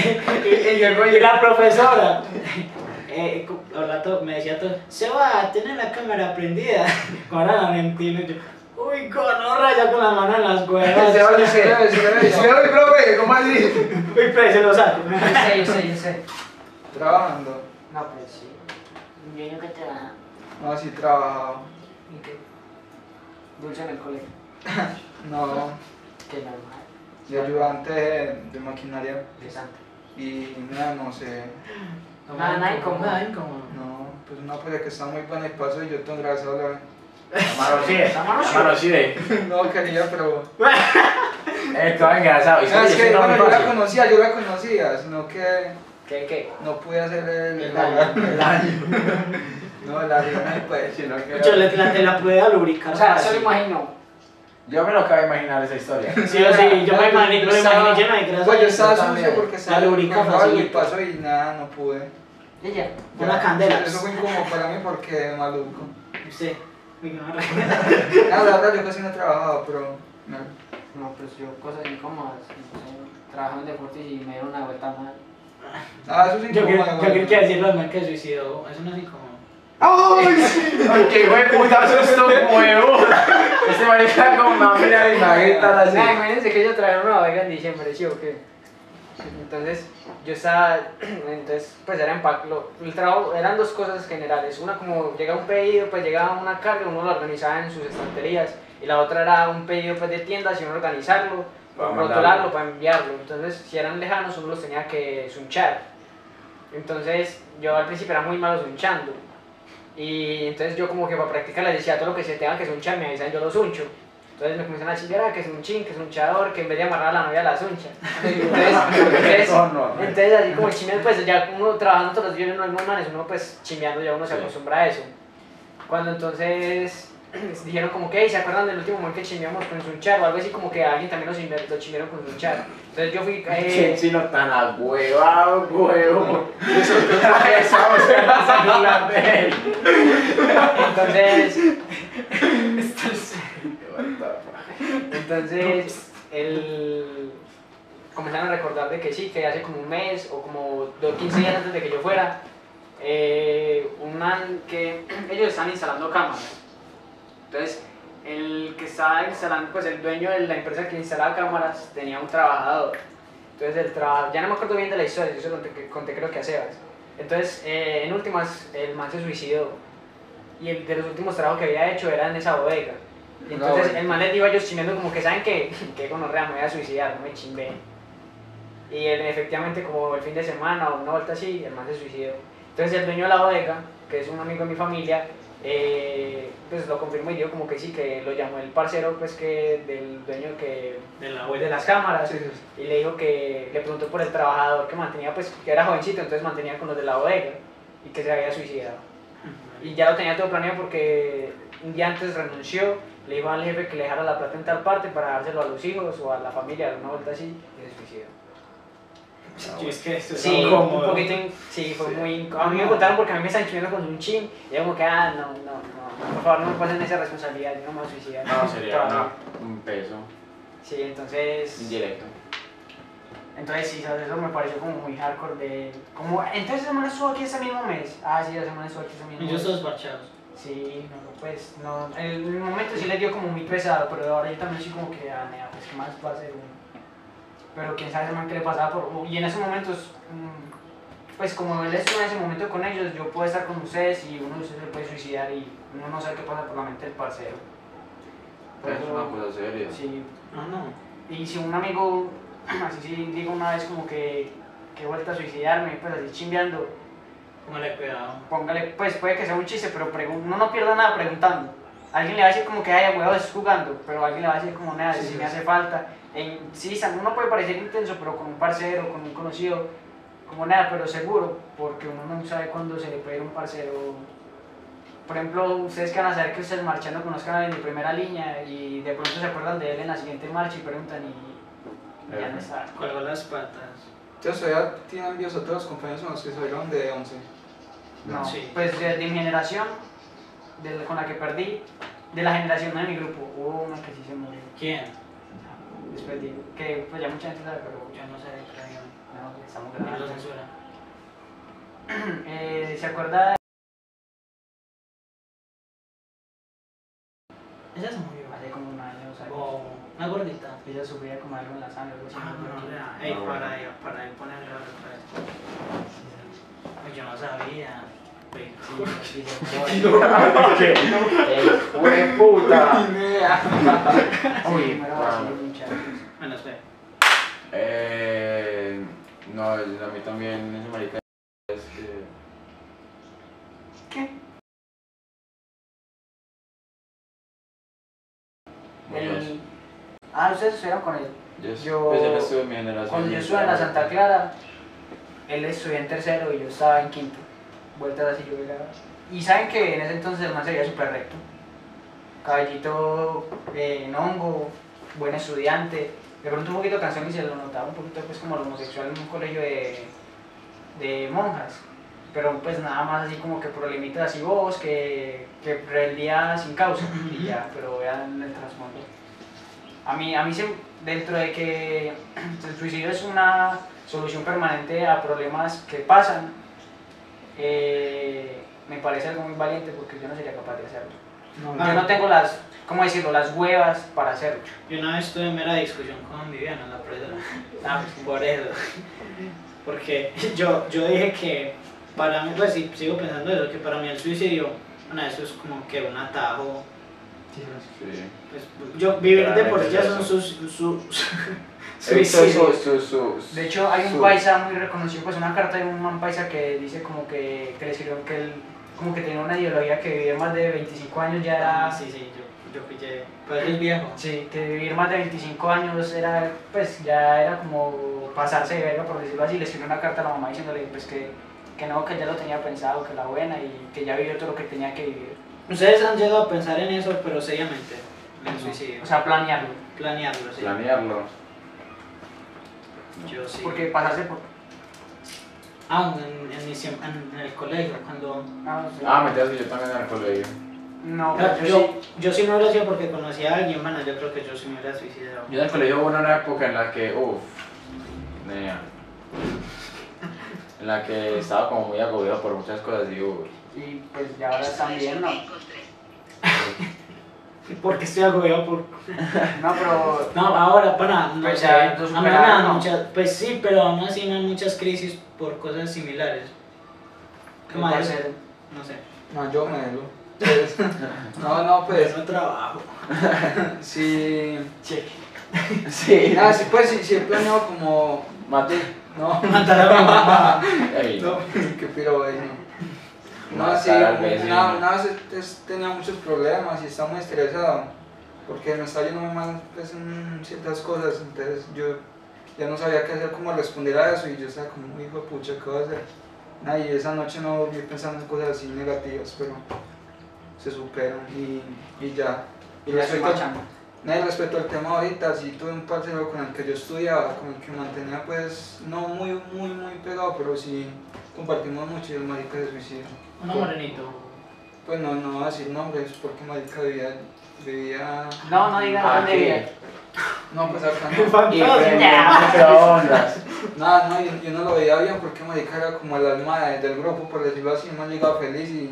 [SPEAKER 2] y llegó y la profesora. [LAUGHS] Eh, cu- Orlato me decía todo, se va a tener la cámara prendida. [LAUGHS] Con la mentira, yo, uy, conorra, ya con la mano en las huevas.
[SPEAKER 5] Se va a
[SPEAKER 1] Sí,
[SPEAKER 5] decir,
[SPEAKER 1] sí, sí, sí.
[SPEAKER 5] "Sí, oye, profe,
[SPEAKER 1] Ah,
[SPEAKER 5] ¿cómo así?
[SPEAKER 2] [LAUGHS] uy, pero se lo saco.
[SPEAKER 10] Yo sé, yo sé, yo sé.
[SPEAKER 1] Trabajando.
[SPEAKER 10] No, pues sí. Yo nunca trabajaba.
[SPEAKER 1] No, sí trabajaba.
[SPEAKER 10] ¿Y qué? Dulce en el colegio.
[SPEAKER 1] No,
[SPEAKER 10] Que normal.
[SPEAKER 1] de ayudante de, de maquinaria.
[SPEAKER 10] Interesante.
[SPEAKER 1] Y nada, no sé.
[SPEAKER 10] Nada, nada incómodo.
[SPEAKER 2] Nada incómodo.
[SPEAKER 1] No, pues una pues que está muy buena el paso y yo tengo gracias a la.
[SPEAKER 4] Marochide. Marochide.
[SPEAKER 1] [LAUGHS] No quería, pero.
[SPEAKER 4] Esto es engrasado. Y
[SPEAKER 1] No, es
[SPEAKER 4] sí,
[SPEAKER 1] que
[SPEAKER 4] sí, no,
[SPEAKER 1] bueno,
[SPEAKER 4] muy
[SPEAKER 1] yo la
[SPEAKER 4] fácil.
[SPEAKER 1] conocía, yo la conocía, sino que
[SPEAKER 10] ¿Qué, qué?
[SPEAKER 1] no pude hacer el,
[SPEAKER 2] El daño.
[SPEAKER 1] el daño. [LAUGHS] No, el daño no puede, sino que.
[SPEAKER 2] Yo la, la- te la puedo lubricar.
[SPEAKER 10] O sea,
[SPEAKER 2] fácil.
[SPEAKER 10] solo imagino.
[SPEAKER 4] Yo me lo acabo de imaginar esa historia.
[SPEAKER 2] Sí, o sí, yo me imaginé, me lo imaginé lleno de grasa.
[SPEAKER 1] Pues yo estaba
[SPEAKER 2] Yo
[SPEAKER 1] sucio
[SPEAKER 2] también.
[SPEAKER 1] porque
[SPEAKER 2] La
[SPEAKER 1] estaba
[SPEAKER 2] lubrica
[SPEAKER 1] colocado algo el
[SPEAKER 2] facilito.
[SPEAKER 1] paso y nada, no pude.
[SPEAKER 10] Ella.
[SPEAKER 2] Una
[SPEAKER 1] Ya,
[SPEAKER 2] candela.
[SPEAKER 1] Eso fue incómodo para mí porque maluco.
[SPEAKER 2] Sí, me ignora.
[SPEAKER 5] Ah,
[SPEAKER 1] Nada, la verdad yo
[SPEAKER 5] pues,
[SPEAKER 1] casi no he trabajado, pero. no.
[SPEAKER 10] No, pues yo cosas incómodas. no sé, Trabajaba en deportes y me dieron una vuelta mal.
[SPEAKER 1] Ah, eso sí
[SPEAKER 2] Yo
[SPEAKER 1] incómodo.
[SPEAKER 2] creo yo
[SPEAKER 1] bueno.
[SPEAKER 2] creo que decir los man que se suicidó, eso no es incómodo.
[SPEAKER 4] Porque hijo de puta susto huevo. Ese marica con una mina de magueta
[SPEAKER 1] Ah,
[SPEAKER 4] así.
[SPEAKER 10] Nah, Ah, imagínense que yo traje una bodega en diciembre, ¿sí o qué? Entonces, yo estaba, [CLEARS THROAT] entonces, pues era empaque, lo- el trabajo, eran dos cosas generales, una como llega un pedido, pues llegaba una carga, uno lo organizaba en sus estanterías, y la otra era un pedido pues de tiendas y uno organizarlo,
[SPEAKER 4] Para
[SPEAKER 10] rotularlo para enviarlo, entonces si eran lejanos uno los tenía que sunchar, entonces yo al principio era muy malo sunchando, y entonces yo como que para practicar les decía todo lo que se tenga que sunchar, me avisan, yo lo suncho. Entonces me comienzan a chingar ah, que es un chin, que es un chador, que en vez de amarrar a la novia la suncha. Entonces, entonces,
[SPEAKER 4] No, no, no.
[SPEAKER 10] entonces así como chimeando, pues ya uno trabajando todos los días en los manes, uno pues chimeando ya uno se
[SPEAKER 4] Sí.
[SPEAKER 10] acostumbra a eso. Cuando entonces [CLEARS THROAT] dijeron como que, "Ey, ¿se acuerdan del último momento que chimeamos con sunchar? O algo así como que alguien también nos inventó chimearon con sunchar. Entonces yo fui...
[SPEAKER 4] Che,
[SPEAKER 10] Eh,
[SPEAKER 4] chino tan agüevado, huevo. Eso vamos a hablar de él.
[SPEAKER 2] [LAUGHS]
[SPEAKER 10] entonces... [LAUGHS] Entonces, el... comenzaron a recordar de que sí, que hace como un mes o como dos, 15 días antes de que yo fuera, eh, un man que [CLEARS THROAT] ellos están instalando cámaras. Entonces, el que estaba instalando, pues el dueño de la empresa que instalaba cámaras tenía un trabajador. Entonces, el trabajo, ya no me acuerdo bien de la historia, yo se lo conté, conté creo que a Sebas. Entonces, eh, en últimas, el man se suicidó. Y el de los últimos trabajos que había hecho era en esa bodega. Y
[SPEAKER 1] Una
[SPEAKER 10] entonces
[SPEAKER 1] bodega.
[SPEAKER 10] el man les dijo a ellos chimendo como que saben [LAUGHS] que, que gonorrea me voy a suicidar, no me chimbe. Y él, efectivamente como el fin de semana o una vuelta así, el man se suicidó. Entonces el dueño de la bodega, que es un amigo de mi familia, eh, pues lo confirmó y dijo como que sí, que lo llamó el parcero pues que del dueño que
[SPEAKER 2] De la
[SPEAKER 10] de
[SPEAKER 2] abuela.
[SPEAKER 10] las cámaras
[SPEAKER 1] Sí, sí, sí.
[SPEAKER 10] y le dijo que le preguntó por el trabajador que mantenía, pues que era jovencito, entonces mantenía con los de la bodega y que se había suicidado. Y ya lo tenía todo planeado porque un día antes renunció, le dijo al jefe que le dejara la plata en tal parte para dárselo a los hijos o a la familia, una vuelta así, y se suicidó.
[SPEAKER 2] Yo es que eso es
[SPEAKER 10] Sí, un
[SPEAKER 2] incómodo.
[SPEAKER 10] poquito, in- sí, fue muy incómodo. A mí me contaron porque a mí me están chingando con un chin, y yo como que, ah, no, no, no, por favor no me pasen esa responsabilidad, yo no me voy a suicidar.
[SPEAKER 4] No, sería
[SPEAKER 10] Todavía.
[SPEAKER 4] una- un peso
[SPEAKER 10] Sí, entonces...
[SPEAKER 4] indirecto.
[SPEAKER 10] Entonces sí, ¿sabes? eso me pareció como muy hardcore de... Como, entonces la semana estuvo aquí ese mismo mes. Ah, sí, la semana estuvo aquí ese mismo
[SPEAKER 2] Y yo
[SPEAKER 10] mes.
[SPEAKER 2] estoy parchados.
[SPEAKER 10] Sí, no, pues, no, en el momento sí le dio como muy pesado, pero ahora yo también soy como que, ah, nea, pues, ¿qué más va a hacer uno? pero quién sabe man, qué le pasaba por... Y en esos momentos, mm, pues como él estuvo en ese momento con ellos, yo puedo estar con ustedes y uno de ustedes se puede suicidar y uno no sabe qué pasa por la mente del parcero. Por
[SPEAKER 1] Pues,
[SPEAKER 4] Es
[SPEAKER 10] eso-
[SPEAKER 4] una cosa seria.
[SPEAKER 10] sí.
[SPEAKER 2] No, no.
[SPEAKER 10] Y si un amigo, [CLEARS THROAT] así sí, digo una vez como que, que he vuelto a suicidarme, pues así chimbeando,
[SPEAKER 2] Póngale cuidado.
[SPEAKER 10] póngale, pues puede que sea un chiste, pero pregun- uno no pierda nada preguntando. Alguien le va a decir como que haya huevos es jugando, pero alguien le va a decir como nada, si me hace falta. En, sí, San- uno puede parecer intenso, pero con un parcero, con un conocido, como nada, pero seguro, porque uno no sabe cuándo se le puede ir un parcero. Por ejemplo, ustedes que van a saber que ustedes marchando conozcan a alguien de primera línea y de pronto se acuerdan de él en la siguiente marcha y preguntan y, y ya no está.
[SPEAKER 2] Colgó las patas.
[SPEAKER 1] Entonces, ya tienen envíos a todos los compañeros con los que salieron de 11.
[SPEAKER 10] No,
[SPEAKER 2] Sí.
[SPEAKER 10] pues de, de mi generación, de la- con la que perdí, de la generación de mi grupo, hubo una que sí se murió.
[SPEAKER 2] ¿Quién?
[SPEAKER 10] Después de, que pues ya mucha gente sabe, pero yo no sé, creo no, estamos
[SPEAKER 2] Y lo
[SPEAKER 10] grabando.
[SPEAKER 2] censura.
[SPEAKER 10] Eh, ¿Se acuerda?
[SPEAKER 2] Ella se murió.
[SPEAKER 10] Hace como un año, o sea,
[SPEAKER 2] O una gordita.
[SPEAKER 10] ella sufría como algo en la sangre, algo así.
[SPEAKER 2] Ah,
[SPEAKER 10] no,
[SPEAKER 2] no,
[SPEAKER 10] no,
[SPEAKER 2] no, Ey, para ahí, para ahí ponerle la otra vez. Yo no sabía. Pues,
[SPEAKER 10] [LAUGHS] sí, sí,
[SPEAKER 2] [LAUGHS]
[SPEAKER 4] ¡Ey, fue puta!
[SPEAKER 10] [LAUGHS] sí, pero así, muchachos.
[SPEAKER 2] Bueno, espera.
[SPEAKER 4] Eh, no, a mí también ese marica es que...
[SPEAKER 10] ¿Qué?
[SPEAKER 4] Muñoz.
[SPEAKER 10] El- Ah, ustedes estuvieron con él.
[SPEAKER 4] Yo,
[SPEAKER 10] yo-
[SPEAKER 4] pues él estuvo en mi generación.
[SPEAKER 10] Cuando yo estuve en la Santa Clara, él estudió en tercero y yo estaba en quinto. Vueltas así yo era. Y saben que en ese entonces el man sería súper recto. Caballito eh, en hongo, buen estudiante. De pronto un poquito cansón y se lo notaba un poquito pues como el homosexual en un colegio de, de monjas. Pero pues nada más así como que problemitas así bobos que, que rebeldía sin causa. Y ya, pero vean el trasfondo. A mí, a mí se- dentro de que [CLEARS THROAT] el suicidio es una solución permanente a problemas que pasan, eh, me parece algo muy valiente porque yo no sería capaz de hacerlo. Yo no tengo las, ¿cómo decirlo?, las huevas para hacerlo.
[SPEAKER 2] Yo una vez tuve mera discusión con Viviana, la
[SPEAKER 10] [LAUGHS]
[SPEAKER 2] profesora.
[SPEAKER 10] Ah, pues,
[SPEAKER 2] Por eso. Porque yo, yo dije que para mí, pues sí, sigo pensando eso, que para mí el suicidio, bueno, eso es como que un atajo.
[SPEAKER 4] Sí.
[SPEAKER 2] Pues, yo vivir de por
[SPEAKER 4] Claramente
[SPEAKER 2] sí ya
[SPEAKER 4] es
[SPEAKER 2] son
[SPEAKER 4] eso.
[SPEAKER 2] sus. su- su- [LAUGHS]
[SPEAKER 4] He visto
[SPEAKER 2] suicidio.
[SPEAKER 4] su, su, su, su-
[SPEAKER 10] De hecho, hay un
[SPEAKER 4] su-
[SPEAKER 10] paisa muy reconocido, pues una carta de un man paisa que dice como que, que le escribió que él como que tenía una ideología que vivir más de 25 años ya era...
[SPEAKER 2] Ah, sí, sí, yo, yo pillé. Pero él es viejo.
[SPEAKER 10] Sí, que vivir más de 25 años era, pues, ya era como pasarse de verga, por decirlo así. Le escribió una carta a la mamá diciéndole, pues, que, que no, que ya lo tenía pensado, que la buena y que ya vivió todo lo que tenía que vivir.
[SPEAKER 2] Ustedes han llegado a pensar en eso, pero seriamente, en el
[SPEAKER 10] No.
[SPEAKER 2] suicidio.
[SPEAKER 10] O sea, planearlo.
[SPEAKER 2] planearlo, sí.
[SPEAKER 4] Planearlo.
[SPEAKER 2] Yo sí.
[SPEAKER 10] Porque pasarse por...
[SPEAKER 2] Ah, en, en mi siem- en- en el colegio, cuando.
[SPEAKER 10] No, no sé.
[SPEAKER 4] Ah, me que yo también en el colegio.
[SPEAKER 10] No,
[SPEAKER 2] Yo,
[SPEAKER 10] pues, yo
[SPEAKER 2] yo,
[SPEAKER 10] sí.
[SPEAKER 2] sí me hubiera sido porque conocía a alguien, bueno, yo creo que yo sí me hubiera suicidado.
[SPEAKER 4] Yo en el colegio hubo una época en la que, uff, nea. En la que estaba como muy agobiado por muchas cosas y uff.
[SPEAKER 10] Y pues ya ahora también, no.
[SPEAKER 2] Porque estoy agobiado por.
[SPEAKER 10] No, pero...
[SPEAKER 2] No, ahora para. No,
[SPEAKER 10] Pues
[SPEAKER 2] o sea,
[SPEAKER 10] ya, tú
[SPEAKER 2] a mí me
[SPEAKER 10] superado,
[SPEAKER 2] dan
[SPEAKER 10] ¿no?
[SPEAKER 2] muchas- Pues sí, pero aún así me dan muchas crisis por cosas similares. ¿Qué
[SPEAKER 10] puede
[SPEAKER 2] más?
[SPEAKER 10] ser.
[SPEAKER 2] No sé.
[SPEAKER 1] No, yo me lo. Pues, [LAUGHS] no, no, pues.
[SPEAKER 2] no trabajo.
[SPEAKER 1] Si.
[SPEAKER 10] Sí.
[SPEAKER 4] Sí.
[SPEAKER 1] Nada, si, pues, si, si he planeado como.
[SPEAKER 4] Mate.
[SPEAKER 1] No,
[SPEAKER 2] [LAUGHS]
[SPEAKER 1] [LAUGHS]
[SPEAKER 2] Matar a mi mamá.
[SPEAKER 4] Ey,
[SPEAKER 1] no, qué piro es, no. No,
[SPEAKER 4] Matar
[SPEAKER 1] sí,
[SPEAKER 4] al
[SPEAKER 1] como que
[SPEAKER 4] vecino.
[SPEAKER 1] nada, una vez es- tenía muchos problemas y estaba muy estresado. Porque me estaba yendo muy mal pues, en ciertas cosas. Entonces yo ya no sabía qué hacer, cómo responder a eso. Y yo estaba como, hijo de pucha, ¿qué voy a hacer? Nada, y esa noche no dormí pensando en cosas así negativas, pero se superan y, y ya.
[SPEAKER 10] Y ya estoy
[SPEAKER 1] respecto-
[SPEAKER 10] marchando.
[SPEAKER 1] Nada, y respecto al tema ahorita, sí tuve un parcero con el que yo estudiaba, con el que mantenía pues, no muy, muy, muy pegado, pero sí compartimos mucho y el marica se suicidó.
[SPEAKER 2] Un morenito.
[SPEAKER 1] Pues no, no voy a decir nombres porque marica vivía, vivía...
[SPEAKER 10] No, no digan
[SPEAKER 1] Ah,
[SPEAKER 10] dónde
[SPEAKER 4] Aquí.
[SPEAKER 10] vive.
[SPEAKER 1] No, pues acá no.
[SPEAKER 4] Y microondas.
[SPEAKER 1] Nada, no, yo, yo no lo veía bien porque marica era como el alma de- del grupo, por decirlo así, me llegaba feliz y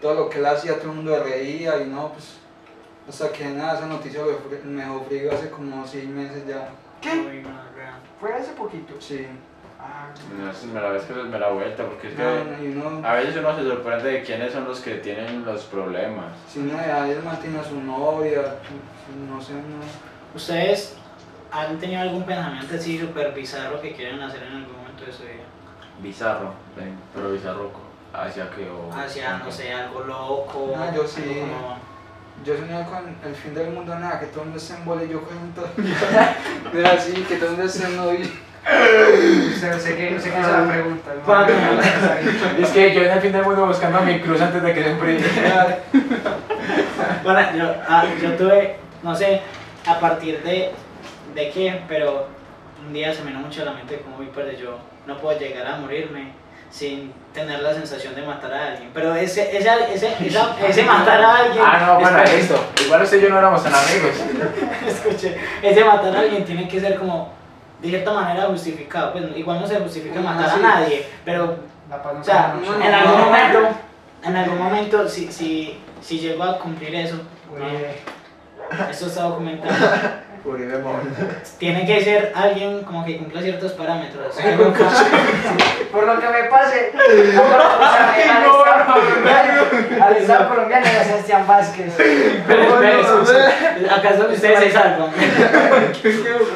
[SPEAKER 1] todo lo que él hacía todo el mundo le reía y no, pues... Hasta que nada, esa noticia me ofre- me ofreció hace como seis meses ya.
[SPEAKER 2] ¿Qué?
[SPEAKER 3] Fue hace poquito.
[SPEAKER 1] Sí.
[SPEAKER 3] Ah,
[SPEAKER 4] No es la vez que me la vuelta, porque es que
[SPEAKER 1] No, no, y uno,
[SPEAKER 4] a veces uno se sorprende de quiénes son los que tienen los problemas.
[SPEAKER 1] si uno de ahí mantiene a su novia, no sé, no.
[SPEAKER 2] ¿Ustedes han tenido algún pensamiento así súper bizarro que quieren hacer en algún momento de su vida?
[SPEAKER 4] Bizarro, ven, pero bizarroco. Hacia que o.
[SPEAKER 2] Hacia, no sé, algo loco.
[SPEAKER 1] Ah, yo
[SPEAKER 2] algo
[SPEAKER 1] sí.
[SPEAKER 2] como-
[SPEAKER 1] Yo soñé con el fin del mundo, nada, que todo el mundo esté en bola y yo con todo el mundo. [LAUGHS] Era así, que todo el mundo esté en novia.
[SPEAKER 3] sé, sé que, sé que esa es la pregunta. ¿no? [LAUGHS]
[SPEAKER 4] Es que yo en el fin del mundo buscando mi cruz antes de que se enfríe.
[SPEAKER 2] Bueno, yo, ah, yo tuve, no sé, a partir de, de qué, pero un día se me vino mucho a la mente como mi padre, yo no puedo llegar a morirme sin tener la sensación de matar a alguien. Pero ese, esa- ese, esa- ese matar a alguien...
[SPEAKER 4] Ah, no, bueno,
[SPEAKER 2] Escuche,
[SPEAKER 4] listo. Igual usted y yo no éramos tan amigos.
[SPEAKER 2] escuche, ese matar a alguien tiene que ser como, de cierta manera, justificado. Pues igual no se justifica
[SPEAKER 1] Ah,
[SPEAKER 2] matar
[SPEAKER 1] sí.
[SPEAKER 2] a nadie, pero
[SPEAKER 3] La paz no
[SPEAKER 2] O sea,
[SPEAKER 3] se
[SPEAKER 1] no,
[SPEAKER 3] conoce.
[SPEAKER 2] en algún
[SPEAKER 1] no.
[SPEAKER 2] momento, en algún momento, si, si, si llego a cumplir eso,
[SPEAKER 3] eh,
[SPEAKER 2] ¿no? eso está documentado.
[SPEAKER 1] [LAUGHS]
[SPEAKER 5] Uribe Moura.
[SPEAKER 2] Tiene que ser alguien como que cumpla ciertos parámetros.
[SPEAKER 3] Por lo que me pase, [LAUGHS] no conozco [LAUGHS] a nadie, al Estado colombiano, al Estado colombiano y a Sebastián Vázquez.
[SPEAKER 2] ¿Acaso ustedes se salvan?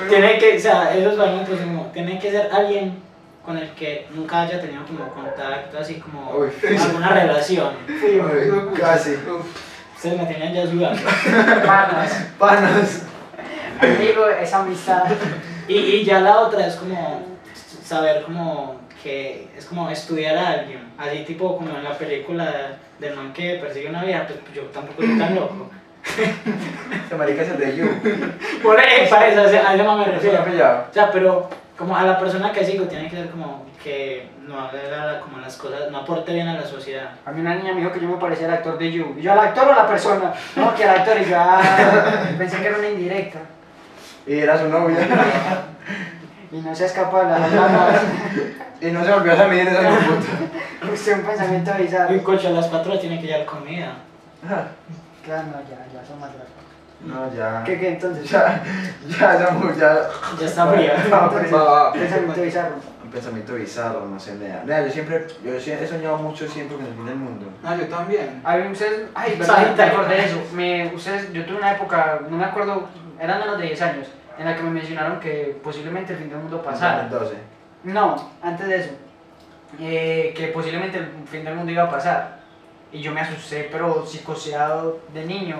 [SPEAKER 2] tiene que, o sea, esos parámetros, como, tiene que ser alguien con el que nunca haya tenido como contacto, así como
[SPEAKER 5] Uy.
[SPEAKER 2] alguna relación.
[SPEAKER 5] Uy, Casi.
[SPEAKER 2] Ustedes me tenían ya sudando.
[SPEAKER 3] Hermanos,
[SPEAKER 5] Panos.
[SPEAKER 3] amigo, esa amistad.
[SPEAKER 2] Y, y ya la otra es como saber como que es como estudiar a alguien, así tipo como en la película del man que persigue una vieja, pues yo tampoco soy tan loco.
[SPEAKER 5] Este marica es el de You.
[SPEAKER 2] Por eso, a eso, a eso- a eso me
[SPEAKER 5] Sí,
[SPEAKER 2] refiero.
[SPEAKER 5] lo he pillado.
[SPEAKER 2] O sea, pero como a la persona que sigo tiene que ser como que no haga la- como las cosas, no aporte bien a la sociedad.
[SPEAKER 3] A mí una niña me dijo que yo me parecía al actor de You. Y yo, ¿al actor o a la persona? No, que al actor. Y yo, ah, pensé que era una indirecta.
[SPEAKER 5] Y era su novia.
[SPEAKER 3] Y no se escapa de la [LAUGHS] la-
[SPEAKER 5] Y no se volvió a salir de esa puta.
[SPEAKER 3] la- Usted un pensamiento
[SPEAKER 2] Y un
[SPEAKER 3] bizarro.
[SPEAKER 2] coche a las 4 tiene que llevar comida.
[SPEAKER 3] Claro, no, ya, ya, son más raros.
[SPEAKER 5] No, ya.
[SPEAKER 3] ¿Qué, qué, entonces?
[SPEAKER 5] Ya, ya, esa mujer, ya.
[SPEAKER 2] Ya está fría. [LAUGHS]
[SPEAKER 5] Ah,
[SPEAKER 3] Entonces, [LAUGHS]
[SPEAKER 5] Va.
[SPEAKER 3] Pensamiento bizarro.
[SPEAKER 5] Un pensamiento bizarro, no sé, nea. Nea, yo siempre, yo sí he soñado mucho siempre con el fin del mundo.
[SPEAKER 1] Ah, yo también.
[SPEAKER 3] A ver, ustedes, [LAUGHS] ay,
[SPEAKER 2] Saben
[SPEAKER 3] verdad, me
[SPEAKER 2] tal.
[SPEAKER 3] acordé de eso. [LAUGHS] Me, ustedes, yo tuve una época, no me acuerdo, eran menos de 10 años, en la que me mencionaron que posiblemente el fin del mundo pasara.
[SPEAKER 5] 12.
[SPEAKER 3] No, antes de eso, eh, que posiblemente el fin del mundo iba a pasar. Y yo me asusté, pero psicoseado de niño.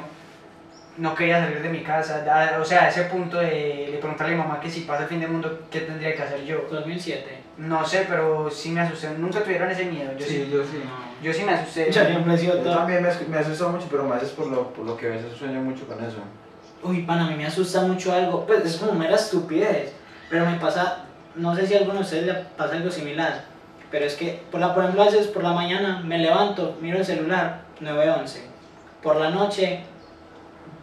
[SPEAKER 3] No quería salir de mi casa, da- o sea, a ese punto de, de preguntarle a mi mamá que si pasa el fin del mundo, ¿qué tendría que hacer yo?
[SPEAKER 2] 2007.
[SPEAKER 3] No sé, pero sí me asusté, nunca tuvieron ese miedo, yo sí,
[SPEAKER 1] Sí, yo sí.
[SPEAKER 3] yo sí me asusté.
[SPEAKER 2] Yo siempre he sido
[SPEAKER 5] Yo
[SPEAKER 2] todo.
[SPEAKER 5] también me, as- me asustó mucho, pero más es por lo, por lo que a veces sueño mucho con eso.
[SPEAKER 2] Uy, pana, a mí me asusta mucho algo. Pues es como mera estupidez. Pero me pasa, no sé si a alguno de ustedes le pasa algo similar. Pero es que, por, la, por ejemplo, a veces por la mañana me levanto, miro el celular, 9.11. Por la noche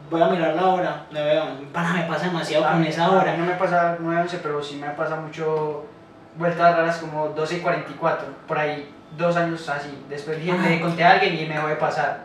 [SPEAKER 2] voy a mirar la hora, 9.11. Pana, me pasa demasiado
[SPEAKER 3] A
[SPEAKER 2] con
[SPEAKER 3] mí-
[SPEAKER 2] esa
[SPEAKER 3] a
[SPEAKER 2] hora.
[SPEAKER 3] mí Ah, no me pasa 9-11, pero sí me pasa mucho vueltas raras como 12 y 44, por ahí dos años así. Después dije, le conté a alguien y me dejó de pasar.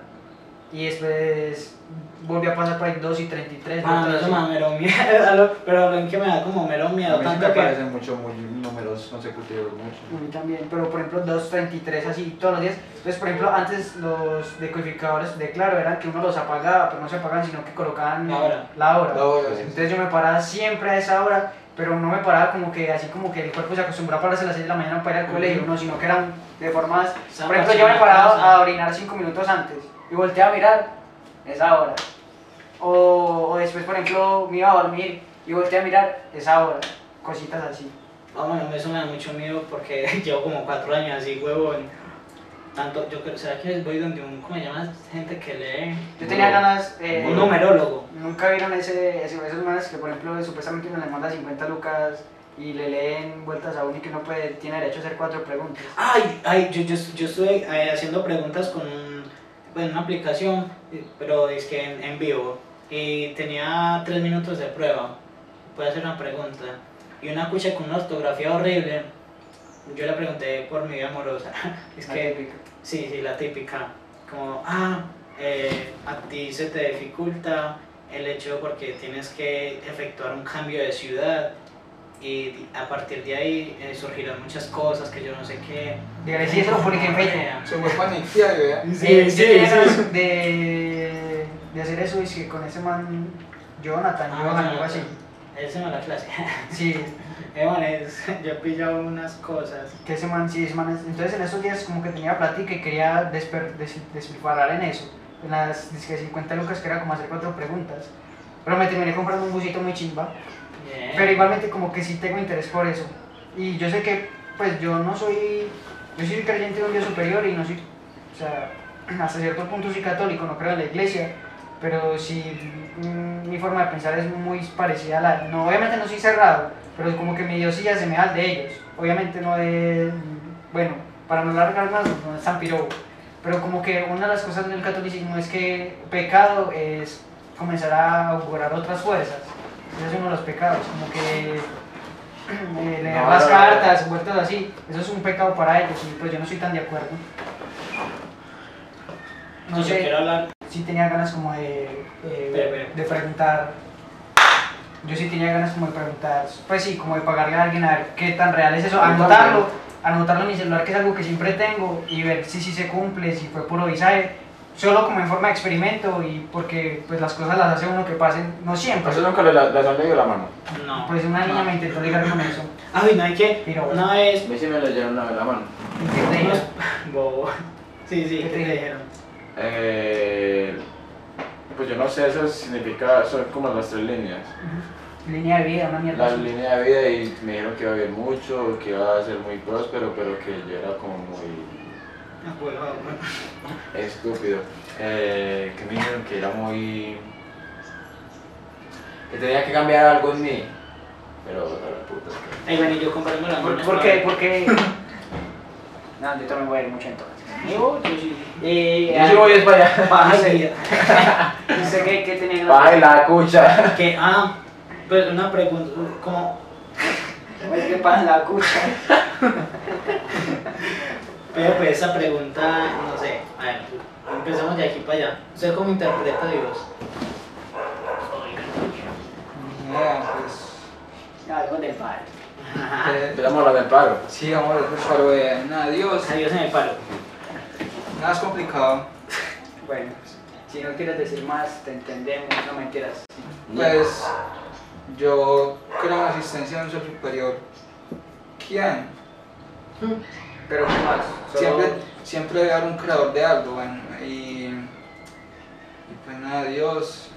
[SPEAKER 3] Y después volví a pasar por ahí 2 y 33.
[SPEAKER 2] Pana, a mí
[SPEAKER 3] vueltas
[SPEAKER 2] Ah, eso
[SPEAKER 3] así.
[SPEAKER 2] me da mero miedo. [LAUGHS] Pero ven que me da como mero
[SPEAKER 5] A
[SPEAKER 2] miedo.
[SPEAKER 5] mí sí me
[SPEAKER 2] Tanto que.
[SPEAKER 5] parecen mucho, muy números consecutivos, mucho.
[SPEAKER 3] A mí también, pero por ejemplo 2.33 así todos los días. Entonces, por ejemplo, antes los decodificadores de Claro eran que uno los apagaba, pero no se apagaban, sino que colocaban
[SPEAKER 2] La hora.
[SPEAKER 3] La hora.
[SPEAKER 1] La hora,
[SPEAKER 5] sí.
[SPEAKER 3] Entonces yo me paraba siempre a esa hora, pero no me paraba como que así como que el cuerpo se acostumbraba a pararse a las 6 de la mañana para ir al colegio, no, sino que eran de formas... Por ejemplo, yo me paraba a orinar 5 minutos antes y volteaba a mirar esa hora. O, o después, por ejemplo, me iba a dormir y volteaba a mirar esa hora. Cositas así.
[SPEAKER 2] Vamos, a mí Ah, eso me da mucho miedo porque [LAUGHS] llevo como cuatro años así, huevón. Tanto, yo creo, ¿será que voy donde un, cómo se llama, gente que lee?
[SPEAKER 3] Yo tenía
[SPEAKER 5] No.
[SPEAKER 3] ganas... eh,
[SPEAKER 2] Un numerólogo.
[SPEAKER 3] Nunca vieron ese, ese- esos manes que, por ejemplo, supuestamente uno le manda 50 lucas y le leen vueltas a uno y que uno puede, tiene derecho a hacer cuatro preguntas.
[SPEAKER 2] Ay, ay, yo, yo, yo estuve eh, haciendo preguntas con un- pues, una aplicación, eh, pero es que en, en vivo. Y tenía tres minutos de prueba. Puede hacer una pregunta. Y una cucha con una ortografía horrible. Yo le pregunté por mi vida amorosa. [LAUGHS] Es
[SPEAKER 3] La
[SPEAKER 2] que
[SPEAKER 3] típica.
[SPEAKER 2] Sí, sí, la típica. Como, ah, eh, a ti se te dificulta el hecho porque tienes que efectuar un cambio de ciudad y a partir de ahí eh, surgieron muchas cosas que yo no sé qué.
[SPEAKER 3] Dígale, sí, eso lo publiqué en Facebook.
[SPEAKER 1] Se fue paniqueado, ¿verdad?
[SPEAKER 3] Eh, yo tenía ganas De, de hacer eso y es que con ese man, Jonathan, Johan, algo así.
[SPEAKER 2] Él se me la clase. [LAUGHS]
[SPEAKER 3] Sí,
[SPEAKER 2] Eh, bueno, es- yo he pillado unas cosas.
[SPEAKER 3] que ese man, sí, ese man. es- Entonces en esos días como que tenía plática y quería desper, des- despilfarrar en eso. En las dizque 50 lucas que era como hacer cuatro preguntas. Pero me terminé comprando un busito muy chimba.
[SPEAKER 2] Bien.
[SPEAKER 3] Pero igualmente como que sí tengo interés por eso. Y yo sé que pues yo no soy, yo soy creyente de un Dios superior y no soy, o sea, [CLEARS THROAT] hasta cierto punto soy católico, no creo en la iglesia, pero sí mm, mi forma de pensar es muy parecida a la, no, obviamente no soy cerrado, pero como que mi Dios sí se me da de ellos. Obviamente no es, bueno, para no alargar más, no es tan pirobo. Pero como que una de las cosas del catolicismo es que pecado es comenzar a augurar otras fuerzas. Ese es uno de los pecados, como que [CLEARS THROAT] eh, leer
[SPEAKER 4] No,
[SPEAKER 3] las
[SPEAKER 4] no, no.
[SPEAKER 3] cartas, vueltas así, eso es un pecado para ellos y pues yo no soy tan de acuerdo. No
[SPEAKER 2] Yo
[SPEAKER 3] sé,
[SPEAKER 2] quiero hablar.
[SPEAKER 3] sí tenía ganas como de, eh,
[SPEAKER 2] Pero, pero.
[SPEAKER 3] de preguntar, yo sí tenía ganas como de preguntar, pues sí, como de pagarle a alguien a ver qué tan real es eso,
[SPEAKER 1] Yo
[SPEAKER 3] anotarlo, anotarlo en mi celular que es algo que siempre tengo y ver si sí se cumple, si fue puro visaje, solo como en forma de experimento y porque pues las cosas las hace uno que pasen, no siempre.
[SPEAKER 4] Entonces nunca le la- las han leído la mano.
[SPEAKER 2] No.
[SPEAKER 3] Pues una niña me intentó ligar con eso.
[SPEAKER 2] Ah, no hay que.
[SPEAKER 3] Pero bueno.
[SPEAKER 2] Una vez.
[SPEAKER 4] A mí sí me leyeron una vez la mano.
[SPEAKER 3] ¿Qué te digo?
[SPEAKER 2] [LAUGHS] Bobo. Sí, sí,
[SPEAKER 3] ¿Qué
[SPEAKER 2] ¿qué
[SPEAKER 3] te
[SPEAKER 2] te dijeron?
[SPEAKER 4] Eh, pues yo no sé, eso significa, son como las tres líneas.
[SPEAKER 3] Línea de vida, una mierda.
[SPEAKER 4] La línea de vida y me dijeron que iba a vivir mucho, que iba a ser muy próspero, pero que yo era como muy
[SPEAKER 2] Ah, bueno, bueno.
[SPEAKER 4] estúpido. Eh, que me dijeron que era muy... que tenía que cambiar algo en mí. Pero, pero puta, es que...
[SPEAKER 2] Ey, bueno, y yo comprarme las
[SPEAKER 3] ¿Por,
[SPEAKER 2] manos,
[SPEAKER 3] por
[SPEAKER 2] ¿no?
[SPEAKER 3] qué? ¿Por qué? No, yo también voy a ir mucho entonces.
[SPEAKER 2] Yo, yo sí.
[SPEAKER 3] Y,
[SPEAKER 4] Yo sí voy es para allá.
[SPEAKER 2] Ay,
[SPEAKER 3] Ay, no sé qué, qué tenía ganas de-
[SPEAKER 4] la cucha.
[SPEAKER 2] que, ah, pues una pregunta, como,
[SPEAKER 3] Es que para la cucha.
[SPEAKER 2] pero pues esa pregunta, no sé, a ver, empezamos de aquí para allá. ¿Usted cómo interpreta a Dios?
[SPEAKER 1] Ni idea, pues.
[SPEAKER 3] Algo del padre.
[SPEAKER 1] eh,
[SPEAKER 4] Empezamos a hablar del paro.
[SPEAKER 1] sí, vamos a ver, pues, pero eh, nada, Dios,
[SPEAKER 2] A Dios en el palo.
[SPEAKER 1] nada es complicado.
[SPEAKER 3] Bueno, si no quieres decir más, te entendemos, no mentiras.
[SPEAKER 1] Pues yo creo en la existencia de un ser superior. ¿Quién?
[SPEAKER 3] Pero ¿qué más? Solo-
[SPEAKER 1] Siempre, siempre debe haber un creador de algo, bueno, y, y pues nada, Dios,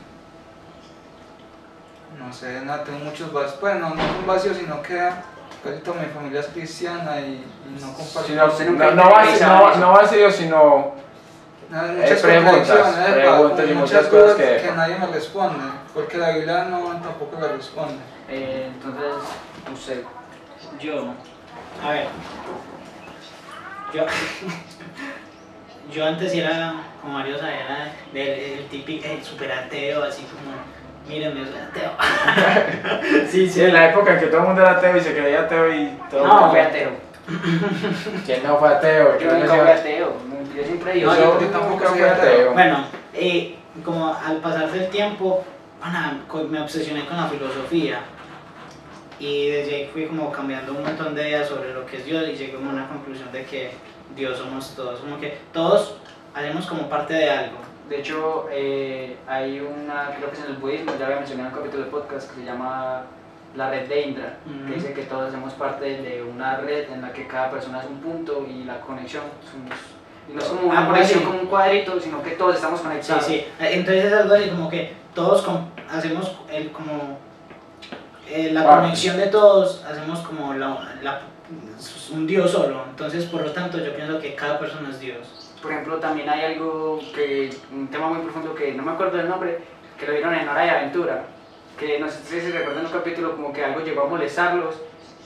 [SPEAKER 1] no sé, nada, tengo muchos vacíos, pues no, no es un vacío, sino que casi toda mi familia es cristiana y, y no comparto
[SPEAKER 4] Si no,
[SPEAKER 1] muchas
[SPEAKER 4] no, no va- no- no vacío, sino eh, preguntas,
[SPEAKER 1] contradicciones, ¿verdad?
[SPEAKER 4] preguntas y
[SPEAKER 1] Muchas
[SPEAKER 4] muchas cosas
[SPEAKER 1] dudas
[SPEAKER 4] que-
[SPEAKER 1] que nadie me responde, porque la Biblia no, tampoco la responde.
[SPEAKER 3] Eh, entonces, no sé.
[SPEAKER 2] Yo, a ver, yo, yo antes era, como Mario sabe, era del el típico, el super ateo, así como, mírenme, soy ateo. sí,
[SPEAKER 4] Sí, en la época en que todo el mundo era ateo y se creía ateo y
[SPEAKER 10] ah,
[SPEAKER 4] todo.
[SPEAKER 3] No, fui ateo.
[SPEAKER 4] ¿Quién no fue ateo?
[SPEAKER 3] Yo nunca fui ateo. Yo siempre digo.
[SPEAKER 1] No,
[SPEAKER 4] yo,
[SPEAKER 1] yo
[SPEAKER 4] tampoco
[SPEAKER 1] nunca
[SPEAKER 4] fui
[SPEAKER 1] fui
[SPEAKER 4] ateo.
[SPEAKER 2] Bueno, eh, como al pasar del tiempo, pana, co- me obsesioné con la filosofía. Y desde ahí fui como cambiando un montón de ideas sobre lo que es Dios y llegué como a una conclusión de que Dios somos todos, como que todos haremos como parte de algo.
[SPEAKER 10] De hecho, eh, hay una, creo que es en el budismo, ya había mencionado en un capítulo del podcast, que se llama La Red de Indra,
[SPEAKER 2] Ujú.
[SPEAKER 10] que dice que todos hacemos parte de una red en la que cada persona es un punto y la conexión, somos- y no es como una
[SPEAKER 2] Ah,
[SPEAKER 10] conexión
[SPEAKER 2] sí.
[SPEAKER 10] con un cuadrito, sino que todos estamos
[SPEAKER 2] Sí,
[SPEAKER 10] conectados.
[SPEAKER 2] sí. Entonces es algo así como que todos com- hacemos el como eh, la
[SPEAKER 4] Parte.
[SPEAKER 2] conexión de todos, hacemos como la, la- un Dios solo. Entonces, por lo tanto, yo pienso que cada persona es Dios.
[SPEAKER 10] Por ejemplo, también hay algo que, un tema muy profundo que no me acuerdo del nombre, que lo vieron en Hora de Aventura, que no sé si recuerdan un capítulo como que algo llegó a molestarlos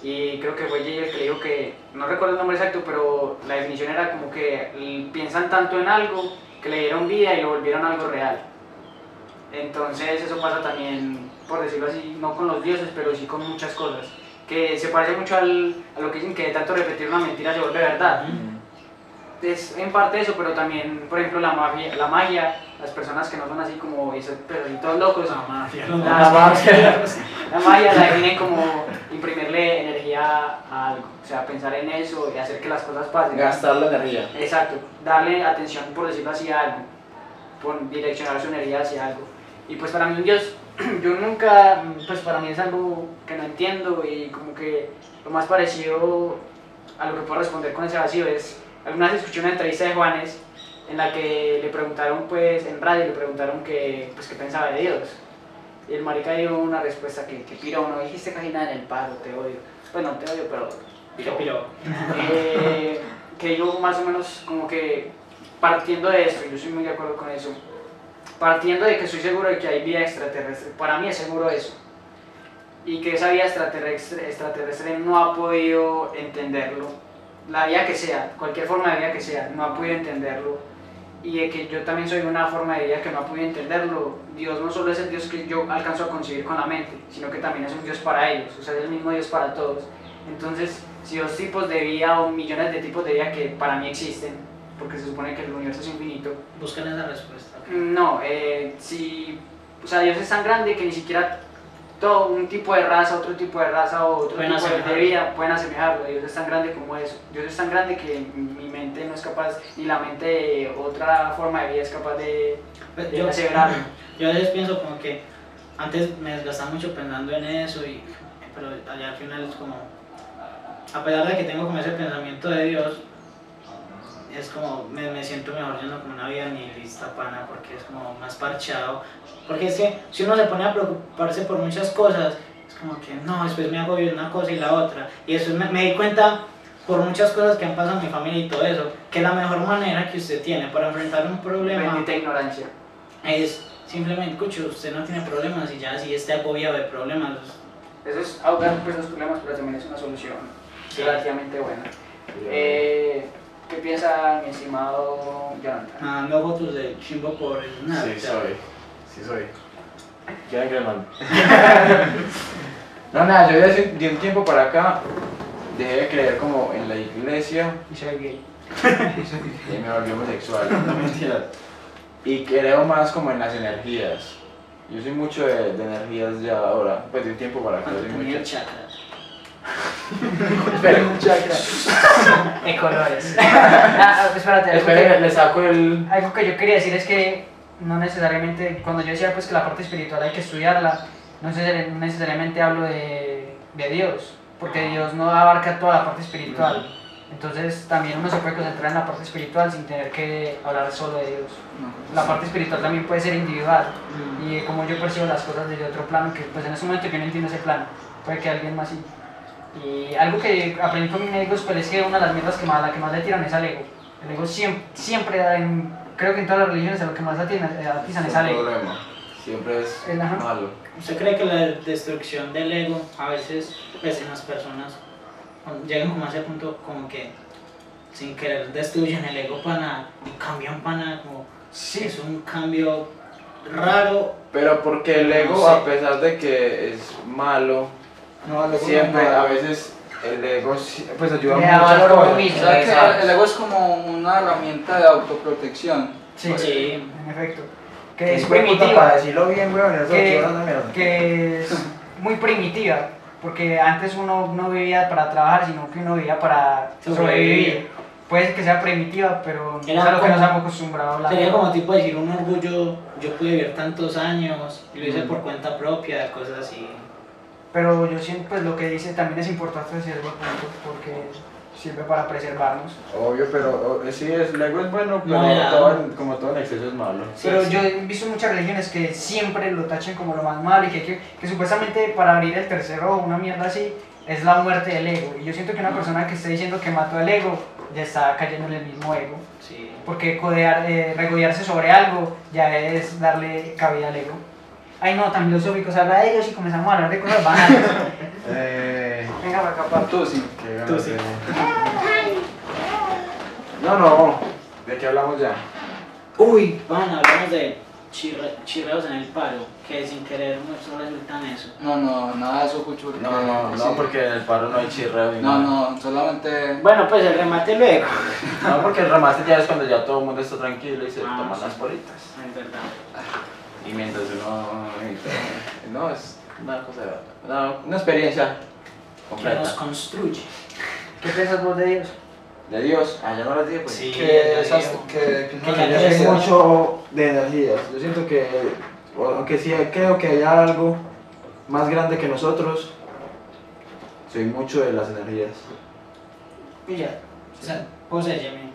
[SPEAKER 10] y creo que fue Jay el que le dijo que, no recuerdo el nombre exacto, pero la definición era como que l- piensan tanto en algo que le dieron vida y lo volvieron algo real. Entonces eso pasa también, por decirlo así, no con los dioses, pero sí con muchas cosas, que se parece mucho al- a lo que dicen que de tanto repetir una mentira se vuelve verdad. es en parte eso, pero también, por ejemplo, la magia, la magia las personas que no son así como esos perritos locos,
[SPEAKER 2] La mafia.
[SPEAKER 10] la, magia, la magia la definen como imprimirle energía a algo, o sea, pensar en eso y hacer que las cosas pasen.
[SPEAKER 11] Gastar la energía.
[SPEAKER 10] Exacto, darle atención, por decirlo así, a algo, por direccionar su energía hacia algo. Y pues para mí un Dios, [CLEARS THROAT] yo nunca, pues para mí es algo que no entiendo y como que lo más parecido a lo que puedo responder con ese vacío es, alguna vez escuché una entrevista de Juanes en la que le preguntaron pues en radio, le preguntaron que, pues, qué pensaba de Dios. Y el marica dio una respuesta que, que piro, no dijiste casi nada en el paro, te odio. Pues no te odio, pero piró. Eh, que yo más o menos como que partiendo de esto, yo soy muy de acuerdo con eso, partiendo de que soy seguro de que hay vida extraterrestre, para mí es seguro eso, y que esa vida extraterrestre, extraterrestre no ha podido entenderlo, la vida que sea, cualquier forma de vida que sea, no ha podido entenderlo, y de que yo también soy una forma de vida que no ha podido entenderlo, Dios no solo es el Dios que yo alcanzo a concebir con la mente, sino que también es un Dios para ellos, o sea, es el mismo Dios para todos. Entonces, si dos tipos de vida pues, o millones de tipos de vida que para mí existen, porque se supone que el universo es infinito,
[SPEAKER 2] Buscan esa respuesta.
[SPEAKER 10] no, eh, si, o sea, Dios es tan grande que ni siquiera todo un tipo de raza, otro tipo de raza o otro
[SPEAKER 2] Pueden
[SPEAKER 10] tipo de- de
[SPEAKER 2] asemejarlo.
[SPEAKER 10] vida pueden asemejarlo. Dios es tan grande como eso. Dios es tan grande que mi mente no es capaz, ni la mente de otra forma de vida es capaz de,
[SPEAKER 2] Pues,
[SPEAKER 10] de
[SPEAKER 2] yo-
[SPEAKER 10] aseverarlo.
[SPEAKER 2] Yo a veces pienso como que antes me desgastaba mucho pensando en eso, y, pero allá al final es como, a pesar de que tengo como ese pensamiento de Dios, es como, me, me siento mejor yendo como una vida nihilista pana, porque es como más parchado. Porque es que si uno se pone a preocuparse por muchas cosas, es como que no, después me hago bien una cosa y la otra. Y después me, me di cuenta por muchas cosas que han pasado en mi familia y todo eso, que la mejor manera que usted tiene para enfrentar un problema
[SPEAKER 10] Bendita ignorancia.
[SPEAKER 2] es simplemente, escucho, usted no tiene problemas y ya si esté agobiado de problemas,
[SPEAKER 10] Eso es ahogar pues, los problemas, pero también es una solución
[SPEAKER 2] Sí.
[SPEAKER 10] relativamente buena. Eh, ¿Qué piensa mi estimado Jonathan?
[SPEAKER 2] mandando fotos de chimbo por el nada.
[SPEAKER 11] Sí,
[SPEAKER 2] o sea,
[SPEAKER 11] soy. Sí, soy. Quieren que man.
[SPEAKER 4] [LAUGHS] No, nada, yo de, hace- de un tiempo para acá dejé de creer como en la iglesia
[SPEAKER 3] Y soy gay.
[SPEAKER 4] y me volví
[SPEAKER 11] [LAUGHS]
[SPEAKER 4] homosexual. No mentira. Y creo más como en las energías. Yo soy mucho de, de energías ya ahora, pues de un tiempo para acá.
[SPEAKER 2] Cuando
[SPEAKER 4] Soy
[SPEAKER 2] Ah, tenía
[SPEAKER 4] mucho.
[SPEAKER 2] el chakra.
[SPEAKER 4] Espera,
[SPEAKER 3] En [LAUGHS] colores.
[SPEAKER 10] Ah, espérate, algo que-
[SPEAKER 4] espera, le saco el.
[SPEAKER 10] Algo que yo quería decir es que no necesariamente, cuando yo decía pues que la parte espiritual hay que estudiarla, no neces- no necesariamente hablo de, de Dios, porque Dios no abarca toda la parte espiritual. Entonces también uno se puede concentrar en la parte espiritual sin tener que hablar solo de Dios. La parte espiritual también puede ser individual y de cómo yo percibo las cosas desde otro plano, que pues en ese momento yo no entiendo ese plano, puede que alguien más sí. Y algo que aprendí con mis médicos pues es que una de las mierdas que más, la que más le tiran es al ego. El ego siempre, siempre en- creo que en todas las religiones a lo que más atizan, atizan es al ego.
[SPEAKER 4] problema. Siempre es
[SPEAKER 10] El ajá.
[SPEAKER 4] malo.
[SPEAKER 2] ¿Usted cree que la destrucción del ego a veces, pues en las personas, cuando llegan como a ese punto como que sin querer destruyen el ego pana, cambian pana, como
[SPEAKER 10] Sí,
[SPEAKER 2] es un cambio raro.
[SPEAKER 4] Pero porque el ego,
[SPEAKER 2] No sé.
[SPEAKER 4] a pesar de que es malo,
[SPEAKER 5] No, luego
[SPEAKER 4] siempre,
[SPEAKER 5] no.
[SPEAKER 4] a veces el ego sí- pues ayuda
[SPEAKER 10] Le da valor a uno mismo.
[SPEAKER 4] mucho.
[SPEAKER 1] ¿Sabes que el ego es como una herramienta de autoprotección?
[SPEAKER 10] sí,
[SPEAKER 2] Sí.
[SPEAKER 10] en efecto. Que
[SPEAKER 5] Que
[SPEAKER 10] es
[SPEAKER 5] es puta
[SPEAKER 10] primitiva.
[SPEAKER 5] para decirlo bien, weón, eso
[SPEAKER 10] Que-
[SPEAKER 5] que una mierda.
[SPEAKER 10] que es muy primitiva, porque antes uno no vivía para trabajar, sino que uno vivía para
[SPEAKER 2] Sobrevivir.
[SPEAKER 10] sobrevivir. Puede que sea primitiva, pero
[SPEAKER 2] Era
[SPEAKER 10] es a lo que
[SPEAKER 2] como-
[SPEAKER 10] nos hemos acostumbrado a hablar.
[SPEAKER 2] Sería como tipo decir un orgullo, yo pude vivir tantos años y lo hice por cuenta propia, cosas así.
[SPEAKER 10] Pero yo siento pues lo que dice también es importante hacia cierto punto, porque sirve para preservarnos.
[SPEAKER 4] Obvio, pero o- eh, sí, es, el ego es bueno, pero
[SPEAKER 2] Moderado.
[SPEAKER 4] todo en- como todo en exceso es malo.
[SPEAKER 10] pero yo he visto muchas religiones que siempre lo tachan como lo más malo y que, que, que supuestamente para abrir el tercero o una mierda así es la muerte del ego. Y yo siento que una persona que esté diciendo que mató al ego ya está cayendo en el mismo ego.
[SPEAKER 2] Sí.
[SPEAKER 10] Porque codear, eh, regodearse sobre algo ya es darle cabida al ego. Ay no, tan filosóficos, habla de ellos y comenzamos a hablar de
[SPEAKER 5] [LAUGHS]
[SPEAKER 10] cosas banales.
[SPEAKER 4] Eh,
[SPEAKER 10] Venga para acá, pa.
[SPEAKER 1] Tú sí.
[SPEAKER 4] qué ganas de- No, no, ¿de qué hablamos ya?
[SPEAKER 2] Uy, van, hablamos de chirre- chirreos en el paro, que sin querer muchos resultan en eso.
[SPEAKER 1] No, no, nada de eso, Cucho. porque-
[SPEAKER 4] No, no,
[SPEAKER 1] sí.
[SPEAKER 4] no, porque en el paro no hay chirreo ni
[SPEAKER 1] No,
[SPEAKER 4] nada.
[SPEAKER 1] no, solamente.
[SPEAKER 2] Bueno, pues el remate luego.
[SPEAKER 4] No, porque el remate ya es cuando ya todo el mundo está tranquilo y se
[SPEAKER 2] Ah,
[SPEAKER 4] toman
[SPEAKER 2] sí.
[SPEAKER 4] las politas.
[SPEAKER 2] Es verdad.
[SPEAKER 4] Y mientras uno... [LAUGHS] No, es una cosa... Una, una
[SPEAKER 2] Que
[SPEAKER 4] experiencia
[SPEAKER 2] nos
[SPEAKER 4] completa.
[SPEAKER 2] construye.
[SPEAKER 3] ¿Qué piensas vos de Dios?
[SPEAKER 4] De Dios. Ah, ya no lo dije, pues.
[SPEAKER 1] que esas. Que, que,
[SPEAKER 2] Que la
[SPEAKER 5] Yo
[SPEAKER 2] Energía.
[SPEAKER 5] soy mucho de energías. Yo siento que, o- aunque sí creo que hay algo más grande que nosotros, soy mucho de las energías.
[SPEAKER 3] Y ya.
[SPEAKER 2] O sea, poseyeme.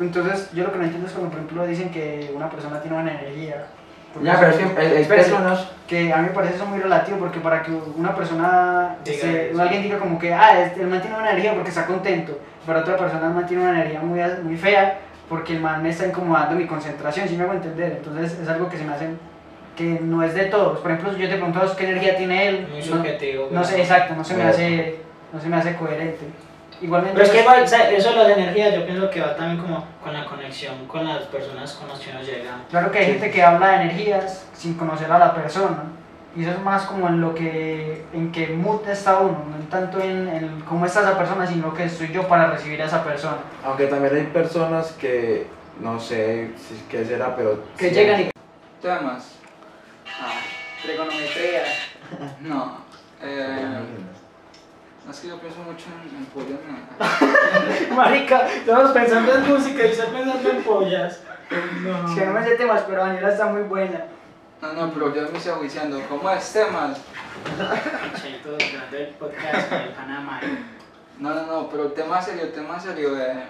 [SPEAKER 3] Entonces, yo lo que no entiendo es como, por ejemplo, dicen que una persona tiene una energía. Porque
[SPEAKER 5] Ya,
[SPEAKER 3] eso-
[SPEAKER 5] pero es que hay, hay
[SPEAKER 3] Pero-
[SPEAKER 5] personas.
[SPEAKER 3] que a mí me parece eso muy relativo porque para que una persona,
[SPEAKER 10] Diga
[SPEAKER 3] se-
[SPEAKER 10] eso.
[SPEAKER 3] alguien diga como que, ah, este, el man tiene una energía porque está contento, para otra persona el man tiene una energía muy, muy fea porque el man me está incomodando mi concentración, si me hago entender, entonces es algo que se me hace que no es de todos, por ejemplo, si yo te pregunto a vos qué energía tiene él,
[SPEAKER 10] Muy
[SPEAKER 3] no,
[SPEAKER 10] subjetivo.
[SPEAKER 3] no sé, exacto, no se me
[SPEAKER 5] Bueno.
[SPEAKER 3] hace, no se me hace coherente. Igualmente, pues,
[SPEAKER 2] Pero es que igual, o sea, eso de las energías yo pienso que va también como con la conexión con las personas con las que uno llega.
[SPEAKER 3] Claro que hay
[SPEAKER 5] Sí.
[SPEAKER 3] gente que habla de energías sin conocer a la persona. Y eso es más como en lo que, en qué mood está uno, no en tanto en, en cómo está esa persona, sino que soy yo para recibir a esa persona.
[SPEAKER 5] Aunque también hay personas que no sé si- qué será, pero.
[SPEAKER 3] Que
[SPEAKER 5] sí.
[SPEAKER 3] llegan y...
[SPEAKER 1] temas. Ah,
[SPEAKER 10] Trigonometría.
[SPEAKER 1] no. Eh, es que yo pienso mucho en, en pollo, no.
[SPEAKER 2] Marica, estamos pensando en música y estás pensando en pollas. No.
[SPEAKER 3] Que no me sé temas, pero Daniela está muy buena.
[SPEAKER 1] No, no, pero yo me estoy juiciando. ¿Cómo es temas?
[SPEAKER 2] Chaito, grabando el podcast con el pana Mario.
[SPEAKER 1] No, no, no, pero tema serio, tema serio. Eh.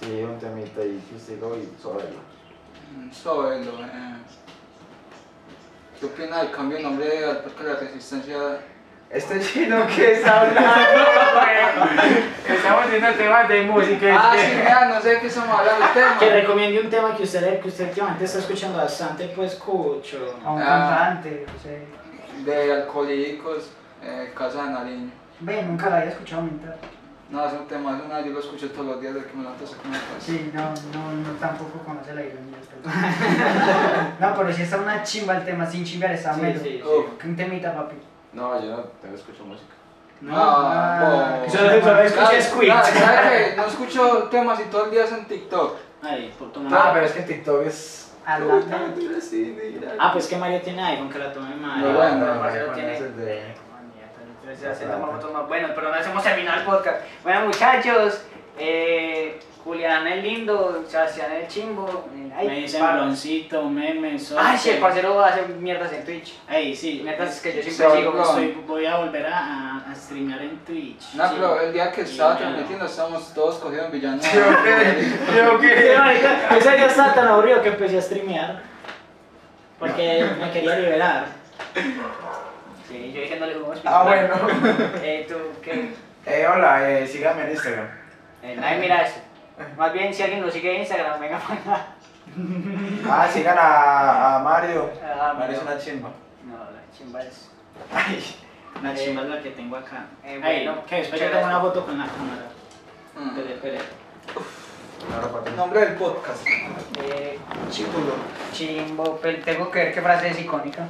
[SPEAKER 5] Sí, un temita y físico y sóbelo.
[SPEAKER 1] mm, Sóbelo, eh. ¿Qué opina del cambio de nombre al Parque de la Resistencia?
[SPEAKER 5] Este chino que
[SPEAKER 2] [LAUGHS]
[SPEAKER 5] es hablando.
[SPEAKER 10] Estamos haciendo temas de música.
[SPEAKER 1] Ah, sí, mira, no sé de qué estamos hablando del
[SPEAKER 2] Que
[SPEAKER 1] tema.
[SPEAKER 2] recomiende un tema que usted, que usted últimamente está escuchando bastante, pues cucho.
[SPEAKER 3] A un
[SPEAKER 1] Ah.
[SPEAKER 3] cantante, o sea...
[SPEAKER 1] De alcohólicos, eh, Casa de Nariño.
[SPEAKER 3] Ve, nunca la había escuchado mentar.
[SPEAKER 1] No, es un tema, es una, yo lo escucho todos los días desde que me levanto hasta que me acuesto.
[SPEAKER 3] Sí, no, no, no tampoco conoce la ironía. este pero- [LAUGHS] no, pero si está una chimba el tema, sin chimbar está
[SPEAKER 2] Sí,
[SPEAKER 3] melo.
[SPEAKER 2] sí, sí.
[SPEAKER 1] Uf.
[SPEAKER 3] Que Un temita, papi.
[SPEAKER 4] No, yo no tengo escucho música.
[SPEAKER 2] No.
[SPEAKER 1] Ah, bo-
[SPEAKER 3] que
[SPEAKER 2] Solo, solo escuché
[SPEAKER 1] Claro,
[SPEAKER 2] Squid.
[SPEAKER 1] claro, ¿sabes qué? No escucho temas y todo el día es en TikTok.
[SPEAKER 2] Ay, por tomar.
[SPEAKER 5] Ah, pero es que en TikTok es.
[SPEAKER 3] A la-
[SPEAKER 5] Uy, no, mira, sí, mira.
[SPEAKER 2] Ah, pues que Mario tiene iPhone, que la tome
[SPEAKER 10] Ah,
[SPEAKER 2] Mario.
[SPEAKER 5] No,
[SPEAKER 1] bueno,
[SPEAKER 5] no,
[SPEAKER 10] Marcelo
[SPEAKER 5] no,
[SPEAKER 10] tiene- Ah,
[SPEAKER 5] ese es de- Ah,
[SPEAKER 10] Entonces ya hacemos más fotos más buenas, pero no hacemos terminar el podcast. Bueno, muchachos, eh, Julián el lindo, Sebastián el chimbo. eh, ay,
[SPEAKER 2] Me dicen
[SPEAKER 10] pa-
[SPEAKER 2] baloncito, meme, sol.
[SPEAKER 10] Ay, sí, el parcero hace mierdas en Twitch.
[SPEAKER 2] Ay, sí.
[SPEAKER 10] Mierdas que yo siempre
[SPEAKER 1] Sol,
[SPEAKER 10] sigo.
[SPEAKER 1] no.
[SPEAKER 2] Estoy- voy a volver a, a, a streamear en Twitch.
[SPEAKER 1] No,
[SPEAKER 2] Sí.
[SPEAKER 1] pero el día que estaba
[SPEAKER 2] Sí, claro.
[SPEAKER 1] transmitiendo estábamos todos cogidos en Villanueva.
[SPEAKER 2] Sí, marica, Ese día estaba tan aburrido que empecé a streamear. Porque me quería liberar.
[SPEAKER 10] Sí, yo dije no le jugamos
[SPEAKER 5] Ah, bueno.
[SPEAKER 10] Eh, tú, ¿qué?
[SPEAKER 5] [LAUGHS] Eh, hola, eh, síganme en Instagram.
[SPEAKER 10] Eh, nadie mira eso. Más bien, si alguien nos sigue en Instagram, venga para acá.
[SPEAKER 5] Ah, sigan a, a Mario.
[SPEAKER 10] Ah,
[SPEAKER 5] Mario es
[SPEAKER 10] no.
[SPEAKER 5] una chimba.
[SPEAKER 10] No, la chimba es.
[SPEAKER 5] Ay.
[SPEAKER 2] La chimba es la que tengo acá.
[SPEAKER 10] Eh,
[SPEAKER 2] Ay,
[SPEAKER 10] bueno,
[SPEAKER 2] que después yo
[SPEAKER 10] muchas
[SPEAKER 2] tengo una
[SPEAKER 10] gracias.
[SPEAKER 2] foto con la cámara.
[SPEAKER 1] Mm.
[SPEAKER 2] Espere, espere.
[SPEAKER 5] Ahora para ti.
[SPEAKER 1] Nombre del podcast.
[SPEAKER 10] Eh,
[SPEAKER 5] Chipulo.
[SPEAKER 10] chimbo, pero tengo que ver qué frase es icónica.